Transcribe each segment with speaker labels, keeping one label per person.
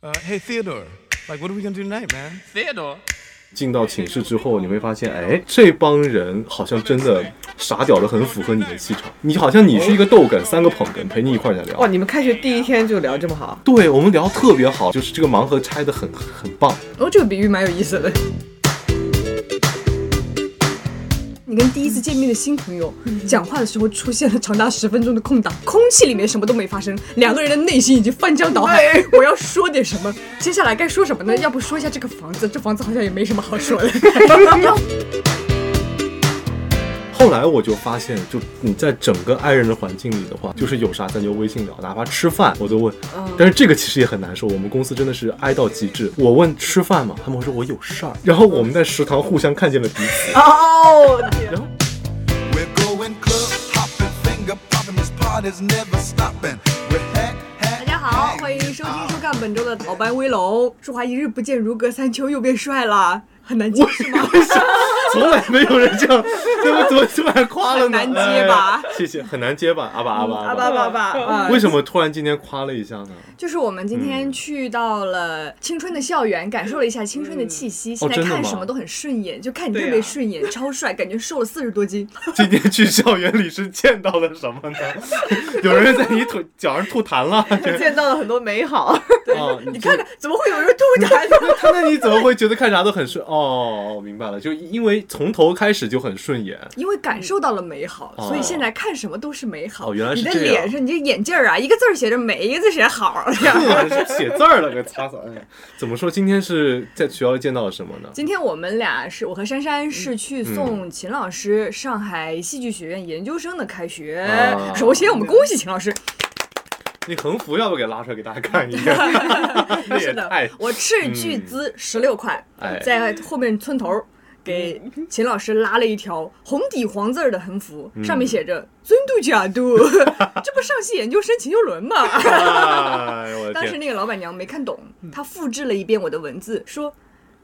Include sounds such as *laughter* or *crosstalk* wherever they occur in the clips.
Speaker 1: uh, hey Theodore, like what are we gonna do tonight, man?
Speaker 2: Theodore，
Speaker 3: 进到寝室之后，你会发现，哎，这帮人好像真的傻屌的很符合你的气场。你好像你是一个逗哏，三个捧哏陪你一块儿在
Speaker 4: 哇，
Speaker 3: 聊。
Speaker 4: 你们开学第一天就聊这么好，
Speaker 3: 对我们聊特别好，就是这个盲盒拆的很很棒。
Speaker 4: 哦，这个比喻蛮有意思的。你跟第一次见面的新朋友讲话的时候，出现了长达十分钟的空档，空气里面什么都没发生，两个人的内心已经翻江倒海。我要说点什么？接下来该说什么呢？要不说一下这个房子，这房子好像也没什么好说的。
Speaker 3: 后来我就发现，就你在整个爱人的环境里的话，就是有啥咱就微信聊，哪怕吃饭我都问。但是这个其实也很难受，我们公司真的是哀到极致。我问吃饭嘛，他们会说我有事儿，然后我们在食堂互相看见了彼此。
Speaker 4: 哦，
Speaker 5: We're going club hopping, finger popping. This party's never stopping. We're hack, hack.
Speaker 4: *laughs* 大家好，欢迎收听收看本周的《逃班威 *laughs* 龙》。说话一日不见，如隔三秋，又变帅了，很难接是吗？
Speaker 3: 从来没有人这样，怎么怎么突然夸了呢？
Speaker 4: 很难接吧
Speaker 3: 哎谢谢，很难接吧？阿巴阿巴
Speaker 4: 阿巴爸爸 *laughs* 啊，
Speaker 3: 为什么突然今天夸了一下呢？
Speaker 4: 就是我们今
Speaker 3: 嗯
Speaker 4: 天去到了青春的校园，感受了一下青春的气息。现
Speaker 3: 嗯
Speaker 4: 在
Speaker 3: 哦真的
Speaker 4: 看
Speaker 3: 吗
Speaker 4: 什么都很顺眼，就看
Speaker 6: 啊
Speaker 4: 你特别顺眼，超帅，感觉瘦了四十多
Speaker 6: *laughs*
Speaker 4: 斤。
Speaker 3: 今天去校园里是见到了什么呢？ *laughs* 有人在你腿脚上吐痰了？这
Speaker 6: 见到了很多
Speaker 4: *laughs*
Speaker 6: 美好。
Speaker 3: 啊，你
Speaker 4: 看看怎么会有人吐痰呢？
Speaker 3: 他那你怎么会觉得看啥都很顺？哦，明白了，就因为从头开始就很顺
Speaker 4: *laughs*
Speaker 3: 眼。
Speaker 4: *laughs* 因为感受到了美好，
Speaker 3: 哦
Speaker 4: 所以现在看什么都是美好。
Speaker 3: 哦原来是
Speaker 4: 你的
Speaker 3: 这样
Speaker 4: 脸上，你这眼镜儿啊，一个字儿写着美，一个字写着好。这样
Speaker 3: 写字儿了，给擦擦。哎，怎么说？今天是在学校里见到了什么呢？
Speaker 4: 今天我们俩是我和珊珊是去
Speaker 3: 嗯
Speaker 4: 送秦老师上海戏剧学院研究生的开学。
Speaker 3: 啊
Speaker 4: 首先，我们恭喜秦老师。
Speaker 3: 你横幅要不要给拉出来给大家看一下？那也
Speaker 4: *laughs* 是的
Speaker 3: 太，
Speaker 4: 我斥巨资十六块
Speaker 3: 嗯哎，
Speaker 4: 在后面村头儿给秦老师拉了一条红底黄字儿的横幅，
Speaker 3: 嗯
Speaker 4: 上面写着“尊度假
Speaker 3: *laughs*
Speaker 4: 度”，这不上戏研究生秦佑伦吗？
Speaker 3: 哎，我的
Speaker 4: 当时
Speaker 3: 天！
Speaker 4: 那个老板娘没看懂，
Speaker 3: 嗯
Speaker 4: 她复制了一遍我的文字，说。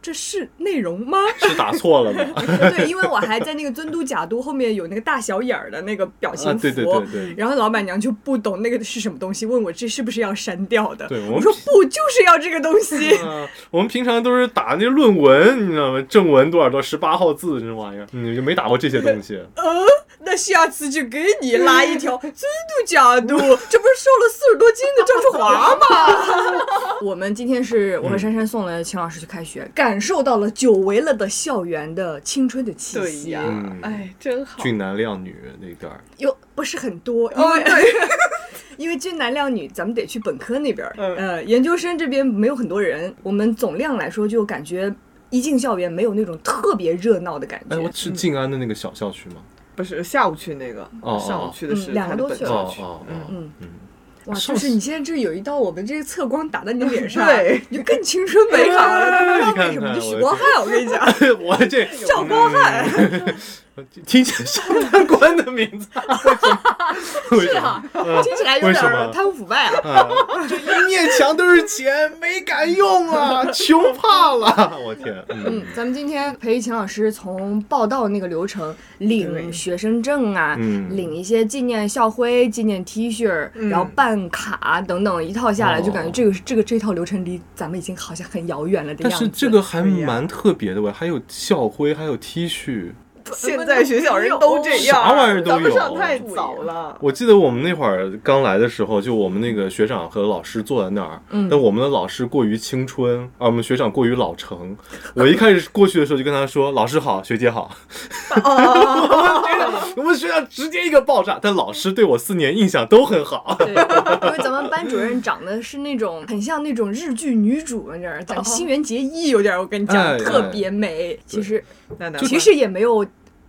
Speaker 4: 这是内容吗？
Speaker 3: *laughs* 是打错了吗？ *laughs*
Speaker 4: 对，因为我还在那个尊嘟假嘟后面有那个大小眼儿的那个表情符，
Speaker 3: 啊对对对对
Speaker 4: 然后老板娘就不懂那个是什么东西，问我这是不是要删掉的？
Speaker 3: 对我们
Speaker 4: 我说不，就是要这个
Speaker 3: *laughs*
Speaker 4: 东西。
Speaker 3: 啊，我们平常都是打那论文，你知道吗？正文多少多十八号字这玩意儿，你就没打过这些东西。
Speaker 4: 那下次就给你拉一条真的假的， *laughs* 这不是瘦了四十多斤的赵春华吗？ *laughs* 我们今天是我和珊珊送了秦老师去开学，感受到了久违了的校园的青春的气
Speaker 6: 对
Speaker 4: 息
Speaker 6: 呀，
Speaker 3: 嗯，
Speaker 6: 哎，真好。
Speaker 3: 俊男靓女那段儿，
Speaker 4: 又不是很多，因为、 *laughs* 因为俊男靓女，咱们得去本科那边儿，
Speaker 6: 嗯
Speaker 4: 呃，研究生这边没有很多人，我们总量来说就感觉。一进校园，没有那种特别热闹的感觉。
Speaker 3: 哎，我是静安的那个小校区吗？
Speaker 6: 不是下午去那个，
Speaker 3: 哦
Speaker 6: 上午去的
Speaker 4: 嗯
Speaker 6: 是
Speaker 4: 两
Speaker 6: 他
Speaker 4: 个
Speaker 6: 的
Speaker 4: 都
Speaker 6: 本
Speaker 4: 去了
Speaker 6: 校
Speaker 3: 哦
Speaker 6: 区。
Speaker 3: 哦哦，
Speaker 4: 嗯哇，
Speaker 3: 上
Speaker 4: 就是
Speaker 3: 次
Speaker 4: 你现在这有一道我们这个侧光打在你脸上，
Speaker 6: 对，
Speaker 4: 你就更青春美好
Speaker 3: *laughs*
Speaker 4: 了。
Speaker 3: 哎你
Speaker 4: 不知道为
Speaker 3: 看
Speaker 4: 什
Speaker 3: 看
Speaker 4: 么，就
Speaker 3: 我
Speaker 4: 许
Speaker 3: 的
Speaker 4: 光汉，我跟你
Speaker 3: *laughs*
Speaker 4: 讲，
Speaker 3: 我这
Speaker 4: 赵光汉，
Speaker 3: 嗯听见上贪官的名字，啊 *laughs* 为什么？
Speaker 4: *laughs* 听起来有
Speaker 3: 为
Speaker 4: 点
Speaker 3: 什么
Speaker 4: 儿贪污腐败啊。
Speaker 3: 啊，这一面墙都是钱，没敢用啊，穷怕了。 *laughs* 我天，嗯
Speaker 4: 嗯，咱们今天陪秦老师从报到那个流程，领学生证啊，
Speaker 3: 嗯
Speaker 4: 领一些纪念校徽、纪念 T 恤儿，然后办卡等等一套下来，
Speaker 3: 哦
Speaker 4: 就感觉这个这个这套流程离咱们已经好像很遥远了的
Speaker 3: 但
Speaker 4: 样子。
Speaker 3: 是这个还蛮特别的吧？还有校徽，还有 T 恤。
Speaker 6: 现在学校人都这样，
Speaker 3: 啥玩意儿都有啊
Speaker 6: 咱们上太早了。
Speaker 3: 我记得我们那会儿刚来的时候，就我们那个学长和老师坐在那儿，
Speaker 4: 嗯
Speaker 3: 但我们的老师过于青春，而我们学长过于老成。我一开始过去的时候就跟他说：“老师好，学姐好。”
Speaker 4: 哦
Speaker 3: *laughs* 我们学长直接一个爆炸，但老师对我四年印象都很好。
Speaker 4: 对，
Speaker 3: *laughs*
Speaker 4: 因为咱们班主任长得是那种很像那种日剧女主那样，长新垣结衣有点儿，我跟你讲，
Speaker 3: 哎
Speaker 4: 特别美。其实
Speaker 6: 那难怪
Speaker 4: 其实也没有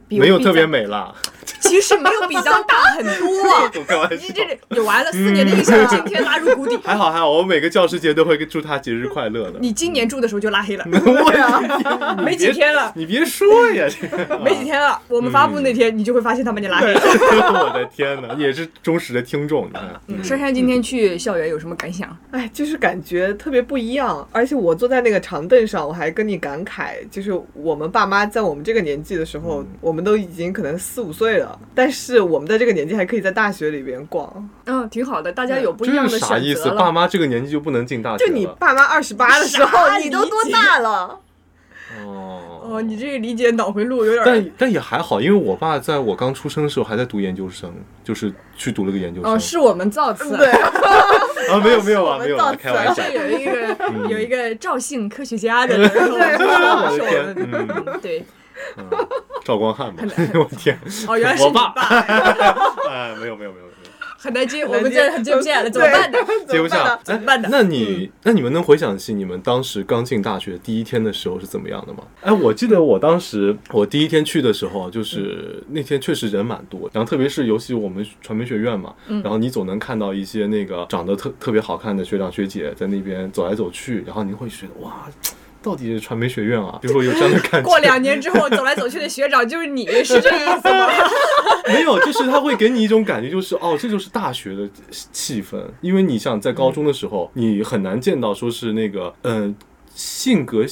Speaker 4: 比我
Speaker 3: 没有
Speaker 4: 比
Speaker 3: 特别
Speaker 4: 咱，
Speaker 3: 美啦，
Speaker 4: *laughs* 其实没有比咱大很多啊。
Speaker 3: 我开玩
Speaker 4: 这
Speaker 3: 笑。
Speaker 4: 这这完了，四年的印象今天拉入谷底。
Speaker 3: 还好还好，我每个教师节都会祝他节日快乐的。
Speaker 4: 你啊今年住的时候就拉黑
Speaker 3: *laughs*
Speaker 4: 了，
Speaker 3: 我呀，
Speaker 4: 没几天了，
Speaker 3: 你别啊说呀，这个
Speaker 4: 没几天了，我们发布那天你就会发现他把你拉黑了。
Speaker 3: *laughs* 我的天哪，也是忠实的听众，你看，
Speaker 4: 嗯珊珊今天去校园有什么感想？
Speaker 6: 哎，就是感觉特别不一样。而且我坐在那个长凳上，我还跟你
Speaker 3: 嗯
Speaker 6: 感慨，就是我们爸妈在我们这个年纪的时候，我们都已经可能四五岁了，但是我们在这个年纪还可以在大学里边逛。
Speaker 4: 嗯，挺好的，大家有不一样
Speaker 3: 这是
Speaker 4: 的选择
Speaker 3: 啥
Speaker 4: 了。
Speaker 3: 意思？爸妈这个年纪就不能进大学
Speaker 6: 就
Speaker 3: 了？
Speaker 6: 你爸妈二十八的时候，
Speaker 4: 啥
Speaker 6: 你
Speaker 4: 都多
Speaker 6: 大？
Speaker 4: 大
Speaker 6: *laughs*
Speaker 4: 了？
Speaker 3: 哦
Speaker 4: 哦，你这个理解脑回路有点儿。
Speaker 3: 但但也还好，因为我爸在我刚出生的时候还在读研究生，就是去读了个研究生。
Speaker 4: 哦，是我们造次。
Speaker 6: 对，
Speaker 3: 啊，没有没有啊，
Speaker 6: 我们
Speaker 3: 没有啊，
Speaker 6: 造次
Speaker 3: 开玩笑。
Speaker 4: 是有一个
Speaker 3: 嗯
Speaker 4: 有一个赵姓科学家的，对，
Speaker 3: *laughs* 我
Speaker 4: 是
Speaker 3: 的天
Speaker 4: 我 *laughs* 们嗯对，
Speaker 3: 嗯赵光汉
Speaker 4: *laughs*
Speaker 3: 嘛， *laughs* 我天，
Speaker 4: 哦，原来是
Speaker 3: 我
Speaker 4: 你
Speaker 3: 爸
Speaker 4: 爸，
Speaker 3: *laughs*
Speaker 4: *laughs*
Speaker 3: 哎，没有没有没有没有，
Speaker 4: 很难接，我们这很接不 *laughs* 下来，怎么办呢？
Speaker 3: 接不下。
Speaker 4: 怎么办呢
Speaker 3: 哎
Speaker 4: 嗯
Speaker 3: 那你那你们能回想起你们当时刚进大学第一天的时候是怎么样的吗？哎，我记得我当时我第一天去的时候啊，就是那天确实人蛮多，然后特别是尤其我们传媒学院嘛，
Speaker 4: 嗯
Speaker 3: 然后你总能看到一些那个长得特特别好看的学长学姐在那边走来走去，然后你会觉得哇。到底是传媒学院
Speaker 4: *laughs*
Speaker 3: 啊，比如说有这样的感觉。
Speaker 4: 过两年之后走来走去的学长就是你，是这个意思 *laughs* 吗？
Speaker 3: 没有，就是他会给你一种感觉，就是哦，这就是大学的气氛。因为你想在高中的时候，你很难见到说是那个嗯、呃性格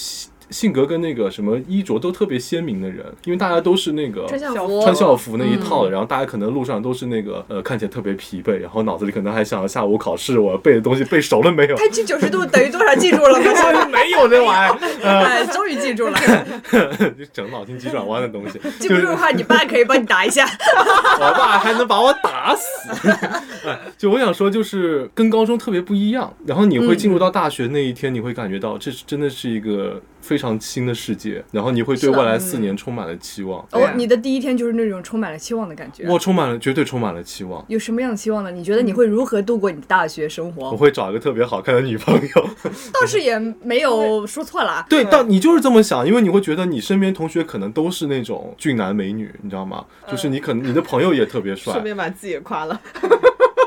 Speaker 3: 性格跟那个什么衣着都特别鲜明的人，因为大家都是那个
Speaker 4: 穿校嗯
Speaker 6: 校
Speaker 4: 服
Speaker 6: 服
Speaker 3: 穿校服那一套的，然后大家可能路上都是那个呃看起来特别疲惫，然后脑子里可能还想着下午考试我背的东西背熟了没有。
Speaker 4: 太近九十度等于多少？记住了吗？
Speaker 3: *laughs* 没有那玩意
Speaker 4: 哎，终于记
Speaker 3: *laughs*
Speaker 4: 住了，
Speaker 3: 儿， *laughs* 就整脑筋急转弯的东 *laughs* 西。
Speaker 4: 记不住的话，你爸可以帮你打一下。
Speaker 3: 我爸还能把我打死。 *laughs* 哎就我想说，就是跟高中特别不一样。然后你会进入到大学那一天，你会感觉到这是真的是一个非常新的世界，然后你会对未来四年充满了期望。
Speaker 4: 哦，你的第一天就是那种充满了期望的感觉。
Speaker 3: 我充满了，绝对充满了期望。
Speaker 4: 有什么样的期望呢？你觉得你会如何度过你的大学生
Speaker 3: 我
Speaker 4: 活？
Speaker 3: 会找一个特别好看的女朋友。
Speaker 4: 倒是也没有说错
Speaker 3: *laughs*
Speaker 4: 啦。
Speaker 3: 对，但你就是这么想，因为你会觉得你身边同学可能都是那种俊男美女，你知道吗？就是你可能你的朋友也特别帅，
Speaker 6: 顺便把自己也夸 *laughs* 了。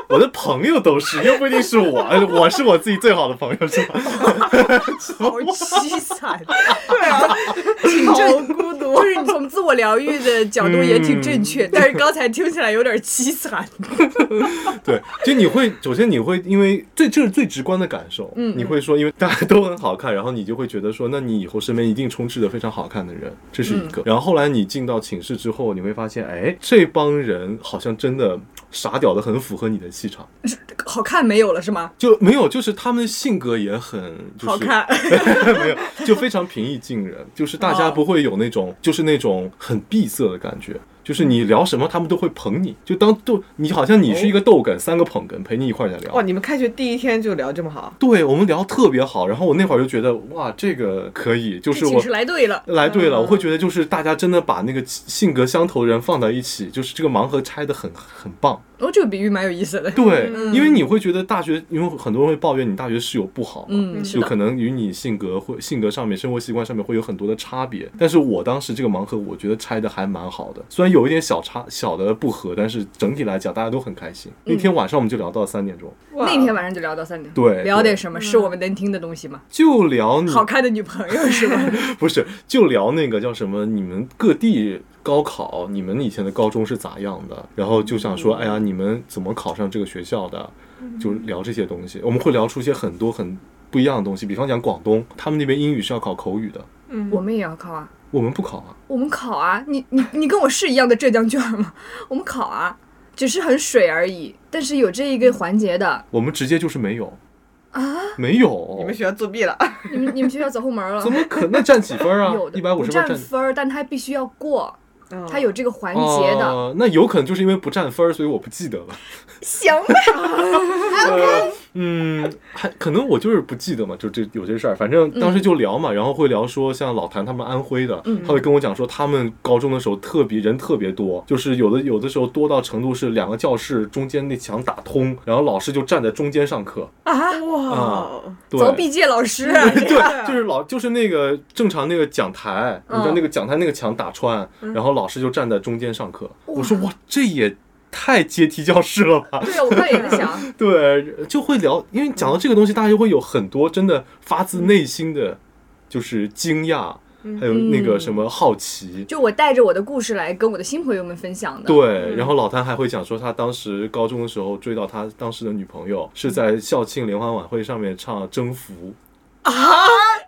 Speaker 3: 我的朋友都是，又不一定是我，呃我是我自己最好的朋友，是吧？
Speaker 4: 好凄惨，
Speaker 6: 对啊，
Speaker 4: 好孤独。 *laughs* 就是你从自我疗愈的角度也挺正确，
Speaker 3: 嗯
Speaker 4: 但是刚才听起来有点凄惨。 *laughs*
Speaker 3: 对，就你会，首先你会因为最这是最直观的感受，嗯，你会说，因为大家都很好看，然后你就会觉得说，那你以后身边一定充斥着非常好看的人，这是一个。然后后来你进到寝室之后，你会发现，哎，这帮人好像真的傻屌的很符合你的气场，
Speaker 4: 好看没有了是吗？
Speaker 3: 就没有，就是他们的性格也很、就是、
Speaker 4: 好看，
Speaker 3: *laughs* 没有，就非常平易近人，就是大家不会有那种，就是那种很闭塞的感觉。就是你聊什么，他们都会捧你，就当逗你，好像你是一个逗哏，三个捧哏陪你一块儿在聊。
Speaker 6: 哇，你们开学第一天就聊这么好，
Speaker 3: 对我们聊特别好，然后我那会儿就觉得哇，这个可以，就
Speaker 4: 这嗯
Speaker 3: 是
Speaker 4: *laughs* 寝
Speaker 3: 我
Speaker 4: 室来对了。
Speaker 3: 来对了，我会觉得就是大家真的把那个性格相投的人放在一起，就是这个盲盒拆的很很棒。
Speaker 4: 哦，这个比喻蛮有意思
Speaker 3: *laughs*
Speaker 4: 的。
Speaker 3: 对，因为你会觉得大学，因为很多人会抱怨你大学室友不好嘛，
Speaker 4: 嗯是
Speaker 3: 有
Speaker 4: 的
Speaker 3: 可能与你性格或性格上面、生活习惯上面会有很多的差别。但是我当时这个盲盒，我觉得拆的还蛮好的，虽然有一点小差小的不合，但是整体来讲大家都很开心。那
Speaker 4: 嗯
Speaker 3: 天晚上我们就聊到三点钟，
Speaker 6: 哇
Speaker 4: 那天晚上就聊到三点，
Speaker 3: 对嗯
Speaker 4: 聊点什么是我们能听的东西吗？
Speaker 3: 就聊你
Speaker 4: 好看的女朋友是吗？
Speaker 3: *laughs* 不是，就聊那个叫什么，你们各地高考，你们以前的高中是咋样的？然后就想
Speaker 4: 嗯
Speaker 3: 说，哎呀，你们怎么考上这个学校的？就聊这些东西，我们会聊出一些很多很不一样的东西。比方讲广东，他们那边英语是要考口语的，
Speaker 4: *laughs* 我们也要考啊，
Speaker 3: 我们不考啊。
Speaker 4: 我们考啊，你你你跟我是一样的浙江卷吗？我们考啊，只是很水而已，但是有这一个环节的。
Speaker 3: 我们直接就是没有啊，没有。
Speaker 6: 你们学校作弊了，
Speaker 4: 你们你们学校走后门
Speaker 3: *laughs*
Speaker 4: 了
Speaker 3: 怎？么可那占几分啊
Speaker 4: *laughs* 有？的，
Speaker 3: 一百五
Speaker 4: 不
Speaker 3: 十分
Speaker 4: 占分儿，但他必须要过，他有这个环节的。
Speaker 3: 哦那有可能就是因为不占分儿，所以我不记得了。
Speaker 4: 行吧，
Speaker 3: 嗯，还可能我就是不记得嘛，就这有些事儿，反正当时就聊嘛，然后会聊说像老谭他们安徽的，他会跟我讲说他们高中的时候特别人特别多，就是有的有的时候多到程度是两个教室中间那墙打通，然后老师就站在中间上课
Speaker 4: 啊
Speaker 6: 嗯哇，
Speaker 3: 对。
Speaker 4: 凿
Speaker 3: *laughs*
Speaker 4: 壁界老师，啊
Speaker 3: 对，就是老就是那个正常那个讲台，你知道那个讲台那个墙打穿，然后老师就站在中间上课。我说哇，这也太阶梯教室了吧！
Speaker 4: *laughs* 对啊，我刚也在想，
Speaker 3: 对，就会聊，因为讲到这个东西，大家就会有很多真的发
Speaker 4: 嗯
Speaker 3: 自内心的，就是惊讶，还有那个什么好奇。
Speaker 4: 就我带着嗯我的故事来跟我的新朋友们分享的。，
Speaker 3: 对，然后老谭还会讲说，他当时高中的时候追到他当时的女朋友，是在校庆联欢晚会上面唱《征服》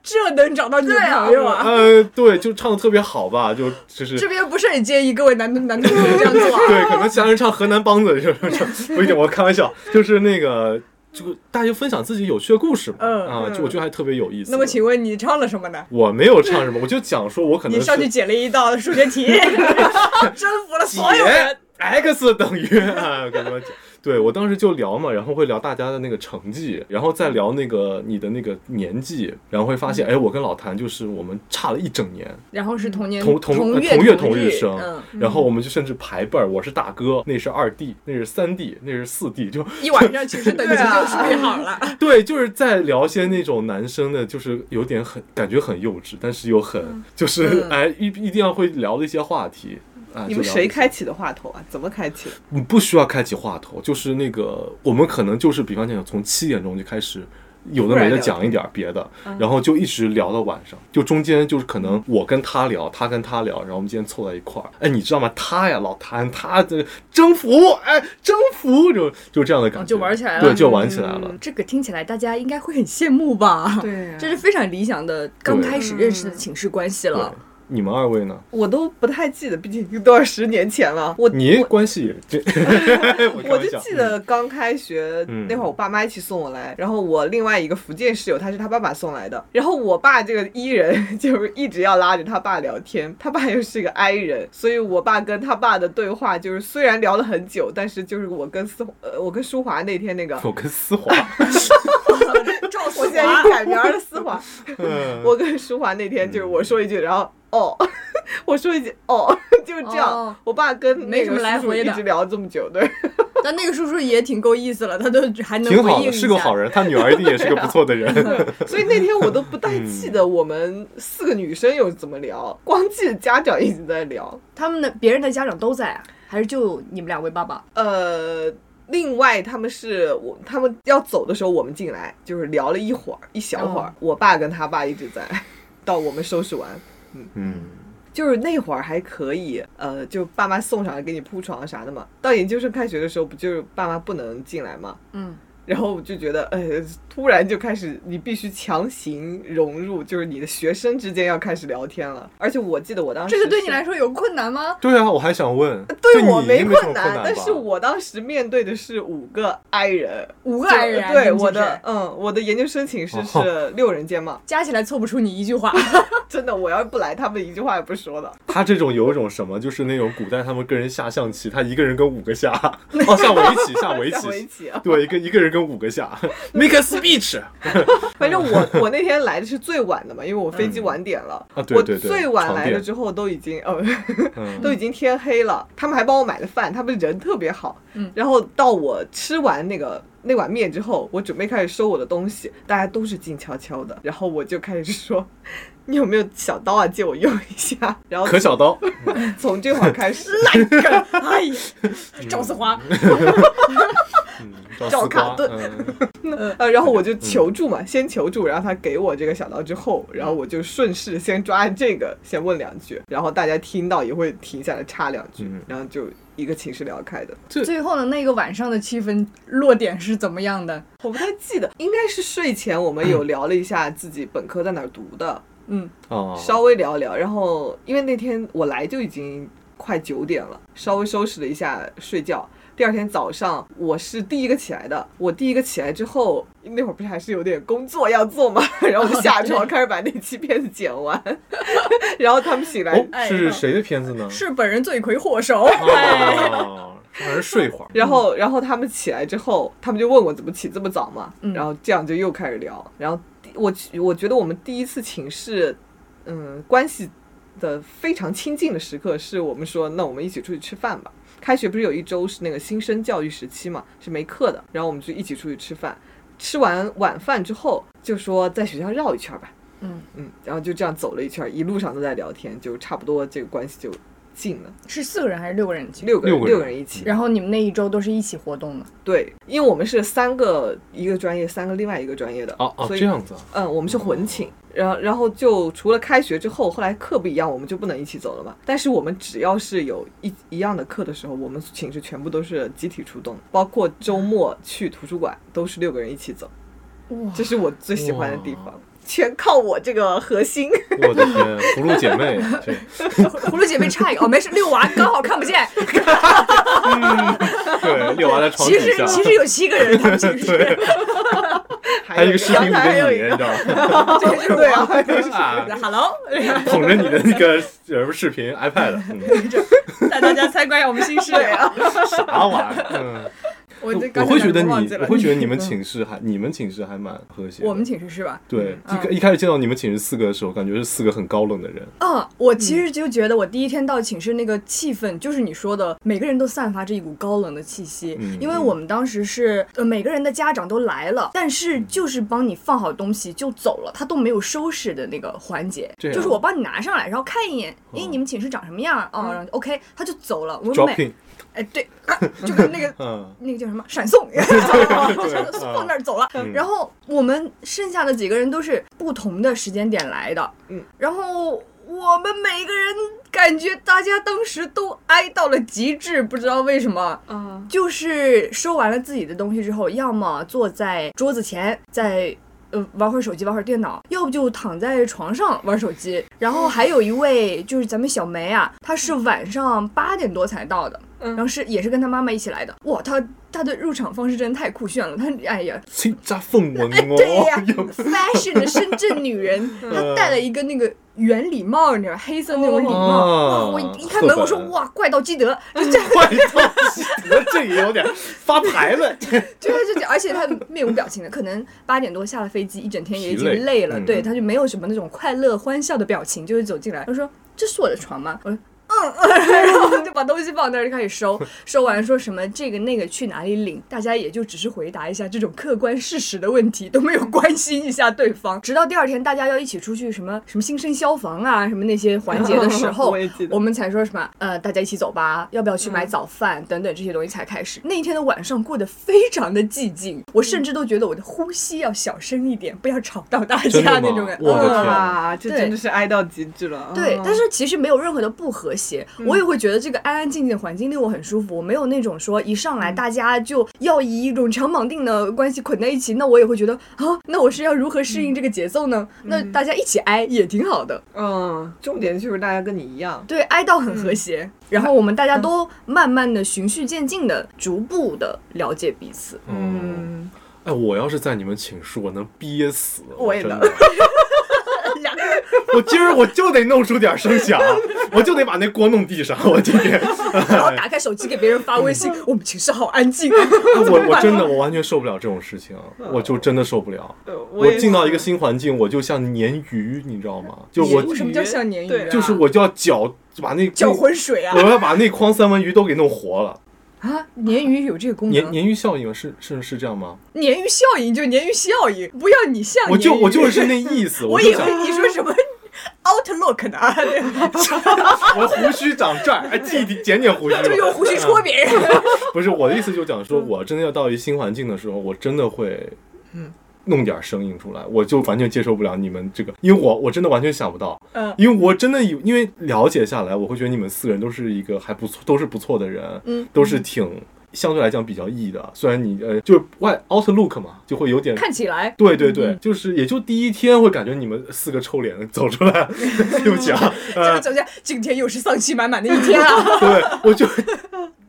Speaker 4: 这能找到女
Speaker 6: 对啊
Speaker 4: 朋友啊？
Speaker 3: 呃，对，就唱的特别好吧，
Speaker 4: *laughs*
Speaker 3: 就就是
Speaker 4: 这边不是很建议各位男男同学这样做啊。
Speaker 3: 对，可能其他人唱河南梆子就是
Speaker 4: *laughs*
Speaker 3: 不一定，我开玩笑，就是那个就大家分享自己有趣的故事嘛，
Speaker 4: 嗯
Speaker 3: 啊，就我觉得还特别有意思。
Speaker 4: 那么，请问你唱了什么呢？
Speaker 3: 我没有唱什么，我就讲说我可能
Speaker 4: 你上去
Speaker 3: 是
Speaker 4: 解了一道数学题， *laughs* 征服了所有人
Speaker 3: 解。x 等于啊，跟他们讲。对，我当时就聊嘛，然后会聊大家的那个成绩，然后再聊那个你的那个年纪，然后会发
Speaker 4: 嗯
Speaker 3: 现，哎，我跟老谭就是我们差了一整年，
Speaker 4: 然后是同年
Speaker 3: 同同呃
Speaker 4: 月
Speaker 3: 月
Speaker 4: 嗯同
Speaker 3: 同
Speaker 4: 日
Speaker 3: 生
Speaker 4: 嗯，，
Speaker 3: 然后我们就甚至排辈儿，我是大哥，那是二弟，那是三弟，那是四弟，就
Speaker 4: 一晚上其实等级
Speaker 6: 啊
Speaker 4: 就处理好了。
Speaker 3: 对，就是在聊些那种男生的，就是有点很感觉很幼稚，但是又很、就是
Speaker 4: 嗯
Speaker 3: 哎一一定要会聊的一些话题。啊，
Speaker 6: 你
Speaker 3: 就
Speaker 6: 们
Speaker 3: 聊
Speaker 6: 谁
Speaker 3: 一些
Speaker 6: 开启的话头啊？怎么开启的？
Speaker 3: 你不需要开启话头，就是那个我们可能就是比方讲从七点钟就开始。有的没的讲一点别的，
Speaker 4: 嗯
Speaker 3: 然后就一直聊到晚上，就中间就是可能我跟他聊，他跟他聊，然后我们今天凑在一块儿，哎，你知道吗？他呀，老谭，他这征服，哎，征服，就就这样的感觉，
Speaker 4: 哦就玩起来了嗯
Speaker 3: 对，就玩起来了。
Speaker 4: 这个听起来大家应该会很羡慕吧？
Speaker 6: 对啊呀
Speaker 4: 这是非常理想的刚开始认识的寝室关系
Speaker 3: 对
Speaker 4: 了。，
Speaker 3: 你们二位呢？
Speaker 6: 我都不太记得，毕竟都要十年前了。我
Speaker 3: 你关系也
Speaker 4: *laughs*
Speaker 3: 这，我开
Speaker 6: 我
Speaker 3: 玩
Speaker 6: 就
Speaker 3: 笑
Speaker 6: 记得刚开学、
Speaker 3: 嗯
Speaker 6: 那会儿，我爸妈一起送我来，然后我另外一个福建室友，他是他爸爸送来的。然后我爸这个 E 人就是一直要拉着他爸聊天，他爸又是个 I 人，所以我爸跟他爸的对话就是虽然聊了很久，但是就是我跟思呃我跟舒华那天
Speaker 3: *laughs*，
Speaker 6: 那个
Speaker 3: 我跟思
Speaker 4: *laughs*
Speaker 3: 华，
Speaker 4: 赵
Speaker 6: 我现在已经改名了思华，
Speaker 3: *laughs* 嗯
Speaker 6: 我跟舒华那天就是我说一句，然后哦， *laughs* 我说一句哦， *laughs* 就是这样。
Speaker 4: 哦
Speaker 6: 我爸跟
Speaker 4: 没
Speaker 6: 那
Speaker 4: 什么
Speaker 6: 个
Speaker 4: 来
Speaker 6: 叔叔
Speaker 4: 回
Speaker 6: 一
Speaker 4: 的
Speaker 6: 直聊这么久，对。
Speaker 4: 但那个叔叔也挺够意思了，他都还能
Speaker 3: 挺
Speaker 4: 回
Speaker 3: 好
Speaker 4: 应
Speaker 3: 的，
Speaker 4: 一
Speaker 3: 是个
Speaker 4: 下
Speaker 3: 好。人，他女儿一定也是个不错的
Speaker 4: *laughs*
Speaker 3: 人。
Speaker 6: *laughs* 所以那天我都不太记得我们四个女生有怎么聊，光记得家长一直在聊。
Speaker 4: 他们的别人的家长都在啊，还是就你们两位爸爸？
Speaker 6: 呃，另外他们是我他们要走的时候，我们进来就是聊了一会儿，一小会儿。
Speaker 4: 哦
Speaker 6: 我爸跟他爸一直在， *laughs* 到我们收拾完。
Speaker 3: 嗯，
Speaker 6: 就是那会儿还可以，呃，就爸妈送上来给你铺床啥的嘛。到研究生开学的时候，不就是爸妈不能进来嘛？
Speaker 4: 嗯，
Speaker 6: 然后我就觉得，呃，突然就开始，你必须强行融入，就是你的学生之间要开始聊天了。而且我记得我当时
Speaker 4: 这个对你
Speaker 6: 是
Speaker 4: 来说有困难吗？
Speaker 3: 对啊，我还想问，
Speaker 6: 呃对
Speaker 3: 你
Speaker 6: 我
Speaker 3: 没什
Speaker 6: 困
Speaker 3: 么难吧，
Speaker 6: 但是我当时面对的是五个 I 人，
Speaker 4: 五
Speaker 6: 五
Speaker 4: 个爱人啊，
Speaker 6: 对
Speaker 4: 你们
Speaker 6: 我
Speaker 4: 寝室
Speaker 6: 的，嗯，我的研究生寝室是六人间嘛，
Speaker 4: 加起来凑不出你一句话。
Speaker 6: *laughs* 真的，我要不来，他们一句话也不说的。
Speaker 3: 他这种有一种什么，就是那种古代他们跟人下象棋，他一个人跟五个下，哦，下围棋，下围
Speaker 6: 下围
Speaker 3: 棋，
Speaker 6: 棋啊
Speaker 3: 对，一个一个人跟五个下，make a speech
Speaker 6: *laughs* 反正我我那天来的是最晚的嘛，因为我飞机晚点了。
Speaker 3: 啊，对对对，
Speaker 6: 我最晚
Speaker 3: 床
Speaker 6: 来了
Speaker 3: 垫
Speaker 6: 之后都已经呃、 *laughs*
Speaker 3: 嗯
Speaker 6: 都已经天黑了，他们还帮我买了饭，他们人特别好。嗯，然后到我吃完那个那碗面之后，我准备开始收我的东西，大家都是静悄悄的，然后我就开始说。 *laughs* 你有没有小刀啊？借我用一下。然后
Speaker 3: 可小
Speaker 6: *laughs*
Speaker 3: 刀，
Speaker 6: 从这会儿开始， *laughs*
Speaker 4: 哎呀，赵四花，
Speaker 3: 找
Speaker 6: 赵
Speaker 3: 丝
Speaker 6: 卡
Speaker 3: 瓜
Speaker 6: 顿
Speaker 3: 嗯
Speaker 6: *laughs* 呃，然后我就求助嘛，先求助，然后他给我这个小刀之后，然后我就顺势先抓这个，先问两句，然后大家听到也会停下来插两句
Speaker 3: 嗯，
Speaker 6: 然后就一个寝室聊开的。
Speaker 4: 最后的那个晚上的气氛落点是怎么样的？
Speaker 6: 我不太记得，应该是睡前我们有聊了一下自己本科在哪儿读的，
Speaker 4: 嗯，
Speaker 3: 啊，
Speaker 6: 稍微聊一聊。然后因为那天我来就已经快九点了，稍微收拾了一下睡觉。第二天早上我是第一个起来的，我第一个起来之后，那会儿不是还是有点工作要做嘛， *laughs* 然后我就下床开始把那期片子剪完， *laughs* 然后他们醒来，
Speaker 3: 哦，是谁的片子呢？
Speaker 4: 是本人罪魁祸首。
Speaker 6: 哎
Speaker 3: 哦，让人睡会儿，
Speaker 6: 然后，然后他们起来之后，他们就问我怎么起这么早嘛，
Speaker 4: 嗯
Speaker 6: 然后这样就又开始聊。然后第我我觉得我们第一次寝室，嗯，关系的非常亲近的时刻，是我们说那我们一起出去吃饭吧。开学不是有一周是那个新生教育时期嘛，是没课的，然后我们就一起出去吃饭。吃完晚饭之后，就说在学校绕一圈吧。
Speaker 4: 嗯
Speaker 6: 嗯，然后就这样走了一圈，一路上都在聊天，就差不多这个关系就近了。
Speaker 4: 是四个人还是六个人去？
Speaker 6: 六个
Speaker 3: 六个人
Speaker 6: 六个人一起，
Speaker 4: 然后你们那一周都是一起活动的，
Speaker 6: 对，因为我们是三个一个专业，三个另外一个专业的，
Speaker 3: 哦哦，
Speaker 6: 所以
Speaker 3: 这样子啊，
Speaker 6: 嗯，我们是混寝，然后然后就除了开学之后，后来课不一样，我们就不能一起走了嘛。但是我们只要是有一一样的课的时候，我们寝室全部都是集体出动，包括周末去图书馆都是六个人一起走。
Speaker 4: 哇
Speaker 6: 这是我最喜欢的地方。全靠我这个核心。
Speaker 3: 我的天，葫芦姐
Speaker 6: *laughs*
Speaker 3: 妹，这
Speaker 4: *laughs* 葫芦姐妹差一个哦，没事，六娃刚好看不见。
Speaker 3: 对，六娃在床
Speaker 4: 其
Speaker 3: 底
Speaker 4: 实
Speaker 3: 下，
Speaker 4: 其实有七个人，他们其
Speaker 3: *laughs*
Speaker 4: 实
Speaker 3: 对，啊还有一个视频
Speaker 6: 阳
Speaker 3: 里
Speaker 6: 台还有
Speaker 3: 跟你，
Speaker 6: 一
Speaker 3: 你
Speaker 6: 个
Speaker 3: 知，道吗？
Speaker 6: 对啊， *laughs* 还有一个
Speaker 3: 啊
Speaker 4: Hello， *laughs*
Speaker 3: 捧着你的那个什么视频 iPad，嗯
Speaker 4: 带大家参观一下我们新室。
Speaker 6: 对啊，
Speaker 3: 啥玩意
Speaker 4: *laughs*
Speaker 3: 儿？嗯
Speaker 4: 我这
Speaker 3: 我
Speaker 6: *laughs*
Speaker 4: 刚才
Speaker 3: 会觉得
Speaker 4: 讲忘
Speaker 3: 你
Speaker 4: 记，了
Speaker 3: 我会觉得
Speaker 4: *laughs*
Speaker 3: 你们寝室还，你们寝室还蛮和谐的。
Speaker 4: 我们嗯寝室是吧？
Speaker 3: 对一开一开始见到你们寝室四个的时候，感觉是四个很高冷的人。
Speaker 4: 嗯，我其实就觉得我第一天到寝室那个气氛，就是你说的，每个人都散发着一股高冷的气息。
Speaker 3: 嗯
Speaker 4: 因为我们当时是呃每个人的家长都来了，但是就是帮你放好东西就走了，他都没有收拾的那个环节，
Speaker 3: 这样
Speaker 4: 就是我帮你拿上来，然后看一眼，
Speaker 3: 哦嗯
Speaker 4: 诶，你们寝室长什么样啊？哦，然后 OK，他就走了。我们每
Speaker 3: Dropping，
Speaker 4: 哎对、啊就跟那个
Speaker 3: 嗯，
Speaker 4: 那个叫什么闪
Speaker 3: *laughs*
Speaker 4: 送， *laughs*
Speaker 3: 对
Speaker 4: 闪送放那儿走了
Speaker 3: 嗯。
Speaker 4: 然后我们剩下的几个人都是不同的时间点来的，
Speaker 6: 嗯，
Speaker 4: 然后我们每个人感觉大家当时都哀到了极致，不知道为什么。
Speaker 6: 啊，
Speaker 4: 就是收完了自己的东西之后，要么坐在桌子前，在呃玩会儿手机，玩会儿电脑，要不就躺在床上玩手机。然后还有一位就是咱们小梅啊，她是晚上八点多才到的，
Speaker 6: 嗯
Speaker 4: 然后是也是跟她妈妈一起来的。哇，她她的入场方式真的太酷炫了，她哎呀，
Speaker 3: 新扎凤纹哦，
Speaker 4: *laughs* 对呀、
Speaker 3: 有
Speaker 4: f a s h i o n 的深圳女人，她戴了一个那个圆礼帽，你知道黑色那种礼帽。哇！
Speaker 3: 啊
Speaker 4: 我一开门，我说
Speaker 3: 赫本
Speaker 4: 哇，怪盗基德，就这样
Speaker 3: 怪盗基德，这也有点发牌
Speaker 4: *laughs*
Speaker 3: 了。
Speaker 4: 就是就而且他面无表情的，可能八点多下了飞机，一整天也已经
Speaker 3: 疲累
Speaker 4: 累了，
Speaker 3: 嗯
Speaker 4: 对，他就没有什么那种快乐欢笑的表情，就是走进来，他说：“这是我的床吗？”我说。嗯， *laughs* 然后就把东西放那儿就开始收，收完说什么这个那个去哪里领，大家也就只是回答一下这种客观事实的问题，都没有关心一下对方。直到第二天大家要一起出去什么什么新生消防啊什么那些环节的时候，
Speaker 6: 我也记得
Speaker 4: 我们才说什么呃，大家一起走吧，要不要去买早饭、等等这些东西才开始。那一天的晚上过得非常的寂静，我甚至都觉得我的呼吸要小声一点，不要吵到大
Speaker 3: 真的
Speaker 4: 家
Speaker 3: 吗
Speaker 4: 那种感觉。嗯
Speaker 3: 我的
Speaker 6: 哦
Speaker 3: 天
Speaker 6: 哇，这真的是哀到极致了。
Speaker 4: 对
Speaker 6: 啊，
Speaker 4: 但是其实没有任何的不和谐，我也会觉得这个安安静静的环境令我很舒服。我没有那种说一上来大家就要以一种强绑定的关系捆在一起，那我也会觉得啊，那我是要如何适应这个节奏呢？那大家一起挨也挺好的。
Speaker 6: 嗯，重点就是大家跟你一样，
Speaker 4: 对，哀悼很和谐，然后我们大家都慢慢的循序渐进的、逐步的了解彼此。
Speaker 3: 嗯，哎，我要是在你们寝室，我能憋死。
Speaker 6: 我也
Speaker 3: 真的
Speaker 4: *laughs*
Speaker 6: 能
Speaker 4: *laughs* 两个人
Speaker 3: 我今儿我就得弄出点声
Speaker 4: *laughs*
Speaker 3: 响，我就得把那锅弄地上。我今天，
Speaker 4: 然后打开手机给别人发微信，我们寝室好安静。啊
Speaker 3: 我我真的我完全受不了这种事情，我就真的受不了。
Speaker 6: 呃
Speaker 3: 我
Speaker 6: 也
Speaker 3: 进到一个
Speaker 6: 是
Speaker 3: 新环境，我就像鲶鱼，你知道吗？ *laughs* 就我
Speaker 4: 为什么叫像鲶鱼
Speaker 6: 对
Speaker 4: 啊？
Speaker 3: 就是我就要搅把那
Speaker 4: 搅浑水啊
Speaker 3: 我！要把那筐三文鱼都给弄活了。
Speaker 4: 啊，鲶鱼有这个功
Speaker 3: 鲶
Speaker 4: 能，鲶
Speaker 3: 鲶鱼效应是是是这样吗？
Speaker 4: 鱼效应就鲶鱼效应，不要你像
Speaker 3: 我就
Speaker 4: 啊鲶鱼
Speaker 3: 我就是那意
Speaker 4: *laughs*
Speaker 3: 思，
Speaker 4: 我
Speaker 3: 就
Speaker 4: 以
Speaker 3: 想
Speaker 4: 为你说
Speaker 3: *laughs*
Speaker 4: 什么 Outlook 呢，
Speaker 3: 我胡须长这儿，哎，弟弟剪剪胡须吧，
Speaker 4: *laughs* 就用胡须戳别人。
Speaker 3: 不是我的意思，就讲说，
Speaker 4: 嗯
Speaker 3: 我真的要到一新环境的时候，我真的会，
Speaker 4: 嗯
Speaker 3: 弄点声音出来，我就完全接受不了你们这个，因为我我真的完全想不到，
Speaker 4: 嗯
Speaker 3: 因为我真的有，因为了解下来，我会觉得你们四个人都是一个还不错，都是不错的人，
Speaker 4: 嗯，
Speaker 3: 都是挺相对来讲比较 E 的，虽然你呃，就是外 outlook 嘛，就会有点
Speaker 4: *laughs* 看嗯起来
Speaker 3: 对对对，就是也就第一天会感觉你们四个臭脸走出来， *laughs* 对不起
Speaker 4: *laughs*
Speaker 3: 啊，
Speaker 4: 这个走下，今天又是丧气满满的一天啊！
Speaker 3: *laughs* 对我就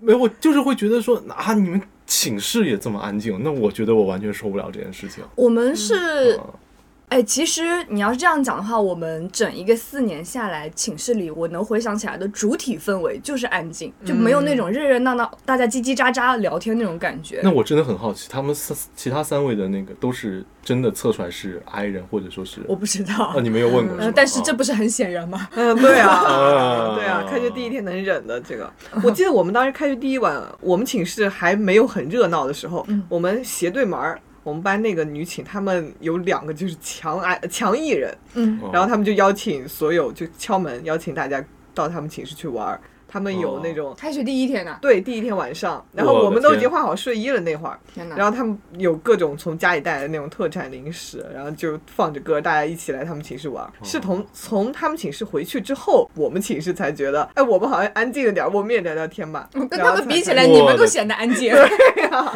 Speaker 3: 没有，我就是会觉得说啊，你们寝室也这么安静，那我觉得我完全受不了这件事情。
Speaker 4: *laughs* 我们是
Speaker 3: 啊
Speaker 4: 哎，其实你要是这样讲的话，我们整一个四年下来，寝室里我能回想起来的主体氛围就是安静，就没有那种热热闹闹、大家叽叽喳喳聊天那种感觉
Speaker 3: 那。我真的很好奇，他们三其他三位的那个都是真的测出来是 I 人，或者说是
Speaker 4: 我不知道，
Speaker 6: 哦
Speaker 3: 啊，你没有问过
Speaker 4: 呃
Speaker 3: 吗，
Speaker 4: 但是
Speaker 3: 啊
Speaker 4: 这不是很显然吗？
Speaker 6: 嗯，对 *laughs* 啊
Speaker 3: 啊，
Speaker 6: 对啊，开学第一天能忍的这个， *laughs* 我记得我们当时开学第一晚，我们寝室还没有很热闹的时候，我们斜对门儿，我们班那个女寝，她们有两个就是强爱强艺人，
Speaker 4: 嗯
Speaker 3: 哦
Speaker 6: 然后他们就邀请所有就敲门邀请大家到他们寝室去玩儿。他们有那种、
Speaker 4: 开学第一天呐、啊
Speaker 6: 对第一天晚上，然后
Speaker 3: 哦我的
Speaker 6: 我们都已
Speaker 3: 天
Speaker 6: 经换好睡衣了那会儿，
Speaker 4: 天哪！
Speaker 6: 然后他们有各种从家里带来的那种特产零食，然后就放着歌，大家一起来他们寝室
Speaker 4: 哦
Speaker 6: 玩。是从从他们寝室回去之后，我们寝室才觉得，哎，我们好像安静了点儿，我们也聊聊天吧。
Speaker 4: 跟
Speaker 6: 然
Speaker 4: 他
Speaker 6: 后
Speaker 4: 们
Speaker 6: 才
Speaker 4: 比起
Speaker 6: 开
Speaker 4: 来，
Speaker 6: 始
Speaker 4: 你们都显得安
Speaker 6: *laughs*
Speaker 4: 静。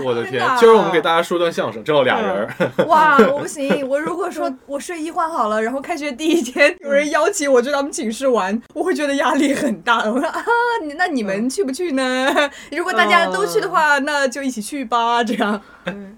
Speaker 3: 我的天
Speaker 4: 真的！
Speaker 3: 今儿我们给大家说段相声，正好俩人儿。
Speaker 4: *laughs* 哇，我不行！我如果说我睡衣换好了，然后开学第一天有人邀请我去他们寝室玩，我会觉得压力很大。我说啊，你那你们去不去呢？ *laughs* 如果大家都去的话，那就一起去吧。这样，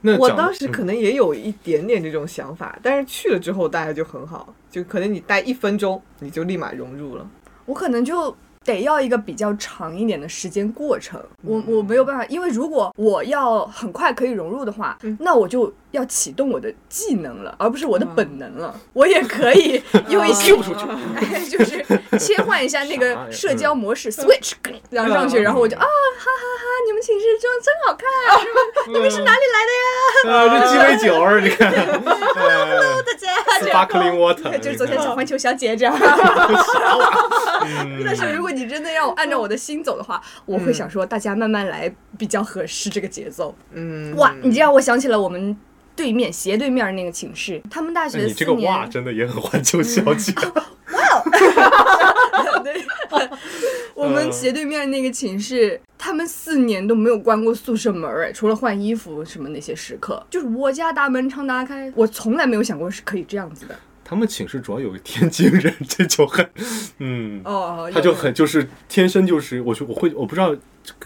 Speaker 3: 那
Speaker 6: 我
Speaker 3: 讲嗯
Speaker 6: 当时可能也有一点点这种想法，但是去了之后大家就很好，就可能你待一分钟你就立马融入了。
Speaker 4: 我可能就得要一个比较长一点的时间过程。我我没有办法，因为如果我要很快可以融入的话，那我就要启动我的技能了，而不是我的本能了。我也可以用一些，哎 *laughs* 就是切换一下那
Speaker 3: 啥呀
Speaker 4: 个社交模式，switch，然后上去，
Speaker 6: 嗯
Speaker 4: 然后我就啊，哈哈哈，你们寝室装真好看，是吧？
Speaker 3: 你们是
Speaker 4: 哪里来
Speaker 3: 啊，这鸡尾酒儿，你看。Hello，
Speaker 4: 的呀？大家这样
Speaker 3: Sparkling water，
Speaker 4: 就是昨天
Speaker 3: *laughs*
Speaker 4: 小浣熊小姐这样。
Speaker 3: 嗯哎
Speaker 4: 但是如果你真的让我按照我的心走的话，我会想说大家慢慢来比较合适这个节奏。
Speaker 6: 嗯，
Speaker 4: 哇，你这让我想起了我们对面斜对面那个寝室，他们大学
Speaker 3: 哎你
Speaker 4: 四
Speaker 3: 这个
Speaker 4: *laughs*
Speaker 3: 哇，
Speaker 4: 年，
Speaker 3: 真的也很环球小姐。
Speaker 4: 对，我
Speaker 3: 嗯
Speaker 4: 们斜对面那个寝室。他们四年都没有关过宿舍门儿，哎，除了换衣服什么那些时刻，就是我家大门常打开，我从来没有想过是可以这样子的。
Speaker 3: 他们寝室主要有个天津人，这就很， *laughs* 嗯，
Speaker 4: 哦，
Speaker 3: 他就很就是天生就是，我就我会我不知道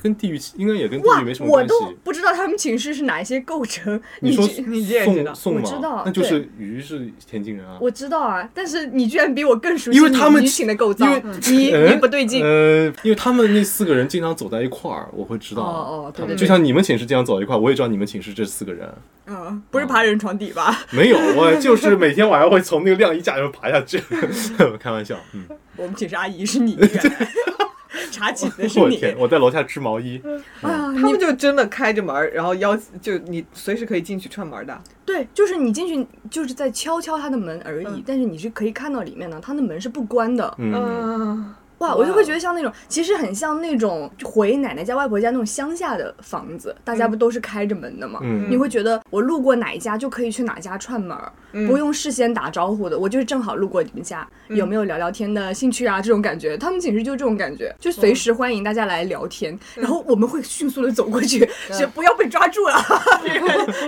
Speaker 3: 跟地域应该也跟地
Speaker 4: 哇
Speaker 3: 域没什，么
Speaker 4: 我
Speaker 3: 关系。
Speaker 4: 都不知道他们寝室是哪一些构成。
Speaker 3: *laughs* 你说
Speaker 4: 居
Speaker 6: 你也知道
Speaker 3: 宋宋
Speaker 4: 我
Speaker 3: 吗？
Speaker 4: 知道
Speaker 3: 那就是鱼是天津人啊。
Speaker 4: 我知道啊，但是你居然比我更熟悉
Speaker 3: 因为他们
Speaker 4: 你寝的构造
Speaker 3: 因为，
Speaker 4: *laughs*
Speaker 3: 嗯
Speaker 4: 你你不对劲。
Speaker 3: 呃，因为他们那四个人经常走在一块儿，我会知道。
Speaker 4: 哦哦对
Speaker 3: 他们
Speaker 4: 对
Speaker 3: 就像你们寝室经常走在一块儿，我也知道你们寝室这四个人。
Speaker 4: 嗯，不是爬人床底吧？
Speaker 3: 没有， *laughs* 我就是每天晚上会从那个晾衣架上爬下去。 *laughs* 开玩笑，嗯，
Speaker 4: 我们寝室阿姨是你，原来查寝的是
Speaker 3: 我
Speaker 4: 你。
Speaker 3: 天，我在楼下织毛衣，
Speaker 4: 啊，
Speaker 6: 他
Speaker 4: 你
Speaker 6: 们就真的开着门儿，然后邀就你随时可以进去串门儿的。
Speaker 4: 对，就是你进去就是在敲敲他的门而已，但是你是可以看到里面的，他的门是不关的。
Speaker 3: 嗯，
Speaker 6: 嗯，
Speaker 4: 哇，
Speaker 6: 哇
Speaker 4: 我就会觉得像那种，其实很像那种回奶奶家、外婆家那种乡下的房子，大家不都是开着门的吗？
Speaker 3: 嗯
Speaker 4: 你会觉得我路过哪一家就可以去哪家串门儿，不用事先打招呼的，我就是正好路过你们家，有没有聊聊天的兴趣啊？这种感觉，他们寝室就这种感觉，就随时欢迎大家来聊天，然后我们会迅速的走过去，就不要被抓住了，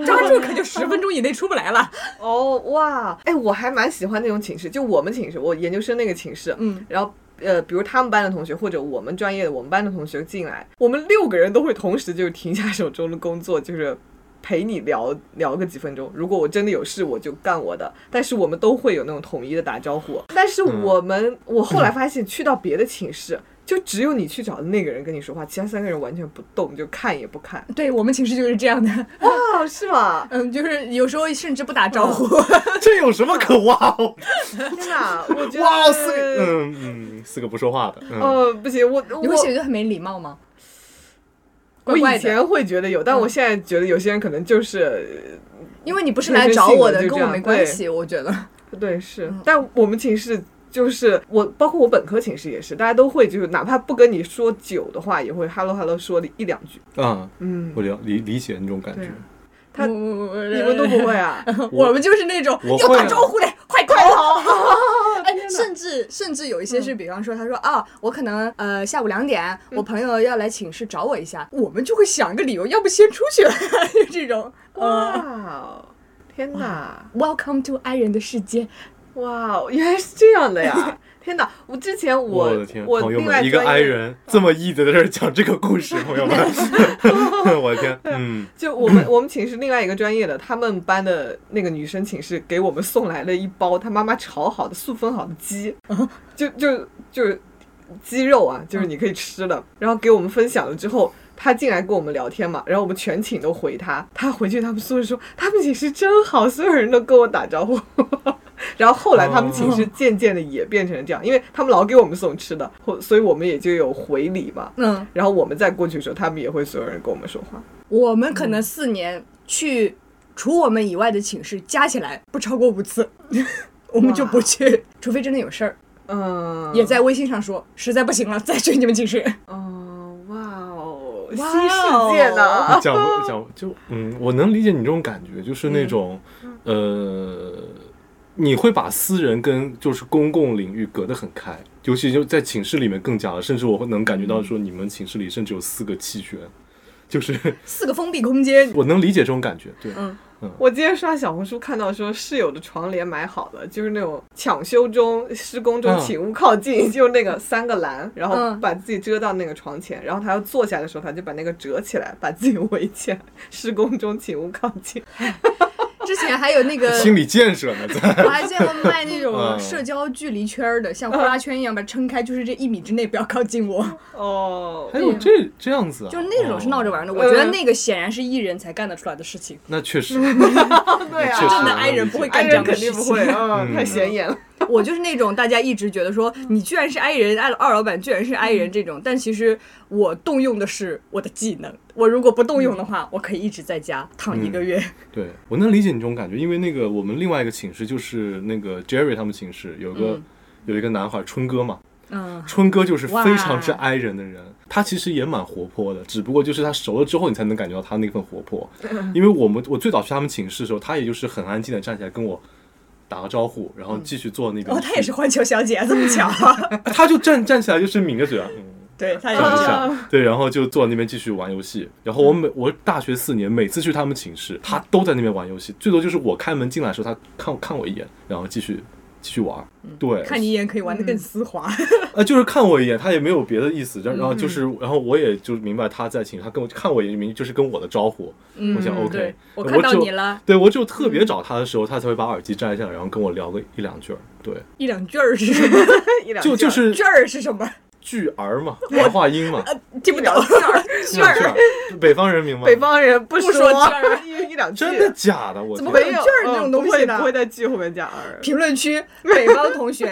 Speaker 4: 抓住可就十分钟以内出不来了。
Speaker 6: 哦哇，哎，我还蛮喜欢那种寝室，就我们寝室，我研究生那个寝室，
Speaker 4: 嗯，
Speaker 6: 然后。呃，比如他们班的同学，或者我们专业的我们班的同学进来，我们六个人都会同时就是停下手中的工作，就是陪你聊聊个几分钟。如果我真的有事，我就干我的。但是我们都会有那种统一的打招呼。但是我们，我后来发现去到别的寝室，就只有你去找的那个人跟你说话，其他三个人完全不动，就看也不看。
Speaker 4: 对我们寝室就是这样的，
Speaker 6: 啊，是吗？
Speaker 4: 嗯，就是有时候甚至不打招呼。
Speaker 3: *laughs* 这有什么可哇哦？
Speaker 6: 天哪，我觉得
Speaker 3: 哇哦，四个，嗯嗯，四个不说话的，嗯，
Speaker 6: 呃，不行，我我
Speaker 4: 你会觉得很没礼貌吗？
Speaker 6: 我
Speaker 4: 怪怪
Speaker 6: 以
Speaker 4: 的
Speaker 6: 前会觉得有，但我
Speaker 4: 嗯
Speaker 6: 现在觉得有些人可能就是，
Speaker 4: 因为你不是来找我的，跟
Speaker 6: 天生性格就这
Speaker 4: 我
Speaker 6: 样
Speaker 4: 没关系，我觉得。
Speaker 6: 对是，
Speaker 4: 嗯
Speaker 6: 但我们寝室就是我，包括我本科寝室也是，大家都会就是哪怕不跟你说酒的话，也会 hello hello 说了一两句。
Speaker 3: 啊，
Speaker 6: 嗯，
Speaker 3: 我了理理解那种感觉
Speaker 6: 对。他
Speaker 4: 我我
Speaker 6: 你们都不
Speaker 4: *laughs*
Speaker 6: 会啊？
Speaker 4: 我们就是那种
Speaker 3: 我
Speaker 4: 要
Speaker 3: 会
Speaker 4: 打
Speaker 3: 啊
Speaker 4: 招呼嘞，快逃！
Speaker 6: 哦
Speaker 4: *laughs* 哎，甚至甚至有一些是，
Speaker 6: 嗯
Speaker 4: 比方说，他说啊，我可能呃下午两点，我朋友要来寝室找我一下，我们就会想一个理由，要不先出去， *laughs* 就这种。呃
Speaker 6: 哇，天哪！
Speaker 4: ，Welcome to 爱人的世界，
Speaker 6: 哇，原来是这样
Speaker 4: *laughs*
Speaker 6: 的呀！天哪，我之前我
Speaker 3: 的天，
Speaker 6: 我
Speaker 3: 朋友
Speaker 6: 另外
Speaker 3: 们，一个
Speaker 6: 专
Speaker 3: i
Speaker 6: 业啊
Speaker 3: 人这么 e 的在这儿讲这个故
Speaker 6: *laughs*
Speaker 3: 事，朋友们， *laughs* 我的天，嗯，
Speaker 6: 就我们我们寝室另外一个专业的，他们班的那个女生寝室给我们送来了一包她妈妈炒好的塑封好的鸡，就就就是鸡肉啊，就是你可以吃的。然后给我们分享了之后，她进来跟我们聊天嘛，然后我们全寝都回她，她回去他们宿舍说他们寝室真好，所有人都跟我打招呼。 *laughs* 然后后来他们寝室渐渐的也变成了这样，因为他们老给我们送吃的，或所以我们也就有回礼嘛。
Speaker 4: 嗯。
Speaker 6: 然后我们再过去的时候，他们也会所有人跟我们说话。
Speaker 4: 我们可
Speaker 6: 嗯
Speaker 4: 能四年去除我 *laughs* 们以外的寝室加起来不超过五次，我们就不去，除非真的有事儿。
Speaker 6: 嗯，
Speaker 4: 也在微信上说，实在不行了再追你们进去。
Speaker 6: 嗯，哇哦，新
Speaker 4: 哇
Speaker 6: 世界呢？ *laughs*
Speaker 3: 讲讲就嗯，我能理解你这种感觉，就是那种、
Speaker 6: 嗯
Speaker 3: 呃，你会把私人跟就是公共领域隔得很开，尤其就在寝室里面更加了，甚至我会能感觉到
Speaker 6: 嗯
Speaker 3: 说你们寝室里甚至有四个气旋，就是
Speaker 4: *laughs*
Speaker 3: *laughs*
Speaker 4: 四个封闭空间，
Speaker 3: 我能理解这种感觉，对，
Speaker 6: 我今天刷小红书看到说室友的床帘买好了，就是那种抢修中、施工中，
Speaker 3: 嗯
Speaker 6: 请勿靠近，就是那个三个栏，然后
Speaker 4: 嗯
Speaker 6: 把自己遮到那个床前，然后他要坐下的时候，他就把那个折起来，把自己围起来。施工中，请勿靠近。
Speaker 4: 之前还有那个
Speaker 3: *laughs* 心理建设呢，在
Speaker 4: 我还见过卖那种
Speaker 3: 嗯
Speaker 4: 社交距离圈儿的，像呼啦圈一样把它撑开，就是这一米之内不要靠近我，
Speaker 6: *laughs*
Speaker 4: *laughs*
Speaker 6: 哦
Speaker 3: 还，有哎这这样子啊，
Speaker 4: 就是那种是闹着玩的。
Speaker 6: 哦
Speaker 4: 我觉得那个显然是艺人才干得出来的事情，
Speaker 3: 那确
Speaker 4: *laughs*
Speaker 3: 实，
Speaker 6: 对啊，
Speaker 3: 确实
Speaker 4: 真的 i 人不会干
Speaker 6: 爱
Speaker 4: 这
Speaker 6: 人
Speaker 4: 样的
Speaker 6: 肯
Speaker 4: 事
Speaker 6: 定不
Speaker 4: 情 *laughs*
Speaker 6: 会，。嗯，
Speaker 3: 嗯
Speaker 6: 太显眼了。
Speaker 4: 我就是那种大家一直觉得说你居然是 i 人，二二老板居然是 i 人这种，但其实我动用的是我的技能。我如果不动用的话，我可以一直在家躺一个
Speaker 3: 嗯
Speaker 4: 月。
Speaker 3: 对我能理解你这种感觉，因为那个我们另外一个寝室就是那个 Jerry 他们寝室有个、
Speaker 4: 嗯
Speaker 3: 有一个男孩春哥嘛，
Speaker 4: 嗯，
Speaker 3: 春哥就是非常之
Speaker 4: 哇
Speaker 3: i 人的人，他其实也蛮活泼的，只不过就是他熟了之后，你才能感觉到他那份活泼。
Speaker 4: 嗯
Speaker 3: 因为我们我最早去他们寝室的时候，他也就是很安静的站起来跟我打个招呼，然后继续坐那边去。
Speaker 4: 哦，她也是环球小姐，啊这么巧，
Speaker 3: 他就站站起来就是抿着嘴啊，嗯，
Speaker 4: *laughs* 对，
Speaker 3: *laughs*
Speaker 4: 她也
Speaker 3: 站
Speaker 4: 是
Speaker 3: 一
Speaker 4: 这样。
Speaker 3: 下，对，然后就坐在那边继续玩游戏。然后我每我大学四年，每次去他们寝室，他都在那边玩游戏，最多就是我开门进来的时候，他看我看我一眼，然后继续继续玩。对，
Speaker 4: 看你一眼可以玩得更丝滑，
Speaker 3: 呃，就是看我一眼，他也没有别的意思，然然后就是，然后我也就明白他在寝室，他跟我看我一眼，明就是跟我的招呼，我想 OK，
Speaker 4: 嗯对我看到
Speaker 3: 就
Speaker 4: 你了，
Speaker 3: 对我只有特别找他的时候，他才会把耳机摘下，然后跟我聊个一两句儿，对，
Speaker 4: 一两句儿是什么？
Speaker 6: 一两
Speaker 3: 就
Speaker 6: 句
Speaker 3: *laughs* 就
Speaker 6: 儿
Speaker 3: 是
Speaker 4: 句儿是什么？
Speaker 3: 句儿嘛，儿化音嘛，
Speaker 4: 听不懂。
Speaker 3: 句儿，就北方人明白吗？
Speaker 6: 北方人不
Speaker 4: 嗯不说
Speaker 6: 说
Speaker 4: 句儿
Speaker 6: *laughs* 一一两句，嗯
Speaker 3: 真的假的？我
Speaker 4: 怎么
Speaker 3: 天
Speaker 4: 会有句儿这种东西
Speaker 6: 不会
Speaker 4: 呢
Speaker 6: 不会在句后面加儿。
Speaker 4: 评论区北方
Speaker 3: *laughs*
Speaker 4: 同学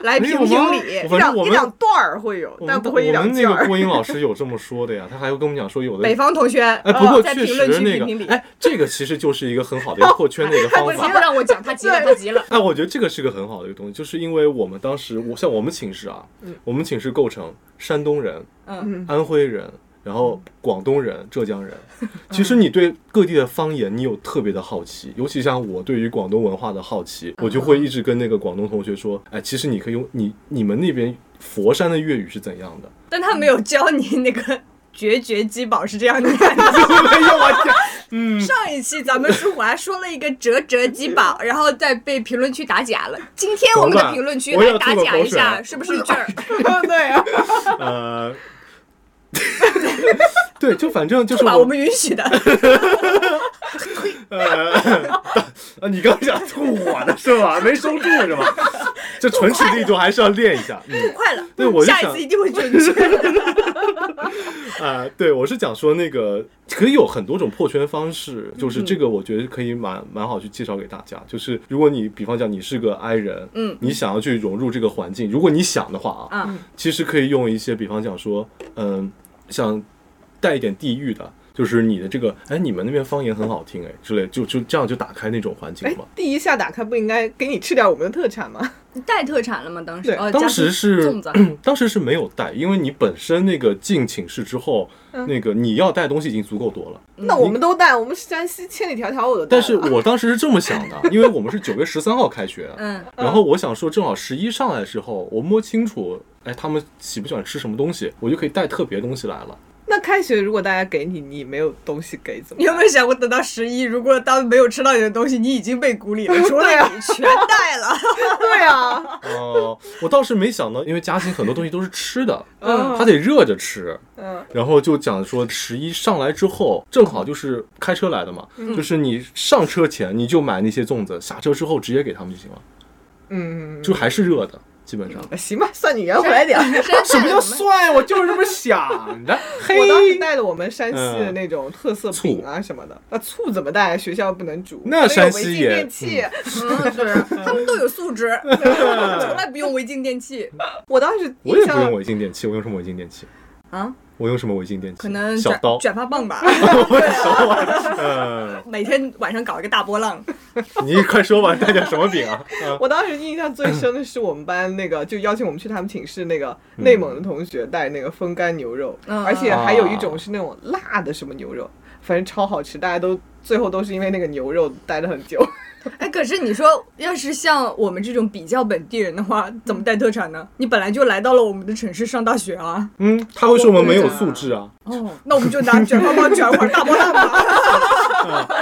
Speaker 4: 来
Speaker 3: 没
Speaker 4: 评
Speaker 3: 有
Speaker 4: 评
Speaker 3: 吗
Speaker 4: 理，
Speaker 6: 一
Speaker 3: 反正
Speaker 6: 两
Speaker 3: 我
Speaker 6: 一
Speaker 3: 们
Speaker 6: 两段儿会有
Speaker 3: 我，们
Speaker 6: 但不会一
Speaker 3: 我
Speaker 6: 两
Speaker 3: 们
Speaker 6: 句
Speaker 3: 那个
Speaker 6: 儿。
Speaker 3: 播音老师有这么说的呀，他还会跟我们讲说有的
Speaker 4: 北方同学
Speaker 3: 哎，不过
Speaker 4: 在
Speaker 3: 确
Speaker 4: 评论
Speaker 3: 实
Speaker 4: 区
Speaker 3: 那
Speaker 4: 评
Speaker 3: 个
Speaker 4: 评理，。
Speaker 3: 哎，这个其实就是一个很好
Speaker 6: 哦
Speaker 3: 的一个破圈 *laughs* 的一个
Speaker 4: 他
Speaker 3: 方
Speaker 4: 不
Speaker 3: 法
Speaker 4: 他。不让我讲，他急了，
Speaker 6: 对
Speaker 4: 他急 *laughs* 了。
Speaker 3: 哎，我觉得这个是个很好的一个东西，就是因为我们当时，我像我们寝室啊，
Speaker 6: 嗯
Speaker 3: 我们寝室构成山东人、
Speaker 4: 嗯，
Speaker 3: 安徽人，然后广东人、浙江人。
Speaker 6: *laughs*
Speaker 3: 其实你对各地的方言，你有特别的好奇，尤其像我对于广东文化的好奇，我就
Speaker 6: 嗯
Speaker 3: 会一直跟那个广东同学说，哎，其实你可以用你你们那边佛山的粤语是怎样的？ *laughs*
Speaker 4: 但他没有教你那个。绝绝鸡宝是这样念的。
Speaker 3: 哎呀，我天！嗯
Speaker 4: 上一期咱们舒华说了一个折折鸡宝，然后再被评论区打假了。今天我们
Speaker 3: 怎么
Speaker 4: 的
Speaker 3: 办
Speaker 4: 评论区
Speaker 3: 我也
Speaker 4: 来
Speaker 3: 要
Speaker 4: 打
Speaker 3: 吐口
Speaker 4: 假一
Speaker 3: 口水
Speaker 4: 下，
Speaker 3: 了
Speaker 4: 是
Speaker 3: *laughs*
Speaker 4: 不是句儿？
Speaker 6: *laughs* 对啊，
Speaker 3: 呃，
Speaker 4: *laughs*
Speaker 3: 对，就反正就是
Speaker 4: 是吧？我们允许
Speaker 3: *laughs*
Speaker 4: 的。
Speaker 3: 呃，啊，你刚想吐我的是吧？没收住是吧？这唇齿力度还是要练一下。嗯，
Speaker 4: 快了，
Speaker 3: 对我就
Speaker 4: 下一
Speaker 3: 想
Speaker 4: 次一定会准确
Speaker 3: *laughs*
Speaker 4: 的。
Speaker 3: 啊、对，我是讲说那个可以有很多种破圈方式，就是
Speaker 4: 嗯
Speaker 3: 这个我觉得可以蛮蛮好去介绍给大家。就是如果你比方讲你是个 I 人，
Speaker 4: 嗯
Speaker 3: 你想要去融入这个环境，如果你想的话啊，
Speaker 4: 啊，
Speaker 3: 其实可以用一些比方讲说，嗯，像带一点地域的。就是你的这个，哎，你们那边方言很好听，哎，之类，就就这样就打开那种环境
Speaker 6: 哎
Speaker 3: 嘛。，
Speaker 6: 第一下打开不应该给你吃点我们的特产吗？
Speaker 4: 你带特产了吗？当时
Speaker 6: 对
Speaker 4: 哦，
Speaker 3: 当
Speaker 4: 加
Speaker 3: 时
Speaker 4: 上
Speaker 3: 是 *laughs*
Speaker 4: 粽子，
Speaker 3: 当时是没有带，因为你本身那个进寝室之后，那个你嗯要带的东西已经足够多了。
Speaker 6: 那我们都带，我们山西千里迢迢我都带
Speaker 3: 嗯但
Speaker 6: 了。
Speaker 3: 是我当时是这么想 *laughs* 的，因为我们是九月十三号开学，
Speaker 4: 嗯，
Speaker 3: 然后我想说正好十一上来之后，我摸清楚，哎，他们喜不喜欢吃什么东西，我就可以带特别东西来了。
Speaker 6: 那开学如果大家给你，你没有东西给怎么
Speaker 4: 你有没有想过等到十一，如果他们没有吃到你的东西，你已经被孤立了，除了
Speaker 3: 啊
Speaker 4: 你全带了。
Speaker 3: *laughs*
Speaker 6: 办？对啊，
Speaker 3: 哦、我倒是没想到，因为嘉兴很多东西都是吃的，
Speaker 6: *laughs* 嗯
Speaker 3: 它得热着吃。
Speaker 6: 嗯，
Speaker 3: 然后就讲说十一上来之后，正好就是开车来的嘛，
Speaker 6: 嗯
Speaker 3: 就是你上车前你就买那些粽子，下车之后直接给他们就行了。
Speaker 6: 嗯，
Speaker 3: 就还是热的，基本上。
Speaker 6: 行吧，算你圆回来 *laughs* 点儿。
Speaker 3: 什么叫算？我就是这么想
Speaker 6: *laughs*
Speaker 3: 的。嘿
Speaker 6: 嗯
Speaker 3: 嗯
Speaker 6: 我当时带了我们山西的那种特色饼啊什么的，那醋怎么带？学校不能煮，
Speaker 3: 那
Speaker 6: 没有
Speaker 3: 山西也
Speaker 6: 违禁电器。
Speaker 4: 嗯，是， *laughs* 他们都有素质，从来不用违禁电器
Speaker 6: 我当时
Speaker 3: 我也
Speaker 6: 印
Speaker 3: 不用
Speaker 6: 象
Speaker 3: 违禁电器，我用什么违禁电器？
Speaker 4: 啊。
Speaker 3: 我用什么违禁电器？
Speaker 4: 可能
Speaker 3: 小
Speaker 4: 转
Speaker 3: 刀。
Speaker 4: 转发棒吧，
Speaker 3: 小碗。
Speaker 6: 啊
Speaker 3: *laughs* 嗯，
Speaker 4: 每天晚上搞一个大波浪， *laughs*
Speaker 3: 你快说吧，带点什么
Speaker 6: *laughs*
Speaker 3: 饼啊？嗯
Speaker 6: 我当时印象最深的是我们班那个，就邀请我们去他们寝室那个
Speaker 3: 嗯
Speaker 6: 内蒙的同学带那个风干牛肉，
Speaker 4: 嗯
Speaker 6: 而且还有一
Speaker 3: 啊
Speaker 6: 种是那种辣的什么牛肉，反正超好吃，大家都最后都是因为那个牛肉待了很久。
Speaker 4: 哎，可是你说，要是像我们这种比较本地人的话，怎么带特产呢？你本来就来到了我们的城市上大学啊。
Speaker 3: 嗯，他会说我们没有素质啊，
Speaker 4: 哦，那我们就拿卷发棒卷一会儿大波浪吧。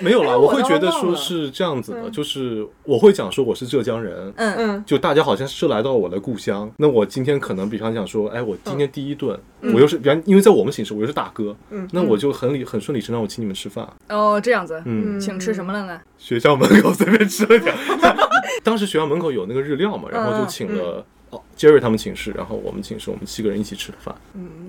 Speaker 3: 没有啦，
Speaker 6: 哎
Speaker 3: 我
Speaker 6: 我
Speaker 3: 会
Speaker 6: 都
Speaker 3: 觉得
Speaker 6: 忘
Speaker 3: 说
Speaker 6: 了
Speaker 3: 是这样子的，就是我会讲说我是浙江人，
Speaker 4: *laughs* 嗯，
Speaker 6: *laughs* 嗯，
Speaker 3: 就大家好像是来到我的故乡，那我今天可能比方讲说，哎，我今天第一顿，我又是比方，因为在我们寝室我又是大哥，
Speaker 6: 嗯
Speaker 3: 那我就很理很顺理成章，我请你们吃饭，
Speaker 4: 哦，这样子，
Speaker 3: 嗯，
Speaker 4: 请吃什么了呢？
Speaker 3: 学校门口随便吃了点 *laughs* 儿，当时学校门口有那个日料嘛，然后就请了。哦，Jerry 他们寝室，然后我们寝室，我们七个人一起吃的饭。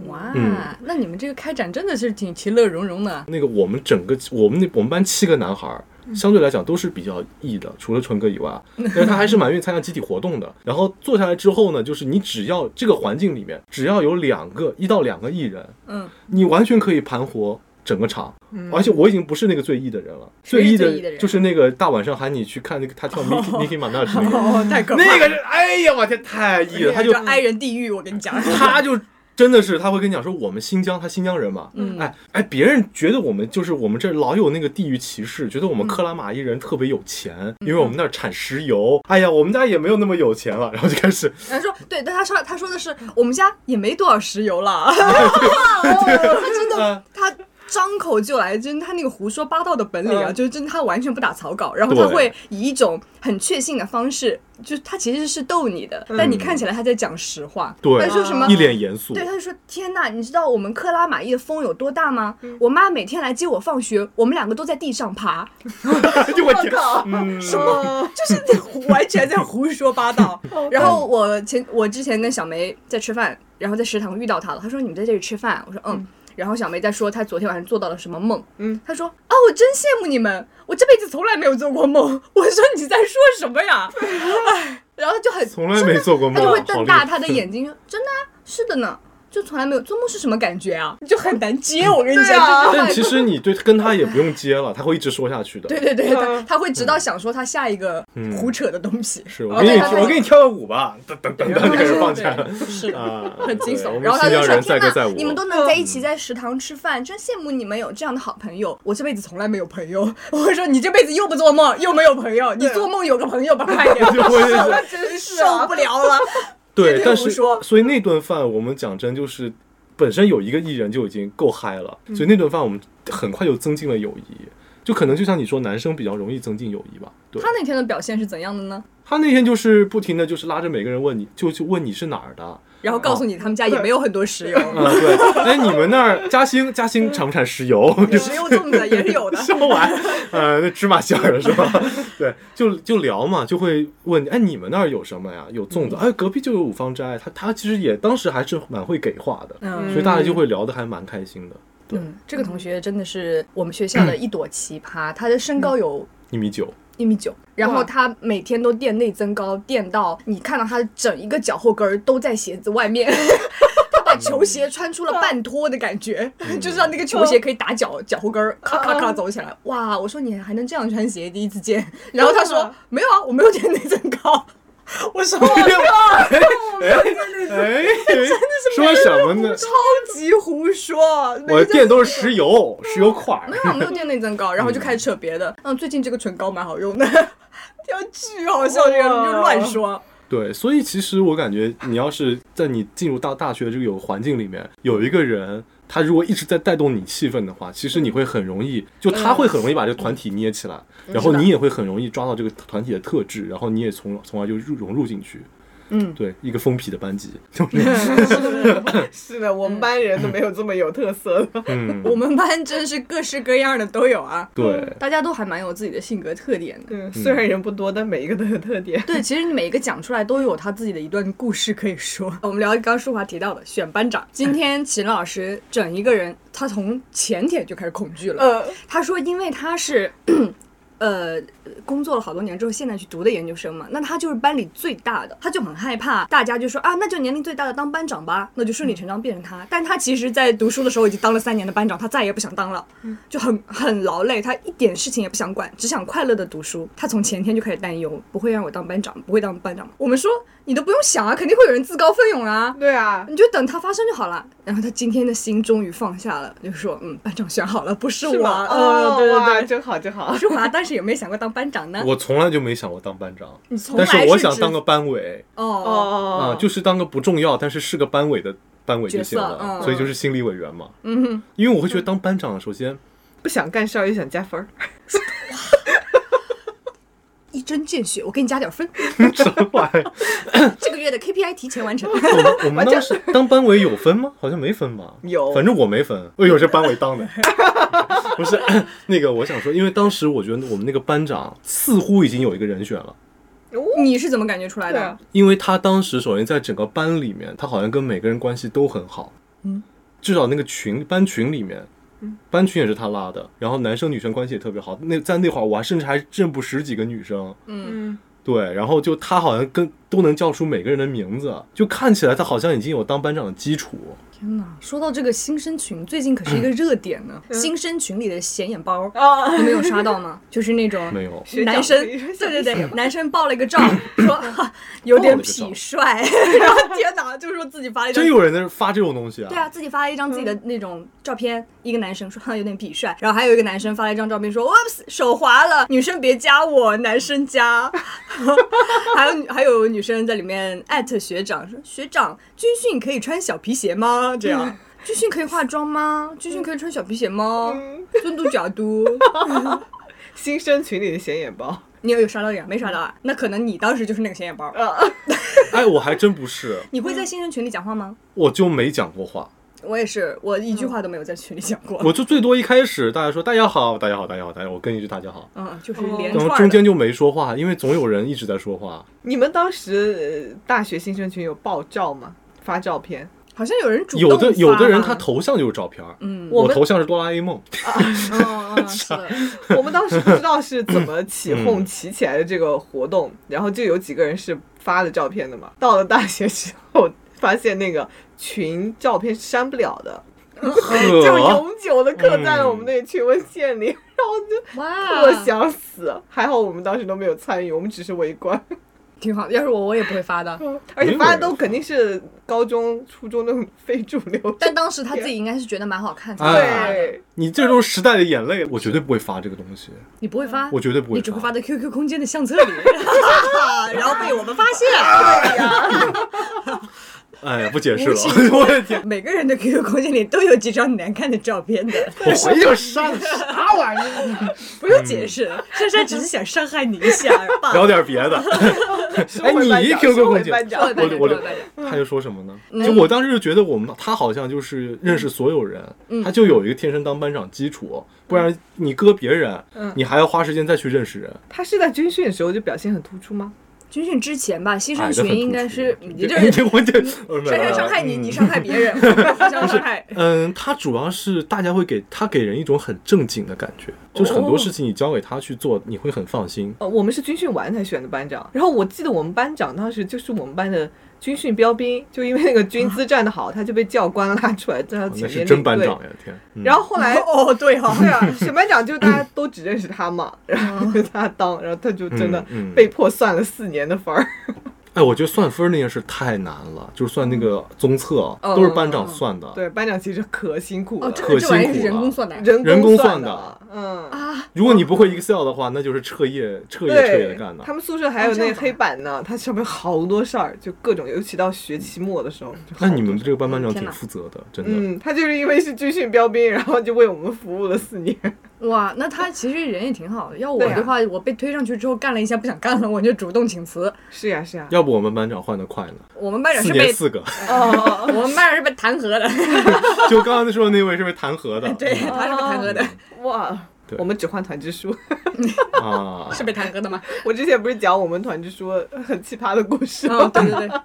Speaker 4: 哇，
Speaker 3: 嗯
Speaker 4: 那你们这个开展真的是挺其乐融融的。
Speaker 3: 那个我们整个我们那我们班七个男孩儿，
Speaker 4: 嗯
Speaker 3: 相对来讲都是比较 E 的，除了纯哥以外，但是他还是蛮愿意参加集体活动的。然后坐下来之后呢，就是你只要这个环境里面只要有两个一到两个艺人，
Speaker 4: 嗯，
Speaker 3: 你完全可以盘活。整个场，而且我已经不是那个最 E 的人了，
Speaker 4: 谁是
Speaker 3: E
Speaker 4: 最 E 的人
Speaker 3: 就是那个大晚上喊你去看那个他跳
Speaker 4: *laughs*
Speaker 3: Nicki Nicki Minaj 那个，
Speaker 4: 哦，太可怕了。
Speaker 3: 那个是哎呀我天太 E 了，他就
Speaker 4: *laughs* 就挨人地狱，我跟你讲。
Speaker 3: *laughs* 他就真的是他会跟你讲说我们新疆，他新疆人嘛，
Speaker 4: 嗯
Speaker 3: 哎哎，别人觉得我们就是我们这老有那个地域歧视，觉得我们克拉玛依人特别有钱，
Speaker 4: 嗯
Speaker 3: 因为我们那儿产石油，哎呀，我们家也没有那么有钱了，然后就开始
Speaker 4: 他说对，但他说他说的是我们家也没多少石油
Speaker 3: *laughs*
Speaker 4: 了。哦他真
Speaker 3: 嗯
Speaker 4: 的他。张口就来，真他那个胡说八道的本领啊，
Speaker 6: 嗯
Speaker 4: 就是真他完全不打草稿，然后他
Speaker 3: 对
Speaker 4: 会以一种很确信的方式，就是他其实是逗你的，但你看起来他在讲实话。
Speaker 3: 嗯对
Speaker 4: 他说什么
Speaker 3: 一脸严肃
Speaker 4: 对，。他就说：“天呐，你知道我们克拉玛依的风有多大吗？我妈每天来接我放学，我们两个都在地上爬，
Speaker 3: *laughs* 就嗯我天，
Speaker 4: 什
Speaker 6: *laughs*
Speaker 4: 么就是 *laughs* 完全在胡说八道。然后我前我之前跟小梅在吃饭，然后在食堂遇到她了，她说你们在这里吃饭，我说嗯。然后小梅在说她昨天晚上做到了什么梦，
Speaker 6: 嗯，
Speaker 4: 她说啊，我真羡慕你们，我这辈子从来没有做过梦。 *laughs* 我说你在说什么呀？
Speaker 6: *laughs*
Speaker 4: 哎，然后就很
Speaker 3: 从来没做过梦啊
Speaker 4: 真的她就会
Speaker 3: 好
Speaker 4: 瞪
Speaker 3: 厉
Speaker 4: 大
Speaker 3: 害
Speaker 4: 她的眼睛，说真的啊、是的呢，就从来没有做梦是什么感觉啊？你就很难接，我跟你
Speaker 6: 对
Speaker 4: 讲，
Speaker 6: 啊
Speaker 4: 这句话
Speaker 3: 但其实你对跟他也不用接了，他会一直说下去的。
Speaker 4: 对对对，他
Speaker 6: 嗯
Speaker 4: 他会直到想说他下一个
Speaker 3: 嗯
Speaker 4: 胡扯的东西，
Speaker 3: 是我给你
Speaker 4: 哦对他他
Speaker 3: 我给你跳个舞吧，噔噔噔噔就开始放起来了
Speaker 4: 是
Speaker 3: *laughs*
Speaker 4: 的。
Speaker 3: 啊，
Speaker 4: 很惊
Speaker 3: 对
Speaker 4: 悚
Speaker 3: 我，们
Speaker 4: 然后他
Speaker 3: 新
Speaker 4: 就
Speaker 3: 疆
Speaker 4: 说：“
Speaker 3: 人载
Speaker 4: 天
Speaker 3: 歌载
Speaker 4: 呐，
Speaker 3: 舞，
Speaker 4: 你们都能在一起在食堂吃饭，真羡慕你们有这样的好朋友。我这辈子从来没有朋友。”我说：“你这辈子又不做梦，又没有朋友，你做梦有个朋友 *laughs* 吧，快点，
Speaker 3: *laughs* 就会
Speaker 6: 真
Speaker 4: 啊
Speaker 3: *laughs*
Speaker 4: *laughs* 受不了了。
Speaker 3: 对，
Speaker 4: 对
Speaker 3: 但
Speaker 4: 我
Speaker 3: 是
Speaker 4: 说
Speaker 3: 所以那顿饭我们讲真就是，本身有一个艺人就已经够嗨了，
Speaker 4: 嗯
Speaker 3: 所以那顿饭我们很快就增进了友谊。就可能就像你说，男生比较容易增进友谊吧。”对
Speaker 4: 他，那天的表现是怎样的呢？
Speaker 3: 他那天就是不停的就是拉着每个人问你，就就问你是哪
Speaker 4: *laughs*
Speaker 3: 儿的啊？
Speaker 4: 然后告诉你，他们家也没有很
Speaker 3: *laughs*
Speaker 4: 多石油，
Speaker 3: 对，哎，你们那儿嘉兴嘉兴产不产石
Speaker 4: *laughs*
Speaker 3: 油？
Speaker 4: 石油粽子也是
Speaker 3: *laughs*
Speaker 4: 有的。
Speaker 3: 烧完，呃，那芝麻馅儿的是吧？对， *laughs* 就就聊嘛，就会问，哎，你们那儿有什么呀？有粽
Speaker 4: 嗯
Speaker 3: 子，哎，隔壁就有五芳斋，他他其实也当时还是蛮会给话的，
Speaker 4: 嗯
Speaker 3: 所以大家就会聊得还蛮开心的。对，
Speaker 4: 嗯，这个同学真的是我们学校的一朵奇葩，他的身高有
Speaker 3: 一米九，
Speaker 4: 一米九，然后
Speaker 6: 哇
Speaker 4: 他每天都垫内增高，垫到你看到他整一个脚后跟儿都在鞋子外 *laughs* 面，他把球鞋穿出了半脱的感觉， *laughs* 就是让那个球鞋可以打脚脚后跟儿，咔咔咔走起来。哇，我说你还能这样穿鞋，第一次见。然后他说
Speaker 6: 啊
Speaker 4: 没有啊，我没有垫内增高。 *laughs* 我说我
Speaker 3: 哎，说什么呢？
Speaker 4: 超级胡说，
Speaker 3: 我的
Speaker 4: 没
Speaker 3: 店都是石油，石油块儿。
Speaker 4: 有没有垫内增
Speaker 3: *laughs*
Speaker 4: 高，然后就开始扯别的。嗯，最近这个唇膏蛮好用的， *laughs* 要巨好笑，这个人就乱说。
Speaker 3: 对，所以其实我感觉，你要是在你进入到大学这个有环境里面，有一个人，他如果一直在带动你气氛的话，其实你会很容易，就他会很容易把这个团体捏起来，然后你也会很容易抓到这个团体的特质，然后你也从从而就入融入进去。
Speaker 4: 嗯
Speaker 3: 对，一个疯痞的班级，
Speaker 6: *laughs* 是的，我们班人都没有这么有特色的。
Speaker 4: *laughs*
Speaker 3: 嗯，
Speaker 4: 我们班真是各式各样的都有啊。
Speaker 3: 对，
Speaker 4: 大家都还蛮有自己的性格特点的。
Speaker 6: 嗯，虽然人不多，但每一个都有特点。
Speaker 4: 对，其实你每一个讲出来都有他自己的一段故事可以说。 *laughs* 我们聊刚刚淑华提到的选班长，今天秦老师整一个人，他从前天就开始恐惧了。
Speaker 6: 呃，
Speaker 4: 他说，因为他是。呃工作了好多年之后，现在去读的研究生嘛，那他就是班里最大的，他就很害怕大家就说啊，那就年龄最大的当班长吧，那就顺理成章变成他。但他其实在读书的时候已经当了三年的班长，他再也不想当了，就很很劳累，他一点事情也不想管，只想快乐的读书。他从前天就开始担忧，不会让我当班长，不会当班长吗。我们说你都不用想啊，肯定会有人自告奋勇啊。
Speaker 6: *laughs* 对啊，
Speaker 4: 你就等它发生就好了。然后他今天的心终于放下了，就说：“嗯，班长选好了，不是
Speaker 6: 是
Speaker 4: 我。
Speaker 6: 吗？
Speaker 4: 嗯，
Speaker 6: 哦
Speaker 4: 对
Speaker 6: 哇
Speaker 4: 对对，
Speaker 6: 真好真好
Speaker 4: 不。是我啊，当时也没想过当班长呢。
Speaker 3: 我从来就没想过当班长，
Speaker 4: 啊你从来
Speaker 3: 但是我想
Speaker 4: 只
Speaker 3: 当个班委
Speaker 4: 哦，
Speaker 3: 啊，
Speaker 6: 哦，
Speaker 3: 就是当个不重要，但是是个班委的班委就
Speaker 4: 角
Speaker 3: 行
Speaker 4: 色
Speaker 3: 了，
Speaker 4: 嗯
Speaker 3: 所以就是心理委员嘛。
Speaker 4: 嗯哼，
Speaker 3: 因为我会觉得当班长，首先
Speaker 6: 不想干事儿又想加分儿，
Speaker 4: 一针见血，我给你加点分。
Speaker 3: 什么玩
Speaker 4: *laughs*
Speaker 3: 意儿？
Speaker 4: 这个月的 KPI 提前完成。
Speaker 3: 我们我们当时当班委有分吗？好像没分吧。
Speaker 6: 有
Speaker 3: 反正我没分。哎呦，这班委
Speaker 4: *laughs*
Speaker 3: 当的。不是 *coughs* 那个，我想说，因为当时我觉得我们那个班长似乎已经有一个人选了，
Speaker 4: *laughs*
Speaker 6: 哦
Speaker 4: 你是怎么感觉出来
Speaker 6: 对啊
Speaker 4: 的？
Speaker 3: 因为他当时首先在整个班里面，他好像跟每个人关系都很好。
Speaker 4: 嗯，
Speaker 3: 至少那个群班群里面。班群也是他拉的，然后男生女生关系也特别好。那在那会儿，我还甚至还认不识几个女生。
Speaker 4: 嗯，
Speaker 6: 嗯，
Speaker 3: 对，然后就他好像跟都能叫出每个人的名字，就看起来他好像已经有当班长的基础。
Speaker 4: 天哪！说到这个新生群，最近可是一个热点呢。 *laughs* 新生群里的显眼包，
Speaker 6: 啊，
Speaker 4: 你们有刷到吗？就是那种
Speaker 3: 没有，
Speaker 6: 学长
Speaker 4: *laughs* 男生，
Speaker 6: 可以说
Speaker 4: 对
Speaker 6: 小
Speaker 4: 对
Speaker 6: 意思
Speaker 4: 对，男生爆了一个照， *laughs* 说哈有点痞帅， *laughs* 然后天哪，就说自己发了一张
Speaker 3: 真，有人在发这种东西啊？
Speaker 4: 对啊，自己发了一张自己的那种照片，一个男生说哈有点痞帅，然后还有一个男生发了一张照片说 oops 手滑了，女生别加我，男生加， *laughs* 还有女还有女生在里面艾特学长说学长军训可以穿小皮鞋吗？这样。军训可以化妆吗？军训可以穿小皮鞋吗？尊嘟假 *laughs* 嘟，
Speaker 6: 新生群里的显眼包，
Speaker 4: 你有有刷到点没刷到啊？那可能你当时就是那个显眼包。
Speaker 3: 哎，我还真不是，
Speaker 4: 你会在新生群里讲话吗？嗯
Speaker 3: 我就没讲过话，
Speaker 4: 嗯我也是，我一句话都没有在群里讲过。
Speaker 3: 我就最多一开始大家说大家好，大家好，大家好，大家好，我跟一句大家好，
Speaker 4: 嗯，就是连
Speaker 3: 然
Speaker 4: 串
Speaker 3: 后
Speaker 4: 的
Speaker 3: 中间就没说话，因为总有人一直在说话。
Speaker 6: *laughs* 你们当时、呃大学新生群有爆照吗？发照片？
Speaker 4: 好像有人主动
Speaker 3: 有的
Speaker 4: 发
Speaker 3: 有的人
Speaker 4: 吧
Speaker 3: 他头像就是照片儿，
Speaker 4: 嗯，
Speaker 6: 我
Speaker 3: 我
Speaker 6: 们
Speaker 3: 头像是哆啦 A
Speaker 4: *laughs*
Speaker 3: 梦，
Speaker 4: 嗯
Speaker 3: *laughs*
Speaker 4: 嗯是的，
Speaker 6: 我们当时不知道是怎么起哄起起来的这个活动，然后就有几个人是发了照片的嘛。到了大学之后，发现那个群照片是删不了的，就
Speaker 3: 呵，
Speaker 6: 永久的刻在了我们那个群文件里，然后就 *laughs*
Speaker 4: 哇，
Speaker 6: 特想死。还好我们当时都没有参与，我们只是围观，
Speaker 4: 挺好。要是我，我也不会发的。
Speaker 6: 而且发的都肯定是高中、初中那种非主流。
Speaker 4: 但当时他自己应该是觉得蛮好看才
Speaker 3: 哎
Speaker 4: 会发的。
Speaker 6: 对，
Speaker 3: *laughs* 你这种时代的眼泪，我绝对不会发这个东西，
Speaker 4: 你不会发，
Speaker 3: 我绝对不会
Speaker 4: 你只会发在 QQ 空间的相 *laughs* 册里，然后被我们发 *laughs* 现。
Speaker 3: 哎，不解释了 *laughs*
Speaker 4: 无情，
Speaker 3: 我的天，
Speaker 4: 每个人的 QQ 空间里都有几张难看的照片的，
Speaker 3: 我回去就删
Speaker 4: *laughs*
Speaker 3: 了，啥玩意儿？
Speaker 4: 不用解释，
Speaker 3: 嗯
Speaker 4: 珊珊只是想伤害你一 *laughs* 下而罢。
Speaker 3: 聊点别的。
Speaker 4: *laughs*
Speaker 3: 哎， *laughs*
Speaker 6: 回
Speaker 3: 你
Speaker 6: 班
Speaker 3: 一
Speaker 6: 长
Speaker 3: QQ
Speaker 6: 收回
Speaker 3: 空间
Speaker 6: 班，长
Speaker 4: 收回班长
Speaker 3: 我
Speaker 4: 收回班
Speaker 3: 我他就说什么呢？
Speaker 4: 嗯
Speaker 3: 就我当时就觉得我们他好像就是认识所有人，
Speaker 4: 嗯
Speaker 3: 他就有一个天生当班长基础，不然你搁别人，
Speaker 4: 嗯
Speaker 3: 你还要花时间再去认识人。
Speaker 6: 他是在军训的时候就表现很突出吗？
Speaker 4: 军训之前吧，新生
Speaker 3: 矮哎得很
Speaker 4: 群应
Speaker 3: 突
Speaker 4: 该
Speaker 3: 出 *laughs*
Speaker 4: 是你这
Speaker 3: 这
Speaker 4: 人
Speaker 3: 这我这
Speaker 4: 珊珊伤害你，你伤害别人，我们互相伤害。
Speaker 3: 嗯，他主要是大家会给他给人一种很正经的感觉，就是
Speaker 4: 哦
Speaker 3: 很多事情你交给他去做，你会很放心。
Speaker 6: 呃，我们是军训完才选的班长，然后我记得我们班长当时就是我们班的军训标兵，就因为那个军姿站得好，他
Speaker 3: *laughs*
Speaker 6: 就被教官拉出来在他前
Speaker 3: 哦那
Speaker 6: 面
Speaker 3: 是
Speaker 6: 领
Speaker 3: 真班
Speaker 6: 队
Speaker 3: 长呀，天！嗯
Speaker 6: 然后后来
Speaker 4: 哦，对
Speaker 3: *laughs*
Speaker 4: 哈、
Speaker 6: 对啊，选班长就大家都只认识他嘛，然
Speaker 3: *laughs*
Speaker 6: 后就他当，然后他就真的
Speaker 3: 嗯嗯
Speaker 6: 被迫算了四年的分儿。
Speaker 3: 哎，我觉得算分儿那件事太难了，就是算那
Speaker 4: 嗯
Speaker 3: 个综测，都是班长算的。
Speaker 6: 对，班长其实可辛苦了，
Speaker 4: 哦，这
Speaker 3: 哦可
Speaker 4: 个这玩意儿
Speaker 3: 辛
Speaker 4: 是
Speaker 3: 苦
Speaker 4: 人
Speaker 3: 了
Speaker 4: 工算的，
Speaker 6: 人
Speaker 3: 人
Speaker 6: 工
Speaker 3: 工算
Speaker 6: 的，嗯，
Speaker 3: 如果你不会 Excel 的话，那就是彻夜彻夜彻夜
Speaker 6: 对
Speaker 3: 的干，的
Speaker 6: 他。们宿舍还有
Speaker 4: 哦这
Speaker 6: 那
Speaker 4: 样
Speaker 6: 个黑板呢，它上面好多事儿，就各种，尤其到学期末的时候，就
Speaker 3: 那
Speaker 6: 好
Speaker 3: 你们
Speaker 6: 多事儿
Speaker 3: 这个班班长
Speaker 4: 天
Speaker 3: 挺
Speaker 4: 哪
Speaker 3: 负责的，真的。
Speaker 6: 嗯，他就是因为是军训标兵，然后就为我们服务了四年。
Speaker 4: 哇，那他其实人也挺好的。要我
Speaker 6: 对啊
Speaker 4: 的话，我被推上去之后干了一下不想干了，我就主动请辞。
Speaker 6: 是呀，是呀，
Speaker 3: 要不我们班长换的快呢？
Speaker 4: 我们班长
Speaker 3: 四
Speaker 4: 是
Speaker 3: 年
Speaker 4: 被
Speaker 3: 四个， *laughs*
Speaker 6: 哦，
Speaker 4: 我们班长是被弹劾的，
Speaker 3: 就刚刚说的那位是被弹劾的，
Speaker 4: *laughs* 对，他是被弹劾的，
Speaker 6: 哇
Speaker 3: 对，
Speaker 6: 我们只换团支书。
Speaker 3: 啊，
Speaker 4: *laughs* 是被弹劾的吗？
Speaker 6: 我之前不是讲我们团支书很奇葩的故事吗？
Speaker 4: 哦，对对对，
Speaker 3: 嗯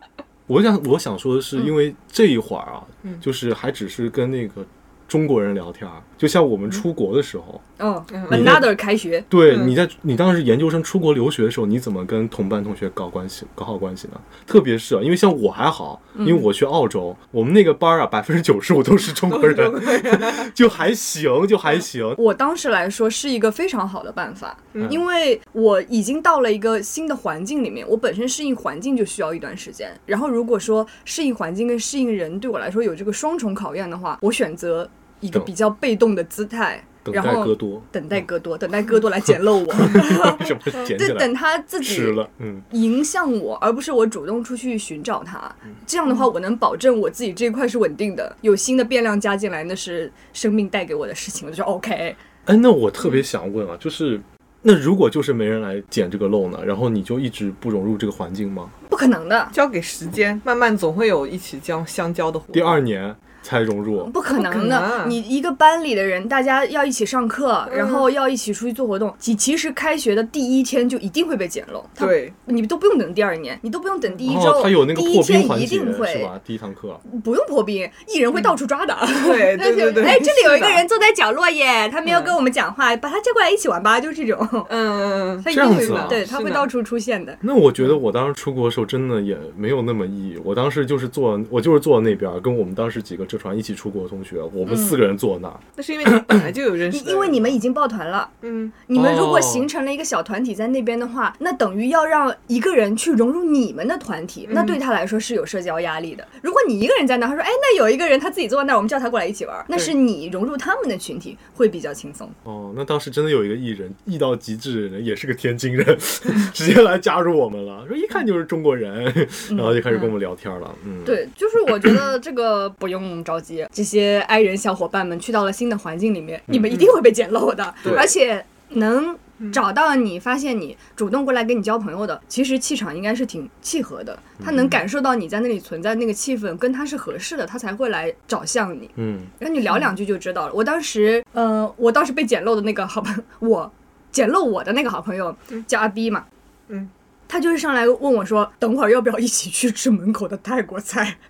Speaker 3: 我想我想说的是，因为这一会儿啊，就是还只是跟那个中国人聊天儿，就像我们出国的时候，
Speaker 4: 嗯
Speaker 3: 你
Speaker 4: ，another 开学，
Speaker 3: 对，你在你当时研究生出国留学的时候，你怎么跟同班同学搞关系、搞好关系呢？特别是啊，因为像我还好，因为我去澳洲，我们那个班儿啊，百分之九十五都是中国人， *laughs* 就还行，就还行。
Speaker 4: 我当时来说是一个非常好的办法，因为我已经到了一个新的环境里面，我本身适应环境就需要一段时间。然后如果说适应环境跟适应人对我来说有这个双重考验的话，我选择一个
Speaker 3: 等
Speaker 4: 比较被动的姿态，
Speaker 3: 等
Speaker 4: 然
Speaker 3: 待
Speaker 4: 后
Speaker 3: 戈 *laughs* 多
Speaker 4: 等待戈多，等待戈多来捡漏
Speaker 3: *laughs*
Speaker 4: 我，
Speaker 3: 为什么捡起
Speaker 4: 对，
Speaker 3: 来
Speaker 4: 等他自己
Speaker 3: 吃了？嗯，
Speaker 4: 影响我，而不是我主动出去寻找它。
Speaker 3: 嗯
Speaker 4: 这样的话，我能保证我自己这一块是稳定的。有新的变量加进来，那是生命带给我的事情，我就说 OK。
Speaker 3: 哎，那我特别想问啊，就是那如果就是没人来捡这个漏呢，然后你就一直不融入这个环境吗？
Speaker 4: 不可能的，
Speaker 6: 交给时间，慢慢总会有一起交相交的活动。
Speaker 3: 第二年才融入，
Speaker 4: 不可
Speaker 6: 不可
Speaker 4: 能的。
Speaker 6: 能啊嗯
Speaker 4: 你一个班里的人，大家要一起上课，然后要一起出去做活动。其其实开学的第一天就一定会被捡漏，他
Speaker 6: 对，
Speaker 4: 你都不用等第二年，你都不用等第一
Speaker 3: 哦
Speaker 4: 周，，
Speaker 3: 他有那个
Speaker 4: 第一
Speaker 3: 破冰
Speaker 4: 天
Speaker 3: 环
Speaker 4: 一
Speaker 3: 节
Speaker 4: 定
Speaker 3: 是
Speaker 4: 会，
Speaker 3: 吧？第一堂课，
Speaker 4: 不用破冰，艺人会到处抓的。
Speaker 6: 对对对对。
Speaker 4: 哎，这里有一个
Speaker 6: 是的嗯
Speaker 4: 人，坐在角落耶，他没有跟我们讲话，把他叫过来一起玩吧，就这种。
Speaker 6: 嗯嗯
Speaker 4: 他一
Speaker 3: 这
Speaker 4: 定
Speaker 3: 样
Speaker 4: 会
Speaker 3: 子
Speaker 4: 的
Speaker 3: 啊
Speaker 4: 对，
Speaker 6: 是
Speaker 4: 他会
Speaker 6: 的
Speaker 4: 到处出现的。
Speaker 3: 那我觉得我当时出国的时候，真的也没有那么意义。我当时就是坐，我就是坐那边儿，跟我们当时几个浙传一起出国的同学，我们四个
Speaker 4: 嗯
Speaker 3: 人坐那儿。
Speaker 6: 那是因为你本来就有认识
Speaker 4: 你
Speaker 6: 的人，
Speaker 4: 因为你们已经抱团了，
Speaker 6: 嗯，
Speaker 4: 你们如
Speaker 3: 哦
Speaker 4: 果形成了一个小团体在那边的话，那等于要让一个人去融入你们的团体，那
Speaker 6: 嗯
Speaker 4: 对他来说是有社交压力的。如果你一个人在那儿，他说：“哎，那有一个人他自己坐在那儿，我们叫他过来一起玩儿。”那
Speaker 6: 对
Speaker 4: 是你融入他们的群体会比较轻松。
Speaker 3: 哦，那当时真的有一个艺人，艺到极致的人，也是个天津人， *laughs* 直接来加入我们了，说一看就是中国人， *laughs* 然后就开始跟我们聊天了。嗯，，
Speaker 4: 对，就是我觉得这个不用着急，这些 i 人小伙伴们去到了新的环境里面，你们一定会被捡漏的，
Speaker 3: 嗯对
Speaker 4: 而且能。找到你，发现你主动过来跟你交朋友的，其实气场应该是挺契合的。
Speaker 3: 嗯
Speaker 4: 他能感受到你在那里存在那个气氛，跟他是合适的，他才会来找向你。
Speaker 3: 嗯，
Speaker 4: 然后你聊两句就知道了。我当时，呃，我当时被捡漏的那个好朋我捡漏我的那个好朋友叫阿 B 嘛，
Speaker 6: 嗯，
Speaker 4: 他就是上来问我说，等会儿要不要一起去吃门口的泰国菜？ *laughs*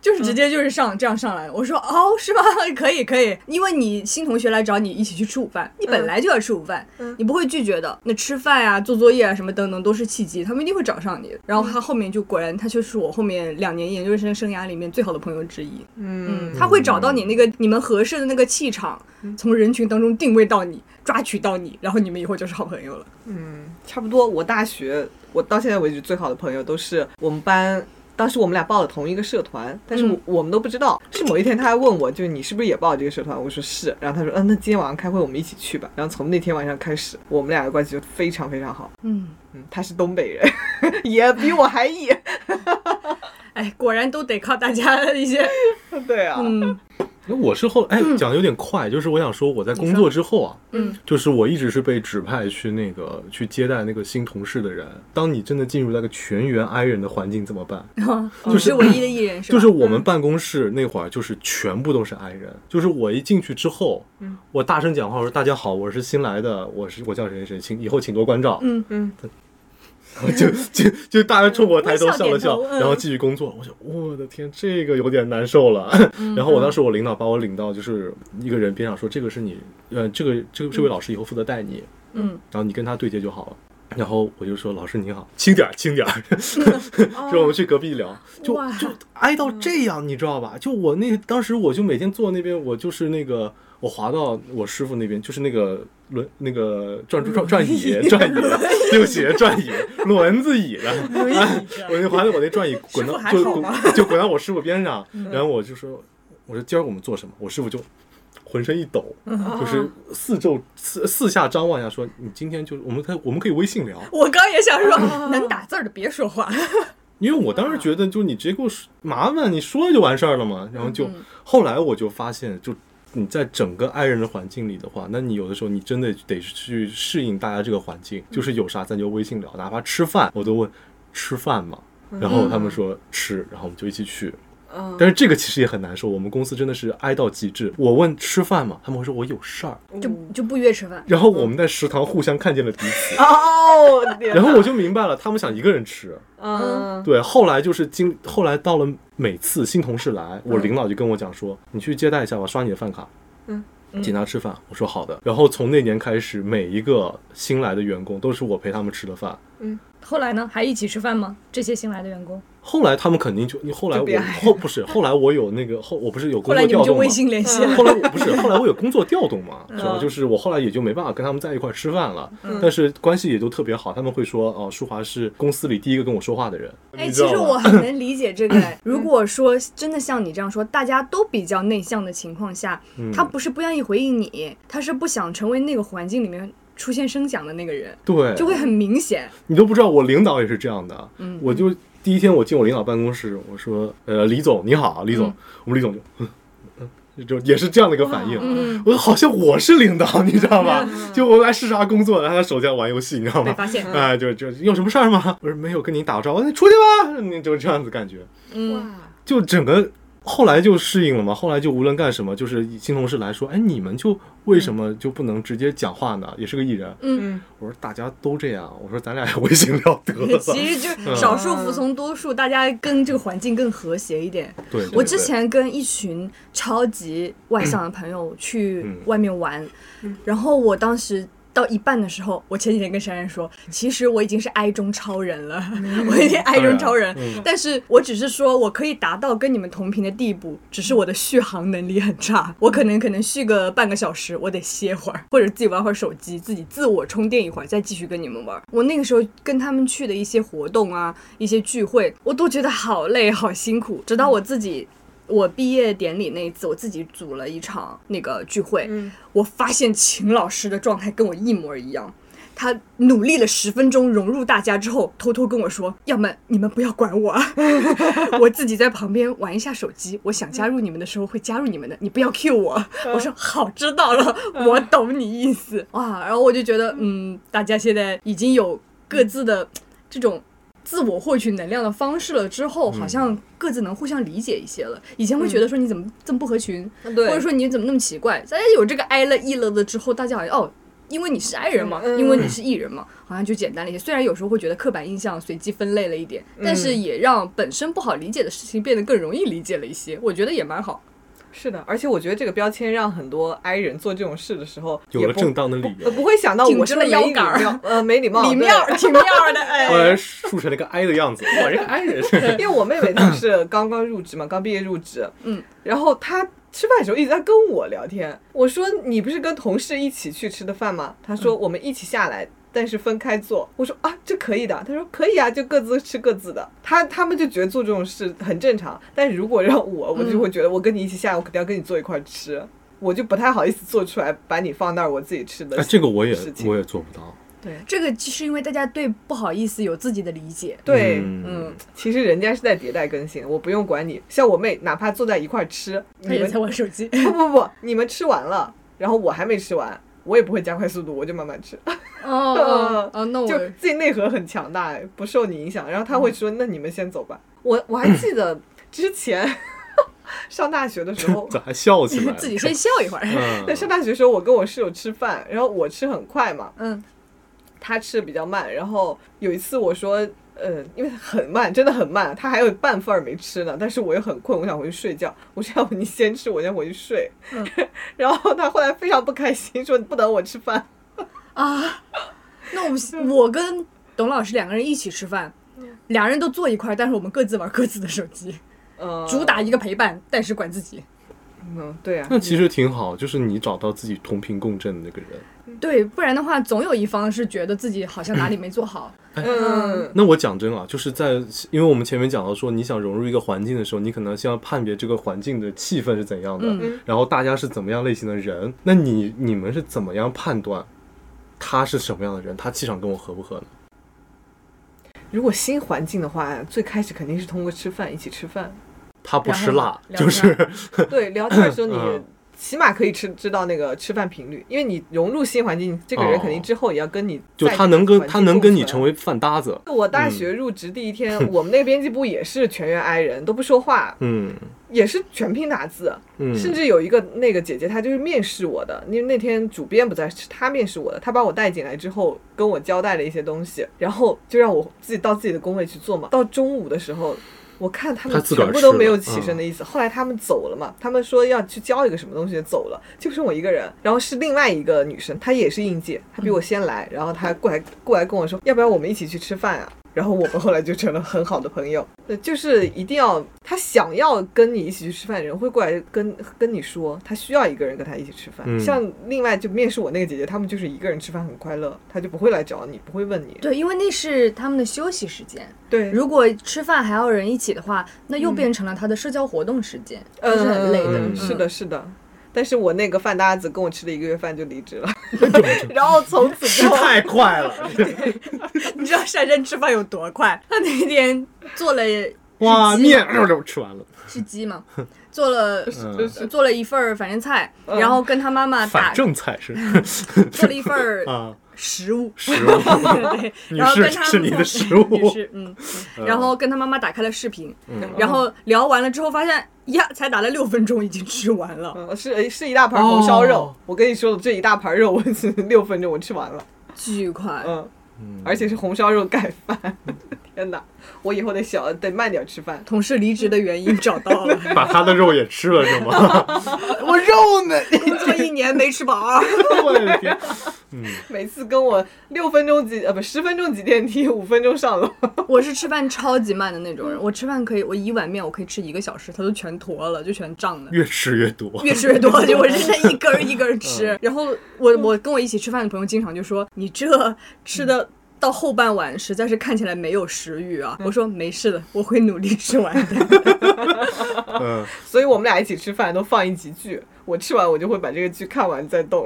Speaker 4: 就是直接就是上、这样上来，我说哦是吗？ *laughs* 可以可以，因为你新同学来找你一起去吃午饭，你本来就要吃午饭，
Speaker 6: 嗯
Speaker 4: 你不会拒绝的。那吃饭啊、做作业啊什么等等都是契机，他们一定会找上你的。然后他后面就果然，他就是我后面两年研究生生涯里面最好的朋友之一。嗯，他会找到你那个你们合适的那个气场，从人群当中定位到你，抓取到你，然后你们以后就是好朋友了。
Speaker 6: 嗯差不多。我大学，我到现在为止最好的朋友都是我们班。当时我们俩报了同一个社团，但是我,、
Speaker 4: 嗯
Speaker 6: 我们都不知道。是某一天他还问我，就是你是不是也报了这个社团？我说是。然后他说，嗯，那今天晚上开会我们一起去吧。然后从那天晚上开始，我们俩的关系就非常非常好。
Speaker 4: 嗯，
Speaker 6: 嗯，他是东北人， *laughs* 也比我还野。
Speaker 4: 哎，果然都得靠大家的一
Speaker 3: *laughs*
Speaker 4: 些，
Speaker 6: 对啊，
Speaker 4: 嗯
Speaker 3: 那我是后哎讲的有点快，就是我想说我在工作之后啊，
Speaker 4: 嗯，
Speaker 3: 就是我一直是被指派去那个去接待那个新同事的人。当你真的进入那个全员 i 人的环境怎么办？
Speaker 4: 你是嗯唯一的艺人是吧？
Speaker 3: 就是我们办公室那会儿，就是全部都是 i 人。就是我一进去之后，
Speaker 4: 嗯
Speaker 3: 我大声讲话，我说大家好，我是新来的，我是我叫谁谁谁，请以后请多关照。
Speaker 4: 嗯
Speaker 6: 嗯，
Speaker 3: *laughs* 就就就大家冲我抬头笑了笑
Speaker 4: 微笑点头，嗯
Speaker 3: 然后继续工作。我想，我的天，这个有点难受了。然后我当时我领导把我领到就是一个人边上说，这个是你，呃，这个这个这位老师以后负责带你，
Speaker 4: 嗯，
Speaker 3: 然后你跟他对接就好了。然后我就说：“老师您好，轻点儿，轻点儿。” *laughs* 说我们去隔壁聊，就
Speaker 4: 哇
Speaker 3: 就挨
Speaker 4: 嗯
Speaker 3: 到这样，你知道吧？就我那当时我就每天坐那边，我就是那个我滑到我师傅那边，就是那个轮那个转转转
Speaker 4: *laughs*
Speaker 3: 椅转椅，对不起，转椅轮子椅了。我就滑到我那转椅滚到
Speaker 4: 师傅还
Speaker 3: 就
Speaker 4: 好嗯
Speaker 3: 滚 *laughs* 就滚到我师傅边上，然后我就说：“我说今儿我们做什么？”我师傅就浑身一抖，
Speaker 4: 嗯
Speaker 3: 就是四周四四下张望一下，说：“你今天就我们可以我们可以微信聊。”
Speaker 4: 我刚也想说，
Speaker 3: 啊
Speaker 4: *laughs* 能打字儿的别说话。
Speaker 3: 嗯因为我当时觉得，就你直接给我说麻烦，你说就完事儿了嘛。然后就后来我就发现，就你在整个爱人的环境里的话，那你有的时候你真的得去适应大家这个环境，就是有啥咱就微信聊，哪怕吃饭我都问吃饭嘛，然后他们说吃，然后我们就一起去。
Speaker 6: 嗯
Speaker 3: 但是这个其实也很难受，我们公司真的是挨到极致。我问吃饭嘛，他们会说我有事儿，
Speaker 4: 就就不约吃饭，
Speaker 3: 然后我们在食堂互相看见了彼此，
Speaker 6: *laughs* 哦，天
Speaker 3: 然后
Speaker 6: 哪
Speaker 3: 我就明白了，他们想一个人吃。
Speaker 6: 嗯，
Speaker 3: 对，后来就是经，后来到了每次新同事来，我领导就跟我讲说，你去接待一下吧，刷你的饭卡。请他吃饭。我说好的。然后从那年开始，每一个新来的员工都是我陪他们吃的饭。
Speaker 4: 后来呢，还一起吃饭吗？这些新来的员工，
Speaker 3: 后来他们肯定就，你后来
Speaker 6: 就变
Speaker 3: 我
Speaker 6: 矮
Speaker 3: 后不是后来我有那个后我不是有
Speaker 7: 后
Speaker 3: 工
Speaker 7: 来
Speaker 3: 作
Speaker 7: 你
Speaker 3: 调
Speaker 7: 们就
Speaker 3: 动吗
Speaker 7: 微？信联系了。
Speaker 3: 后来我不是后来我有工作调动嘛，主要就是我后来也就没办法跟他们在一块吃饭了，但是关系也都特别好。他们会说哦，舒华是公司里第一个跟我说话的人。
Speaker 4: 哎，
Speaker 3: 你知
Speaker 4: 其
Speaker 3: 道
Speaker 4: 实
Speaker 3: 吧
Speaker 4: 我很能理解这
Speaker 3: *coughs*
Speaker 4: 个。哎，如果说真的像你这样说，大家都比较内向的情况下，
Speaker 3: 嗯
Speaker 4: 他不是不愿意回应你，他是不想成为那个环境里面出现声响的那个人，
Speaker 3: 对
Speaker 4: 就会很明显。
Speaker 3: 你都不知道，我领导也是这样的。我就第一天我进我领导办公室，我说：“呃，李总你好，李总。我们李总就。嗯嗯就也是这样的一个反应，我好像我是领导，你知道吧？就我来视察工作，然后他手下玩游戏，你知道吗？
Speaker 7: 被发现
Speaker 3: 哎、就就有什么事儿吗？我说没有，跟您打个招呼，那出去吧，你就这样子感觉。
Speaker 4: 嗯
Speaker 6: 哇，
Speaker 3: 就整个后来就适应了嘛，后来就无论干什么，就是新同事来说，哎，你们就为什
Speaker 4: 嗯
Speaker 3: 么就不能直接讲话呢？也是个艺人，
Speaker 6: 嗯，
Speaker 3: 我说大家都这样，我说咱俩也微信聊 *laughs* 得
Speaker 4: *laughs*
Speaker 3: 了。
Speaker 4: 其实
Speaker 3: 嗯
Speaker 4: 就少数服从多数，大家跟这个环境更和谐一点。
Speaker 3: 对，
Speaker 4: 我
Speaker 3: 对
Speaker 4: 之
Speaker 3: 对
Speaker 4: 前跟一群超级外向的朋
Speaker 3: 嗯
Speaker 4: 友去外面玩，然后我当时。到一半的时候，我前几天跟珊珊说，其实我已经是 I 中超人了， *laughs* 我已经 I 中超人，
Speaker 3: 当然嗯
Speaker 4: 但是我只是说我可以达到跟你们同频的地步，只是我的续航能力很差，我可能可能续个半个小时，我得歇会儿，或者自己玩会儿手机，自己自我充电一会儿，再继续跟你们玩。我那个时候跟他们去的一些活动啊，一些聚会，我都觉得好累好辛苦，直到我自己我毕业典礼那一次，我自己组了一场那个聚会，我发现秦老师的状态跟我一模一样。他努力了十分钟融入大家之后，偷偷跟我说：“要么你们不要管我，啊 *laughs* 我自己在旁边玩一下手机。我想加入你们的时候会加入你们的，你不要 cue 我。”我说：“好，知道了，我懂你意思。”哇，然后我就觉得，嗯，大家现在已经有各自的这种自我获取能量的方式了之后，好像各自能互相理解一些了。以前会觉得说你怎么这么不合群，
Speaker 6: 嗯对
Speaker 4: 或者说你怎么那么奇怪。大家有这个 I 了 E 了了之后，大家好像哦。因为你是 I 人嘛，
Speaker 6: 嗯
Speaker 4: 因为你是 E 人嘛，好像就简单了一些。虽然有时候会觉得刻板印象随机分类了一点，
Speaker 6: 嗯
Speaker 4: 但是也让本身不好理解的事情变得更容易理解了一些。我觉得也蛮好。
Speaker 6: 是的，而且我觉得这个标签让很多 i 人做这种事的时候
Speaker 3: 有
Speaker 6: 也
Speaker 3: 了
Speaker 6: 不
Speaker 3: 正当的理
Speaker 6: 呃
Speaker 3: 由，
Speaker 6: 不会想到我是不是
Speaker 4: 挺直了
Speaker 6: 没
Speaker 4: 腰
Speaker 6: 礼
Speaker 4: 杆儿
Speaker 6: 貌，呃，没礼貌，
Speaker 4: 里
Speaker 6: 对 *laughs*
Speaker 4: 面儿挺妙儿的，
Speaker 3: 后
Speaker 4: 哎，
Speaker 3: 来竖成了一个 I 的样
Speaker 4: *laughs*
Speaker 3: 子。我这个 I 人是
Speaker 6: *laughs* 因为我妹妹她是刚刚入职嘛，刚毕业入职，嗯，然后她吃饭的时候一直在跟我聊天。我说你不是跟同事一起去吃的饭吗？她说我们一起下来。但是分开坐，我说啊，这可以的。她说可以啊，就各自吃各自的。她他们就觉得做这种事很正常，但是如果让我，我就会觉得我跟你一起下来，我肯定要跟你坐一块儿吃，我就不太好意思做出来把你放那儿，我自己吃的
Speaker 3: 哎，这个我也
Speaker 6: 事情
Speaker 3: 我也做不到。
Speaker 4: 这个是因为大家对不好意思有自己的理解。
Speaker 6: 对，
Speaker 3: 嗯，
Speaker 6: 其实人家是在迭代更新，我不用管你。像我妹，哪怕坐在一块儿吃，
Speaker 7: 他
Speaker 6: 你
Speaker 7: 也
Speaker 4: 哎
Speaker 6: 们
Speaker 7: 在玩手机，
Speaker 6: *laughs* 不不不，你们吃完了，然后我还没吃完，我也不会加快速度，我就慢慢吃， *laughs*
Speaker 4: 哦哦哦，那我
Speaker 6: 就自己内核很强大，不受你影响。然后他会说：“那你们先走吧。
Speaker 7: 嗯
Speaker 6: 我”我还记得之前 *laughs* 上大学的时候
Speaker 3: *laughs* 咋，还笑起来了？
Speaker 4: *laughs* 自己先笑一会儿。 *laughs*
Speaker 3: 嗯
Speaker 6: 在上大学的时候，我跟我室友吃饭，然后我吃很快嘛，
Speaker 4: 嗯，
Speaker 6: 他吃的比较慢。然后有一次我说。呃，因为很慢，真的很慢，他还有半份儿没吃呢。但是我又很困，我想回去睡觉。我说要不你先吃，我先回去睡。然后他后来非常不开心，说你不等我吃饭。
Speaker 4: 啊那我们
Speaker 3: 嗯
Speaker 4: 我跟董老师两个人一起吃饭，俩人都坐一块儿，但是我们各自玩各自的手机，
Speaker 6: 呃，
Speaker 3: 哦
Speaker 4: 主打一个陪伴，但是管自己。
Speaker 6: 嗯，对啊，
Speaker 3: 那其实挺好，就是你找到自己同频共振的那个人。
Speaker 4: 对，不然的话，总有一方是觉得自己好像哪里没做好。
Speaker 6: 嗯，
Speaker 3: 那我讲真啊，就是在因为我们前面讲到说，你想融入一个环境的时候，你可能先要判别这个环境的气氛是怎样的，
Speaker 6: 嗯
Speaker 3: 然后大家是怎么样类型的人。那你你们是怎么样判断他是什么样的人？他气场跟我合不合呢？
Speaker 6: 如果新环境的话，最开始肯定是通过吃饭一起吃
Speaker 3: *laughs*
Speaker 6: 饭，
Speaker 3: 他不吃辣，
Speaker 4: 然后
Speaker 3: 就
Speaker 4: 呢
Speaker 3: 是
Speaker 6: 对，聊天的时候你
Speaker 3: 嗯
Speaker 6: 起码可以吃知道那个吃饭频率，因为你融入新环境，这个人
Speaker 3: 哦
Speaker 6: 肯定之后也要跟你
Speaker 3: 就
Speaker 6: 在
Speaker 3: 他
Speaker 6: 这
Speaker 3: 能
Speaker 6: 个
Speaker 3: 跟
Speaker 6: 环
Speaker 3: 他
Speaker 6: 境
Speaker 3: 能跟
Speaker 6: 共
Speaker 3: 你
Speaker 6: 存
Speaker 3: 成。为饭搭子。
Speaker 6: 我大
Speaker 3: 嗯
Speaker 6: 学入职第一天，我们那个编辑部也是全员 I 人，都不说话，
Speaker 3: 嗯
Speaker 6: 也是全拼打字，
Speaker 3: 嗯，
Speaker 6: 甚至有一个那个姐姐，她就是面试我的，因为那天主编不在，是她面试我的，她把我带进来之后，跟我交代了一些东西，然后就让我自己到自己的工位去做嘛。到中午的时候，我看他
Speaker 3: 他
Speaker 6: 们
Speaker 3: 自个儿
Speaker 6: 全部都
Speaker 3: 吃
Speaker 6: 没有
Speaker 3: 了
Speaker 6: 起
Speaker 3: 嗯
Speaker 6: 身的意思。后来他们走了嘛，他们说要去交一个什么东西就走了，就剩我一个人。然后是另外一个女生，她也是应届，她比我先来，然后她过来过来跟我说，要不要我们一起去吃饭啊？然后我们后来就成了很好的朋友。呃，就是一定要他想要跟你一起去吃饭的人会过来跟跟你说，他需要一个人跟他一起吃饭。
Speaker 3: 嗯
Speaker 6: 像另外就面试我那个姐姐，她们就是一个人吃饭很快乐，她就不会来找你，不会问你。
Speaker 4: 对，因为那是他们的休息时间。
Speaker 6: 对，
Speaker 4: 如果吃饭还要人一起的话，那又变成了他的社交活动时间，
Speaker 6: 嗯，
Speaker 4: 就是很累的。
Speaker 3: 嗯
Speaker 6: 是的，是的。但是我那个饭搭子跟我吃了一个月饭就离职了，然后从此之
Speaker 3: 吃
Speaker 6: 后，
Speaker 3: 太快
Speaker 6: *laughs*
Speaker 3: 了，
Speaker 2: 你知道珊珊吃饭有多快？
Speaker 4: 他那天做了
Speaker 3: 哇，
Speaker 4: 是鸡
Speaker 3: 面哎吃完了，
Speaker 4: 是
Speaker 3: *laughs*
Speaker 4: 鸡嘛，做了
Speaker 3: 嗯，
Speaker 4: 做了一份儿反正菜，
Speaker 2: 嗯
Speaker 4: 然后跟他妈妈打
Speaker 3: 反正菜是
Speaker 4: 做了一份儿
Speaker 3: *laughs* 啊，
Speaker 4: 食物，
Speaker 3: 食物，
Speaker 4: *laughs* 对，
Speaker 3: 女
Speaker 4: 然后
Speaker 3: 士
Speaker 4: 跟他
Speaker 3: 是你的食物，
Speaker 4: 女士，
Speaker 3: *laughs*
Speaker 4: 嗯，然后跟他妈妈打开了视频，
Speaker 3: 嗯
Speaker 4: 然后聊完了之后发现呀，才打了六分钟已经吃完了。
Speaker 6: 嗯，是是一大盘红烧肉。
Speaker 3: 哦
Speaker 6: 我跟你说了，这一大盘肉，我六分钟我吃完了，
Speaker 4: 巨快，
Speaker 6: 嗯，而且是红烧肉盖饭。
Speaker 3: 嗯
Speaker 6: *laughs* 天哪，我以后得小得慢点吃饭。
Speaker 2: 同事离职的原因找到了，
Speaker 3: 把他的肉也吃了是
Speaker 6: *laughs*
Speaker 3: 吗？
Speaker 6: 我肉呢？
Speaker 2: *laughs* 工作一年没吃饱。
Speaker 3: *laughs* 我的天，
Speaker 6: 每次跟我六分钟挤呃不十分钟挤电梯，五分钟上楼。
Speaker 4: *laughs*
Speaker 6: *laughs*
Speaker 4: 我是吃饭超级慢的那种人，我吃饭可以，我一碗面我可以吃一个小时，它都全坨了，就全胀了。
Speaker 3: 越吃越多，
Speaker 4: 越吃
Speaker 3: *laughs*
Speaker 4: 越多，就我真的一根儿一根
Speaker 3: 嗯
Speaker 4: 儿吃。然后我我跟我一起吃饭的朋友经常就说：“你这吃的到后半碗实在是看起来没有食欲啊。”我说：“没事的，我会努力吃完的。
Speaker 3: 嗯，
Speaker 6: 所以我们俩一起吃饭都放一集剧，我吃完我就会把这个剧看完再动。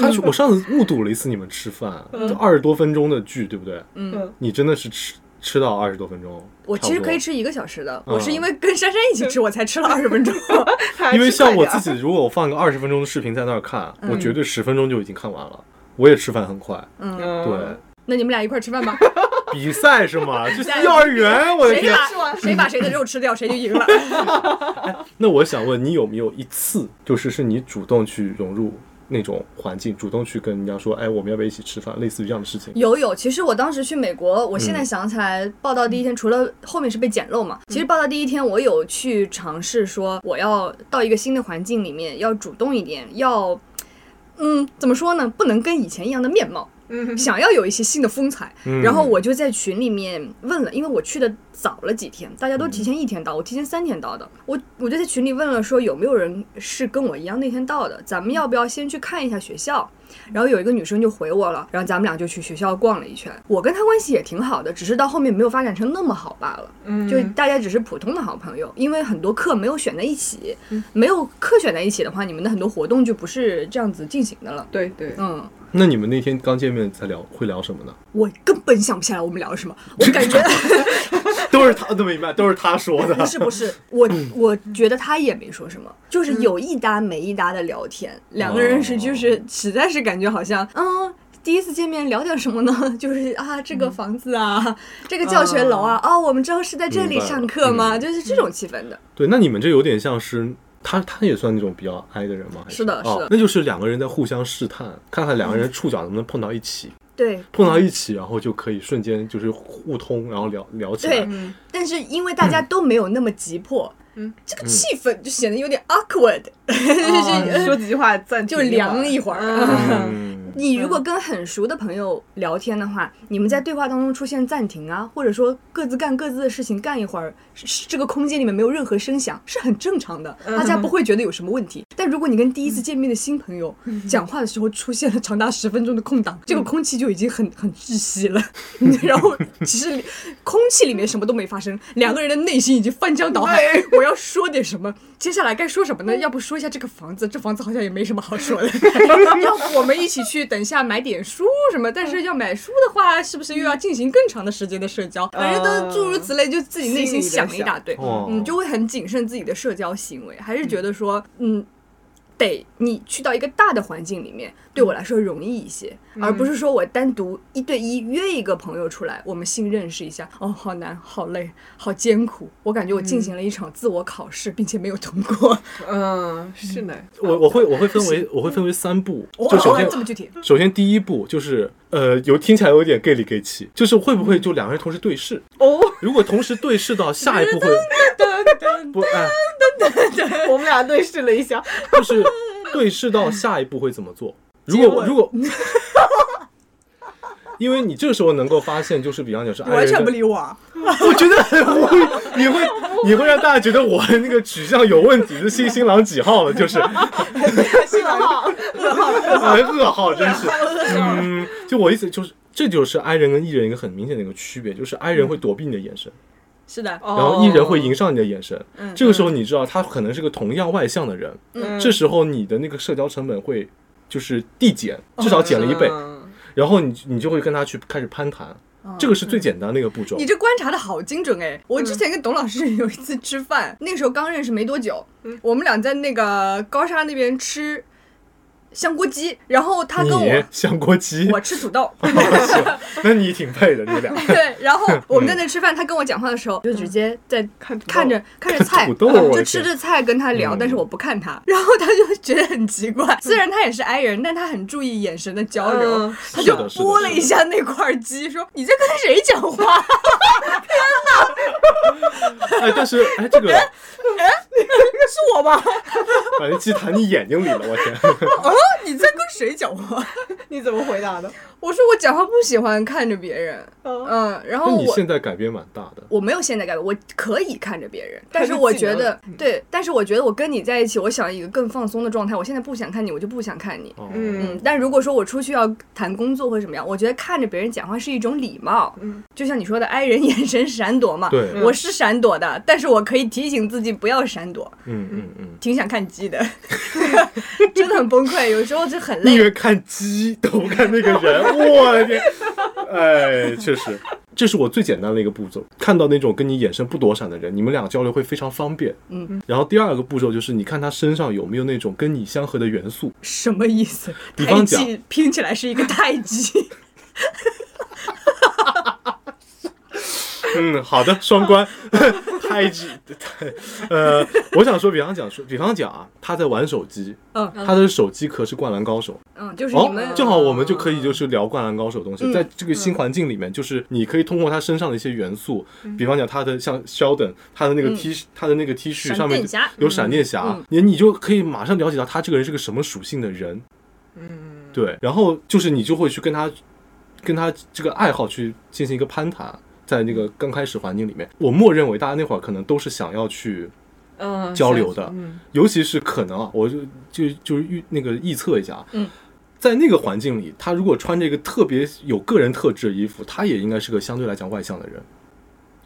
Speaker 3: 他去，我上次目睹了一次你们吃饭，
Speaker 4: 嗯
Speaker 3: 就二十多分钟的剧，对不对？
Speaker 6: 嗯，
Speaker 3: 你真的是吃吃到二十多分钟，”
Speaker 4: *laughs* 我其
Speaker 3: 差
Speaker 4: 实
Speaker 3: 不多
Speaker 4: 可以，吃一个小时的，
Speaker 3: 嗯
Speaker 4: 我是因为跟珊珊一起吃，我才吃了二十分钟。
Speaker 6: *laughs*
Speaker 4: *laughs*
Speaker 6: 他还
Speaker 3: 因为
Speaker 6: 吃快
Speaker 3: 像我
Speaker 6: 点儿
Speaker 3: 自己，如果我放个二十分钟的视频在那儿看，
Speaker 4: 嗯
Speaker 3: 我绝对十分钟就已经看完了。我也吃饭很快，
Speaker 6: 嗯
Speaker 3: 对，
Speaker 4: 那你们俩一块儿吃饭吧，
Speaker 3: 比赛是
Speaker 4: *laughs*
Speaker 3: 吗？这是幼儿园， *laughs* 我的
Speaker 4: 谁
Speaker 3: 天！
Speaker 4: 把谁把谁的肉吃掉，谁就赢了。
Speaker 3: 那我想问你有没有一次，就是是你主动去融入那种环境，主动去跟人家说，哎，我们要不要一起吃饭？类似于这样的事情。
Speaker 4: 有有，其实我当时去美国，我现在
Speaker 3: 嗯
Speaker 4: 想起来，报道第一天、除了后面是被捡漏嘛，其实报道第一天我有去尝试说，我要到一个新的环境里面，要主动一点，要。嗯，怎么说呢？不能跟以前一样的面貌，
Speaker 6: 嗯
Speaker 4: 想要有一些新的风采。
Speaker 3: 嗯
Speaker 4: 然后我就在群里面问了，因为我去的早了几天，大家都提前一天到，我提前三天到的。我我就在群里问了，说有没有人是跟我一样那天到的？咱们要不要先去看一下学校？然后有一个女生就回我了，然后咱们俩就去学校逛了一圈。我跟她关系也挺好的，只是到后面没有发展成那么好罢了。
Speaker 6: 嗯
Speaker 4: 就大家只是普通的好朋友，因为很多课没有选在一起，没有课选在一起的话，你们的很多活动就不是这样子进行的了。
Speaker 6: 对对，
Speaker 4: 嗯，
Speaker 3: 那你们那天刚见面在聊，会聊什么呢？
Speaker 4: 我根本想不起来我们聊了什么，我感觉
Speaker 3: 都是他，都明白，都是他说
Speaker 4: *laughs* 不
Speaker 3: 的。
Speaker 4: *laughs* 是不是，我我觉得他也没说什么，就是有一搭没一搭的聊天，两个人是就是实在是感觉好像嗯。第一次见面聊点什么呢？ *laughs* 就是啊，这个房子啊，这个教学楼啊，哦，我们之后是在这里
Speaker 3: 明白了
Speaker 4: 上课吗？
Speaker 3: 嗯
Speaker 4: 就是这种气氛的。
Speaker 3: 对，那你们这有点像是他，他也算那种比较 I 的人吗？还
Speaker 4: 是的是
Speaker 3: 哦
Speaker 4: 的，
Speaker 3: 那就是两个人在互相试探，看看两个人触角能不能碰到一起，
Speaker 4: 对
Speaker 3: 碰到一起，然后就可以瞬间就是互通，然后聊聊起来。
Speaker 4: 对，但是因为大家都没有那么急迫，
Speaker 6: 嗯，
Speaker 4: 这个气氛就显得有点 awkward， *laughs* 嗯
Speaker 6: 哦就是说几句话暂停
Speaker 4: 就凉一会儿。 *laughs*
Speaker 3: 嗯，
Speaker 4: 你如果跟很熟的朋友聊天的话，你们在对话当中出现暂停啊，或者说各自干各自的事情，干一会儿，是是这个空间里面没有任何声响，是很正常的，大家不会觉得有什么问题。但如果你跟第一次见面的新朋友讲话的时候出现了长达十分钟的空档，这个空气就已经很很窒息了， *laughs* 然后其实空气里面什么都没发生，两个人的内心已经翻江倒海，我要说点什么，接下来该说什么呢？要不说一下这个房子，这房子好像也没什么好说的，要不我们一起去等一下买点书什么？但是要买书的话，是不是又要进行更长的时间的社交？反正都诸如此类，就自己内心想了一大堆，
Speaker 3: 哦
Speaker 4: 嗯，就会很谨慎自己的社交行为，还是觉得说，嗯。得你去到一个大的环境里面，对我来说容易一些，而不是说我单独一对一约一个朋友出来，我们新认识一下，哦，好难，好累，好艰苦，我感觉我进行了一场自我考试，并且没有通过。
Speaker 6: 嗯，是呢，
Speaker 3: 我我会我会分为我会分为三步，
Speaker 4: *laughs* 我
Speaker 3: 就首先
Speaker 4: 这么具体，
Speaker 3: 首先第一步就是呃，有听起来有点 gay 里 gay 气，就是会不会就两个人同时对视？
Speaker 6: 哦， *laughs*
Speaker 3: 如果同时对视到下一步会不哎，
Speaker 6: 我们俩对视了
Speaker 4: *laughs*
Speaker 6: 一下，
Speaker 3: 就是对视到下一步会怎么做？如果如果，因为你这时候能够发现，就是比方讲是爱
Speaker 4: 完
Speaker 3: 人
Speaker 4: 全不
Speaker 3: 跟
Speaker 4: 理我。
Speaker 3: 我觉得很无语，你会你会让大家觉得我那个取向有问题，是新新郎几号了，就是
Speaker 6: 信 *laughs* 号，
Speaker 3: 哎噩耗，真
Speaker 4: *laughs*
Speaker 3: 是，
Speaker 4: 啊
Speaker 3: 嗯，就我意思就是，这就是 I 人跟 E 人一个很明显的一个区别，就是 I 人会躲避你的眼神，
Speaker 4: 是的，
Speaker 6: 然
Speaker 3: 然后 E 人
Speaker 4: 哦
Speaker 3: 会迎上你的眼神，
Speaker 4: 嗯
Speaker 3: 这个时候你知道他可能是个同样外向的人，
Speaker 6: 嗯
Speaker 3: 这时候你的那个社交成本会就是递减，至少减了一倍，
Speaker 6: 嗯
Speaker 3: 然后你你就会跟他去开始攀谈，这个是最简单的一个步骤
Speaker 4: 嗯你。这观察的好精准哎！
Speaker 3: 嗯
Speaker 4: 我之前跟董老师有一次吃饭， *laughs* 那个时候刚认识没多久，
Speaker 3: 嗯
Speaker 4: 我们俩在那个高沙那边吃香锅鸡，然后他跟
Speaker 3: 你 *laughs*
Speaker 4: 我
Speaker 3: 香锅鸡，
Speaker 4: 我吃土
Speaker 3: *laughs*
Speaker 4: 豆，
Speaker 3: 那你挺配的，
Speaker 4: *laughs*
Speaker 3: 你俩
Speaker 4: 对，然
Speaker 3: *laughs*
Speaker 4: 后我们在那吃饭，他跟我讲话的时候就直接在
Speaker 6: 看土豆
Speaker 4: 看着看着菜，
Speaker 3: 嗯看土豆
Speaker 4: 嗯
Speaker 3: 我
Speaker 4: 就
Speaker 3: 的
Speaker 4: 吃
Speaker 3: 天
Speaker 4: 着菜跟他聊，
Speaker 3: 嗯
Speaker 4: 但是我不看他， *laughs* 然后他就觉得很奇怪。虽然他也是 i 人，但他很注意眼神的交流
Speaker 6: 嗯，
Speaker 4: 他
Speaker 3: 是
Speaker 4: 就
Speaker 3: 的是的
Speaker 4: 拨
Speaker 3: 是
Speaker 4: 了
Speaker 3: 的
Speaker 4: 一下那块鸡，说：“你在跟谁讲话 *laughs*
Speaker 3: 哎，但是哎，这个
Speaker 4: 是我吧？
Speaker 3: 把那鸡弹你眼睛里了，我天！
Speaker 4: 哦你在跟谁讲话？”
Speaker 6: *laughs* 你怎么回答的？
Speaker 4: 我说我讲话不喜欢看着别人，
Speaker 6: 嗯
Speaker 4: 嗯，然后
Speaker 3: *laughs* 那你
Speaker 4: 我
Speaker 3: 现在改变蛮大的，
Speaker 4: 我没有现在改变，我可以看着别人，但
Speaker 6: 看
Speaker 4: 是
Speaker 6: 着
Speaker 4: 我
Speaker 6: 技
Speaker 4: 觉
Speaker 6: 能
Speaker 4: 得
Speaker 6: 了
Speaker 4: 对，但是我觉得我跟你在一起，我想一个更放松的状态。我现在不想看你，我就不想看你。
Speaker 3: 哦，
Speaker 4: 嗯
Speaker 6: 嗯，
Speaker 4: 但如果说我出去要谈工作或者什么样，我觉得看着别人讲话是一种礼貌。
Speaker 6: 嗯，
Speaker 4: 就像你说的，i 人眼神闪躲嘛。
Speaker 3: 对
Speaker 4: 我是闪躲的，但是我可以提醒自己不要闪躲。
Speaker 3: 嗯嗯嗯，
Speaker 4: 挺想
Speaker 3: *laughs*
Speaker 4: 看鸡的，真的很崩溃，有时候就很累。
Speaker 3: 宁愿看鸡 *laughs* 都不看那个人，我的天！哎，确实，这是我最简单的一个步骤。看到那种跟你眼神不躲闪的人，你们俩交流会非常方便。
Speaker 4: 嗯，
Speaker 3: 然后第二个步骤就是你看他身上有没有那种跟你相合的元素，
Speaker 4: 什么意思？
Speaker 3: 比
Speaker 4: 太
Speaker 3: 方讲
Speaker 4: 极拼起来是
Speaker 3: *laughs*
Speaker 4: 一个太极，
Speaker 3: 嗯，好的，双关， *laughs* 太极，太呃，我想说，比方讲说，比方讲啊，他在玩手机，
Speaker 4: 嗯
Speaker 3: 他的手机壳是《灌篮高手》，
Speaker 4: 嗯，就是你
Speaker 3: 哦
Speaker 4: 们，
Speaker 3: 正好我们就可以就是聊《灌篮高手》的东西，
Speaker 4: 嗯
Speaker 3: 在这个新环境里面，就是你可以通过他身上的一些元素，
Speaker 4: 嗯
Speaker 3: 比方讲他的像 Sheldon，他的那个 T，、他的那个 T 恤
Speaker 4: 闪
Speaker 3: 上面
Speaker 4: 电侠嗯
Speaker 3: 有闪电侠，你你就可以马上了解到他这个人是个什么属性的人，
Speaker 6: 嗯，
Speaker 3: 对，然后就是你就会去跟他，跟他这个爱好去进行一个攀谈，在那个刚开始环境里面，我默认为大家那会儿可能都是想要去，
Speaker 6: 嗯，
Speaker 3: 交流的
Speaker 6: 嗯
Speaker 3: 尤其是可能啊，我就就就是预那个臆测一下，啊
Speaker 4: 嗯，
Speaker 3: 在那个环境里，他如果穿这个特别有个人特质的衣服，他也应该是个相对来讲外向的人。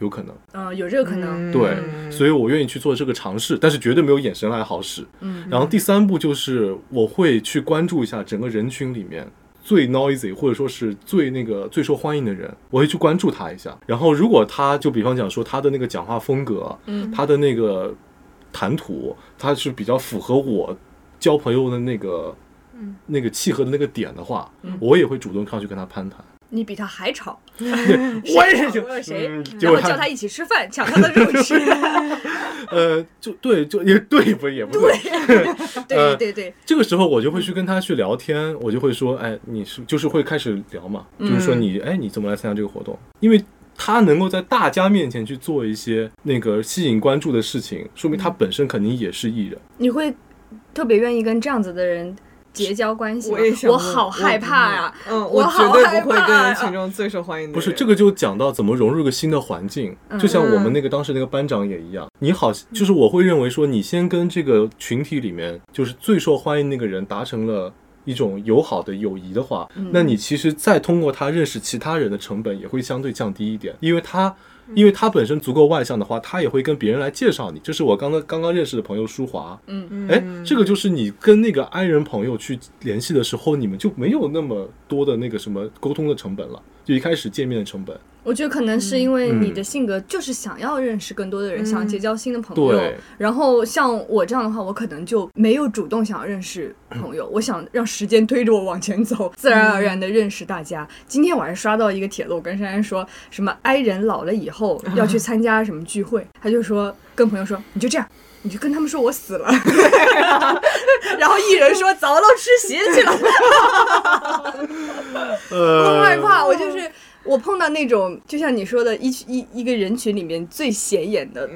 Speaker 3: 有可能，
Speaker 4: 嗯，有这个可能。
Speaker 6: 嗯
Speaker 3: 对，所以我愿意去做这个尝试，但是绝对没有眼神来好使。嗯，然后第三步就是我会去关注一下整个人群里面最 noisy 或者说是最那个最受欢迎的人，我会去关注他一下。然后如果他就比方讲说他的那个讲话风格，嗯，他的那个谈吐，他是比较符合我交朋友的那个。
Speaker 4: 嗯
Speaker 3: 那个契合的那个点的话，我也会主动上去跟他攀谈。
Speaker 4: 你比他还吵，
Speaker 3: 我也
Speaker 4: 嗯我有谁
Speaker 3: 嗯，
Speaker 4: 然
Speaker 3: 就
Speaker 4: 后叫他一起吃饭， *laughs* 抢他的肉
Speaker 3: *laughs*
Speaker 4: 吃。
Speaker 3: 呃，就对，就也对，不也不对，
Speaker 4: 对
Speaker 3: 呃
Speaker 4: 对对，
Speaker 3: 这个时候我就会去跟他去聊天，我就会说，哎，你是就是会开始聊嘛，就是说你，哎，你怎么来参加这个活动？因为他能够在大家面前去做一些那个吸引关注的事情，说明他本身肯定也是艺人。
Speaker 4: 你会特别愿意跟这样子的人结交关系吗？
Speaker 6: 我也想
Speaker 4: 我
Speaker 6: 问
Speaker 4: 好害怕呀！
Speaker 6: 嗯，
Speaker 4: 我
Speaker 6: 我
Speaker 4: 好
Speaker 6: 绝对不会
Speaker 4: 害怕啊
Speaker 6: 跟群众最受欢迎的人。
Speaker 3: 不是这个就讲到怎么融入一个新的环境，就像我们那个当时那个班长也一样，你好，就是我会认为说你先跟这个群体里面就是最受欢迎那个人达成了。一种友好的友谊的话，那你其实再通过他认识其他人的成本也会相对降低一点，因为他，因为他本身足够外向的话，他也会跟别人来介绍你。这是我刚刚刚刚认识的朋友舒华，
Speaker 4: 嗯，
Speaker 3: 哎，这个就是你跟那个 i 人朋友去联系的时候，你们就没有那么多的那个什么沟通的成本了，就一开始见面的成本。
Speaker 4: 我我觉得可能是因为你的性格就是想要认识更多的人，想结交新的朋友。
Speaker 3: 对
Speaker 4: 然后像我这样的话，我可能就没有主动想要认识朋友，我想让时间推着我往前走，自然而然的认识大家。今天我还刷到一个帖子，我跟珊珊说什么，i 人老了以后要去参加什么聚会，他就说跟朋友说，你就这样。你就跟他们说我死了，然后艺人说早都吃席去了，
Speaker 3: 呃
Speaker 4: 我害
Speaker 6: 嗯
Speaker 4: 怕，我就是我碰到那种，就像你说的，一群一一个人群里面最显眼的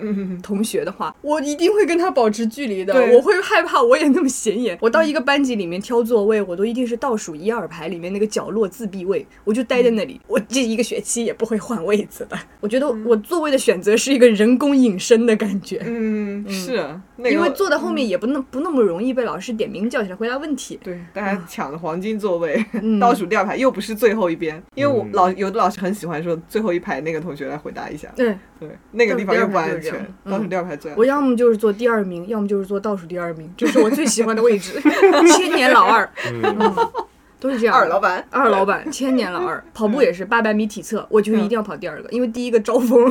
Speaker 4: 同学的话，我一定会跟他保持距离的，
Speaker 6: 嗯对嗯
Speaker 4: 我会害怕我也那么显眼。我到一个班级里面挑座位，我都一定是倒数一二排里面那个角落自闭位，我就待在
Speaker 6: 嗯
Speaker 4: 那里，我这一个学期也不会换位子的。我觉得我座位的选择是一个人工隐身的感觉。
Speaker 6: 嗯，是，那个、嗯
Speaker 4: 因为坐到后面也不那不那么容易被老师点名叫起来回答问题，
Speaker 6: 对，大
Speaker 4: 嗯
Speaker 6: 家抢了黄金座位，倒数第二排又不是最后一边，因为我
Speaker 3: 嗯
Speaker 6: 老有的老师很喜欢说最后一排那个同学来回答一下，
Speaker 4: 对
Speaker 6: 对，那个地方又不安
Speaker 4: 倒数第二排就是这
Speaker 6: 全
Speaker 4: 样，嗯
Speaker 6: 倒数第二排最
Speaker 4: *laughs*
Speaker 6: 安
Speaker 4: 我
Speaker 6: 全。
Speaker 4: 要么就是坐第二名，要么就是坐倒数第二名，这是我最喜欢的位置， *laughs* 千年老二，嗯都是这样。
Speaker 6: 二老，板，
Speaker 4: 二老板，千年老二。跑步也是八百米体测，我
Speaker 3: 嗯
Speaker 4: 就是一定要跑第二个，因为第一个招
Speaker 3: *laughs*
Speaker 4: 风，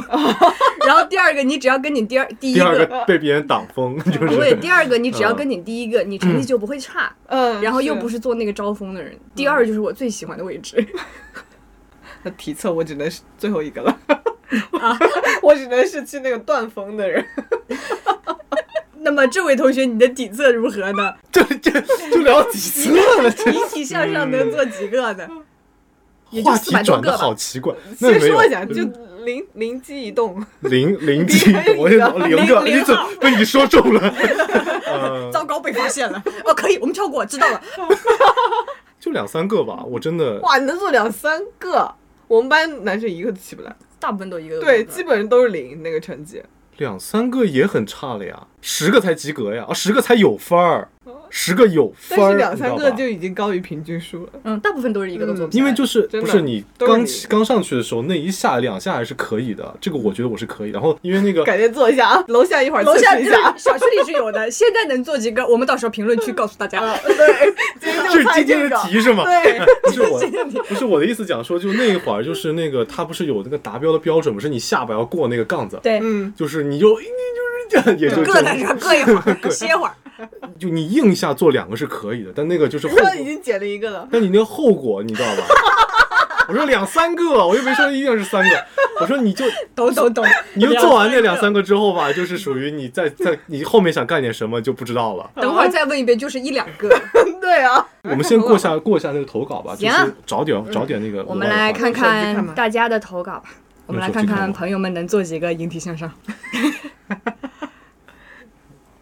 Speaker 4: 然后第二个你只要跟你第二第一
Speaker 3: 第二
Speaker 4: 个，
Speaker 3: 个被别人挡风，就
Speaker 4: 对，
Speaker 3: 是嗯
Speaker 4: 第二个你只要跟你第一个，你成绩就不会差。
Speaker 6: 嗯，
Speaker 4: 然后
Speaker 3: 啊
Speaker 4: 又不
Speaker 6: 是
Speaker 4: 是做那个招风的人，
Speaker 3: 嗯
Speaker 4: 第二就是我最喜欢的位置。 *laughs*
Speaker 6: 那体测，我只能是最后一个了。 *laughs* 我只能是去那个断风的人，
Speaker 4: 那么这位同学，你的体测如何
Speaker 3: *laughs*
Speaker 4: 呢？
Speaker 3: 这这就聊几次了，
Speaker 4: 引体向上能做几个呢？
Speaker 3: 这
Speaker 4: 就
Speaker 3: 话
Speaker 4: 四百
Speaker 3: 题
Speaker 4: 多
Speaker 3: 转
Speaker 4: 个吧
Speaker 3: 的好奇怪。那
Speaker 6: 先
Speaker 3: 没有
Speaker 6: 说一下，就灵灵机一动，
Speaker 3: 零零几，我也老零个，你怎么被你说中了？呃，
Speaker 4: 糟糕，被发现了！哦，可以，我们跳过，知道了。
Speaker 3: 就两三个吧，我真的
Speaker 6: 哇，你能做两三个，我们班男生一个都起不来，
Speaker 4: *laughs* 大部分都一个都
Speaker 6: 对，
Speaker 4: 不
Speaker 6: 基本上都是零那个成绩。
Speaker 3: 两三个也很差了呀，十个才及格呀，啊，十个才有分儿，十个有分
Speaker 6: 但
Speaker 3: 儿，
Speaker 6: 是两三
Speaker 3: 你知道
Speaker 6: 个
Speaker 3: 吧
Speaker 6: 就已经高于平均数了。
Speaker 4: 嗯，大部分都是一个都做不起来
Speaker 3: 因为就是
Speaker 6: 真的
Speaker 3: 不是你
Speaker 6: 都是
Speaker 3: 刚
Speaker 6: 你
Speaker 3: 起刚上去的时候那一下两下还是可以的，这个我觉得我是可以。然后因为那个
Speaker 6: 改天做一下啊，楼下一会儿
Speaker 4: 楼下
Speaker 6: 测试一
Speaker 4: 就
Speaker 6: 下。啊
Speaker 4: 是小区里是有 *laughs* 的，现在能做几个，我们到时候评论区告诉大 *laughs* 家。
Speaker 6: 对，今
Speaker 3: *laughs*
Speaker 6: 天
Speaker 3: 这
Speaker 6: 就是猜
Speaker 3: 今天
Speaker 6: 这
Speaker 3: 的
Speaker 6: 个。
Speaker 3: 题是吗？
Speaker 6: 对
Speaker 4: 呃
Speaker 3: 哎不是我， *laughs* 不是我的意思讲说，就那一会儿就是那个他不是有那个达标的标准吗，是你下巴要过那个杠子，
Speaker 4: *laughs* 对，
Speaker 3: *laughs*
Speaker 6: 嗯，
Speaker 3: 就是你就你就是这样，也就
Speaker 4: 各在这儿
Speaker 3: 就
Speaker 4: 各一会 *laughs* 儿，歇会儿。
Speaker 3: 就你硬下做两个是可以的，但那个就是后果
Speaker 6: *laughs* 我已经解了一个了。
Speaker 3: 但你那个后果你知道吧？ *laughs* 我说两三个，我又没说一定是三个，我说你就
Speaker 4: 懂懂懂，
Speaker 3: *laughs* 你就做完那两
Speaker 4: 个。
Speaker 3: 三个之后吧，就是属于你在在你后面想干点什么就不知
Speaker 4: *laughs*
Speaker 3: 道了。
Speaker 4: 等会儿再问一遍，就是一两个。
Speaker 6: 对啊，
Speaker 3: 我们先过下过一下那个投稿吧，就
Speaker 4: 行啊
Speaker 3: 是找点找点那个。
Speaker 4: 我们来看
Speaker 6: 手机看
Speaker 4: 看
Speaker 6: 吧
Speaker 4: 大家的投稿吧。我们来看看朋友们能做几个引体向上。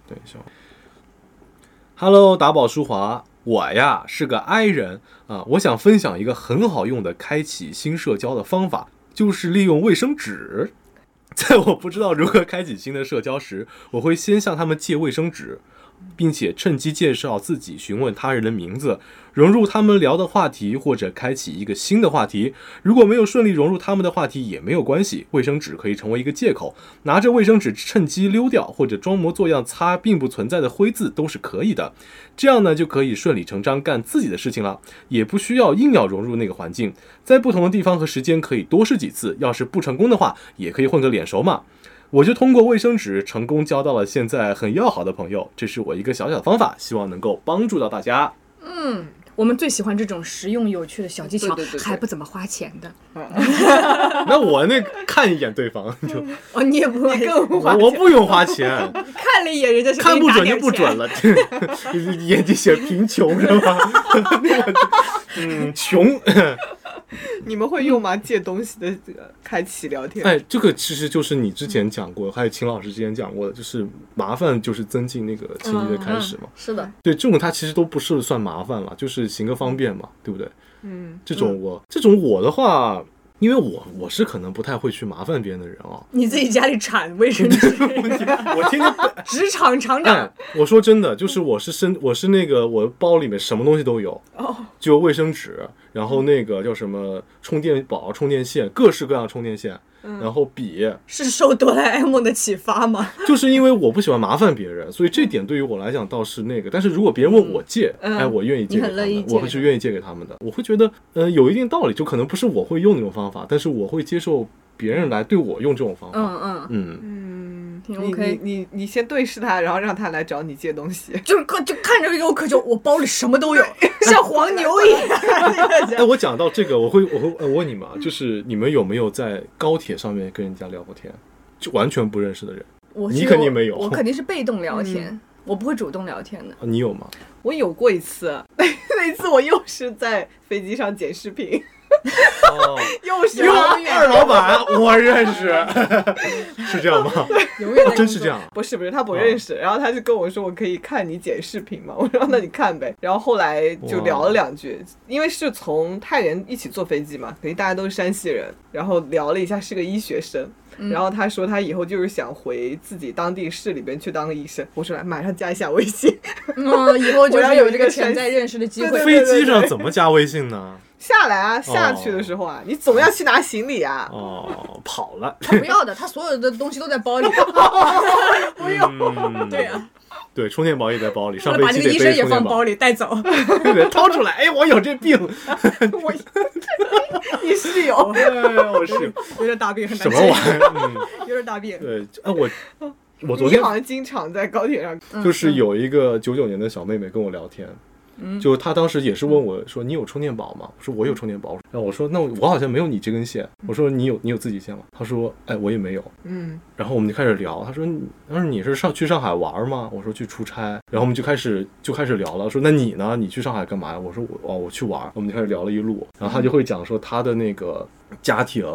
Speaker 3: 等一下。Hello，打宝舒华，我呀是个 I 人啊，我想分享一个很好用的开启新社交的方法，就是利用卫生纸。 *laughs* 在我不知道如何开启新的社交时，我会先向他们借卫生纸，并且趁机介绍自己，询问他人的名字，融入他们聊的话题，或者开启一个新的话题。如果没有顺利融入他们的话题也没有关系，卫生纸可以成为一个借口，拿着卫生纸趁机溜掉，或者装模作样擦并不存在的灰渍都是可以的。这样呢，就可以顺理成章干自己的事情了，也不需要硬要融入那个环境。在不同的地方和时间可以多试几次，要是不成功的话，也可以混个脸熟嘛。我就通过卫生纸成功交到了现在很要好的朋友，这是我一个小小的方法，希望能够帮助到大家。
Speaker 4: 我们最喜欢这种实用有趣的小技巧
Speaker 6: 对对对，对
Speaker 4: 还不怎么花钱的。
Speaker 3: 那我那看一眼对方，就
Speaker 4: 哦，你也不会
Speaker 3: 我我不用花钱，
Speaker 4: 看了一眼人家是
Speaker 3: 看
Speaker 4: 给你
Speaker 3: 不
Speaker 4: 打
Speaker 3: 准就
Speaker 4: 点
Speaker 3: 不准
Speaker 4: 钱。
Speaker 3: 了， *laughs* 眼睛写贫穷是吧？ *laughs* 那个
Speaker 4: *laughs*
Speaker 3: 嗯， *laughs* 穷，
Speaker 6: *laughs* 你们会用吗？借东西的这个开启聊天。
Speaker 3: 哎，这个其实就是你之前讲过，还有秦老师之前讲过的，就是麻烦就是增进那个情谊的开始嘛。
Speaker 4: 是的，
Speaker 3: 对，这种它其实都不是算麻烦了，就是行个方便嘛，对不对？
Speaker 6: 嗯，
Speaker 3: 这种我、这种我的话，因为我我是可能不太会去麻烦别人的人啊。 *laughs*
Speaker 4: 你自己家里产卫生纸，
Speaker 2: *laughs*
Speaker 3: 我天天
Speaker 4: 职场厂
Speaker 2: 嗯
Speaker 4: 长
Speaker 3: 哎，我说真的，就是我是身，我是那个我包里面什么东西都有，
Speaker 2: 哦
Speaker 3: 就卫生纸，然后那个叫什么充电宝、充电线，各式各样的充电线，
Speaker 2: 嗯
Speaker 3: 然后笔，
Speaker 2: 是受哆啦 A 梦的启发吗？
Speaker 3: 就是因为我不喜欢麻烦别人，所以这点对于我来讲倒是那个。但是如果别人问我借，
Speaker 6: 嗯
Speaker 3: 哎，我愿意借
Speaker 2: 你
Speaker 3: 给
Speaker 2: 很
Speaker 3: 他
Speaker 2: 乐意
Speaker 3: 们，
Speaker 2: 借
Speaker 3: 我
Speaker 2: 给
Speaker 3: 会是
Speaker 2: 他
Speaker 3: 愿意借给他们的。我会觉得，呃，有一定道理，就可能不是我会用那种方法，但是我会接受别人来对我用这种方法。
Speaker 2: 嗯嗯，
Speaker 3: 嗯，
Speaker 6: 嗯，
Speaker 2: 挺
Speaker 6: 你
Speaker 2: OK
Speaker 6: 你你你先对视他，然后让他来找你借东 *laughs* 西。
Speaker 2: 就是看就看着有可就我包里什么都有， *laughs* 像黄牛一样。
Speaker 3: 哎，我讲到这个，我会我会呃问你们啊，就是你们有没有在高铁上面跟人家聊过天，就完全不认识的人，
Speaker 2: 我
Speaker 3: 你
Speaker 2: 是
Speaker 3: 肯定没有
Speaker 2: 我肯定是被动聊天，我不会主动聊天的。
Speaker 3: 啊你有吗？
Speaker 6: 我有过一次， *laughs* 那那次我又是在飞机上剪视频，
Speaker 2: *laughs*
Speaker 3: 哦，
Speaker 6: 又是
Speaker 3: 哟，
Speaker 2: 啊
Speaker 6: 拉
Speaker 3: 啊二老板，我认识， *laughs* 是这
Speaker 2: *laughs*
Speaker 3: 样吗？
Speaker 2: 永远在
Speaker 3: 真是这样啊。
Speaker 6: 不是不是，他不
Speaker 3: 哦
Speaker 6: 认识，然后他就跟我说我可以看你剪视频 *laughs* 嘛，我说那你看呗，然后后来就聊了两句，因为是从太原一起坐飞机嘛，肯定大家都是山西人，然后聊了一下是个医学生，然后他说他以后就是想回自己当地市里边去当个医生，我说来马上加一下微信， *laughs*
Speaker 2: 嗯，以后就是有这个潜
Speaker 6: 我要
Speaker 2: 在
Speaker 6: 有一个
Speaker 2: 认识的机
Speaker 6: 对
Speaker 2: *laughs*
Speaker 6: 对
Speaker 2: 会。
Speaker 3: 飞机上怎么加微信呢？
Speaker 6: 下来啊，下去的时候啊，你总要去拿行李啊，
Speaker 3: 哦，跑了。
Speaker 2: 他不要的，他所有的东西都在包 *laughs* 里。
Speaker 3: 嗯，
Speaker 2: 对啊，
Speaker 3: 对，充电宝也在包里，
Speaker 2: 为
Speaker 3: 上
Speaker 2: 了
Speaker 3: 飞
Speaker 2: 把
Speaker 3: 机
Speaker 2: 那个
Speaker 3: 得
Speaker 2: 医生
Speaker 3: 背
Speaker 2: 也
Speaker 3: 充电
Speaker 2: 放
Speaker 3: 宝
Speaker 2: 包，里带走。
Speaker 3: *laughs* 对对，掏出来，哎，我有这
Speaker 2: *laughs*
Speaker 3: 病，
Speaker 6: 我 *laughs* 你室友
Speaker 3: 哎，我是
Speaker 2: 有点大病，很难
Speaker 3: 什么
Speaker 2: 治
Speaker 3: 玩意儿？嗯，
Speaker 2: 有点大病。
Speaker 3: 对，哎，我我昨
Speaker 6: 你
Speaker 3: 天
Speaker 6: 好像经常在高铁上，
Speaker 3: 就是有一个九九年的小妹妹跟我聊天，就她当时也是问我说：“你有充电宝吗？”我说：“我有充电宝。”然后我说：“那我好像没有你这根线。”我说：“你有你有自己线吗？”她说：“哎，我也没有。”
Speaker 6: 嗯，
Speaker 3: 然后我们就开始聊，他说你：“他说你是上去上海玩吗？”我说：“去出差。”然后我们就开始就开始聊了，说：“那你呢？你去上海干嘛？”我说：“我哦，我去玩。”我们就开始聊了一路，然后他就会讲说他的那个家庭。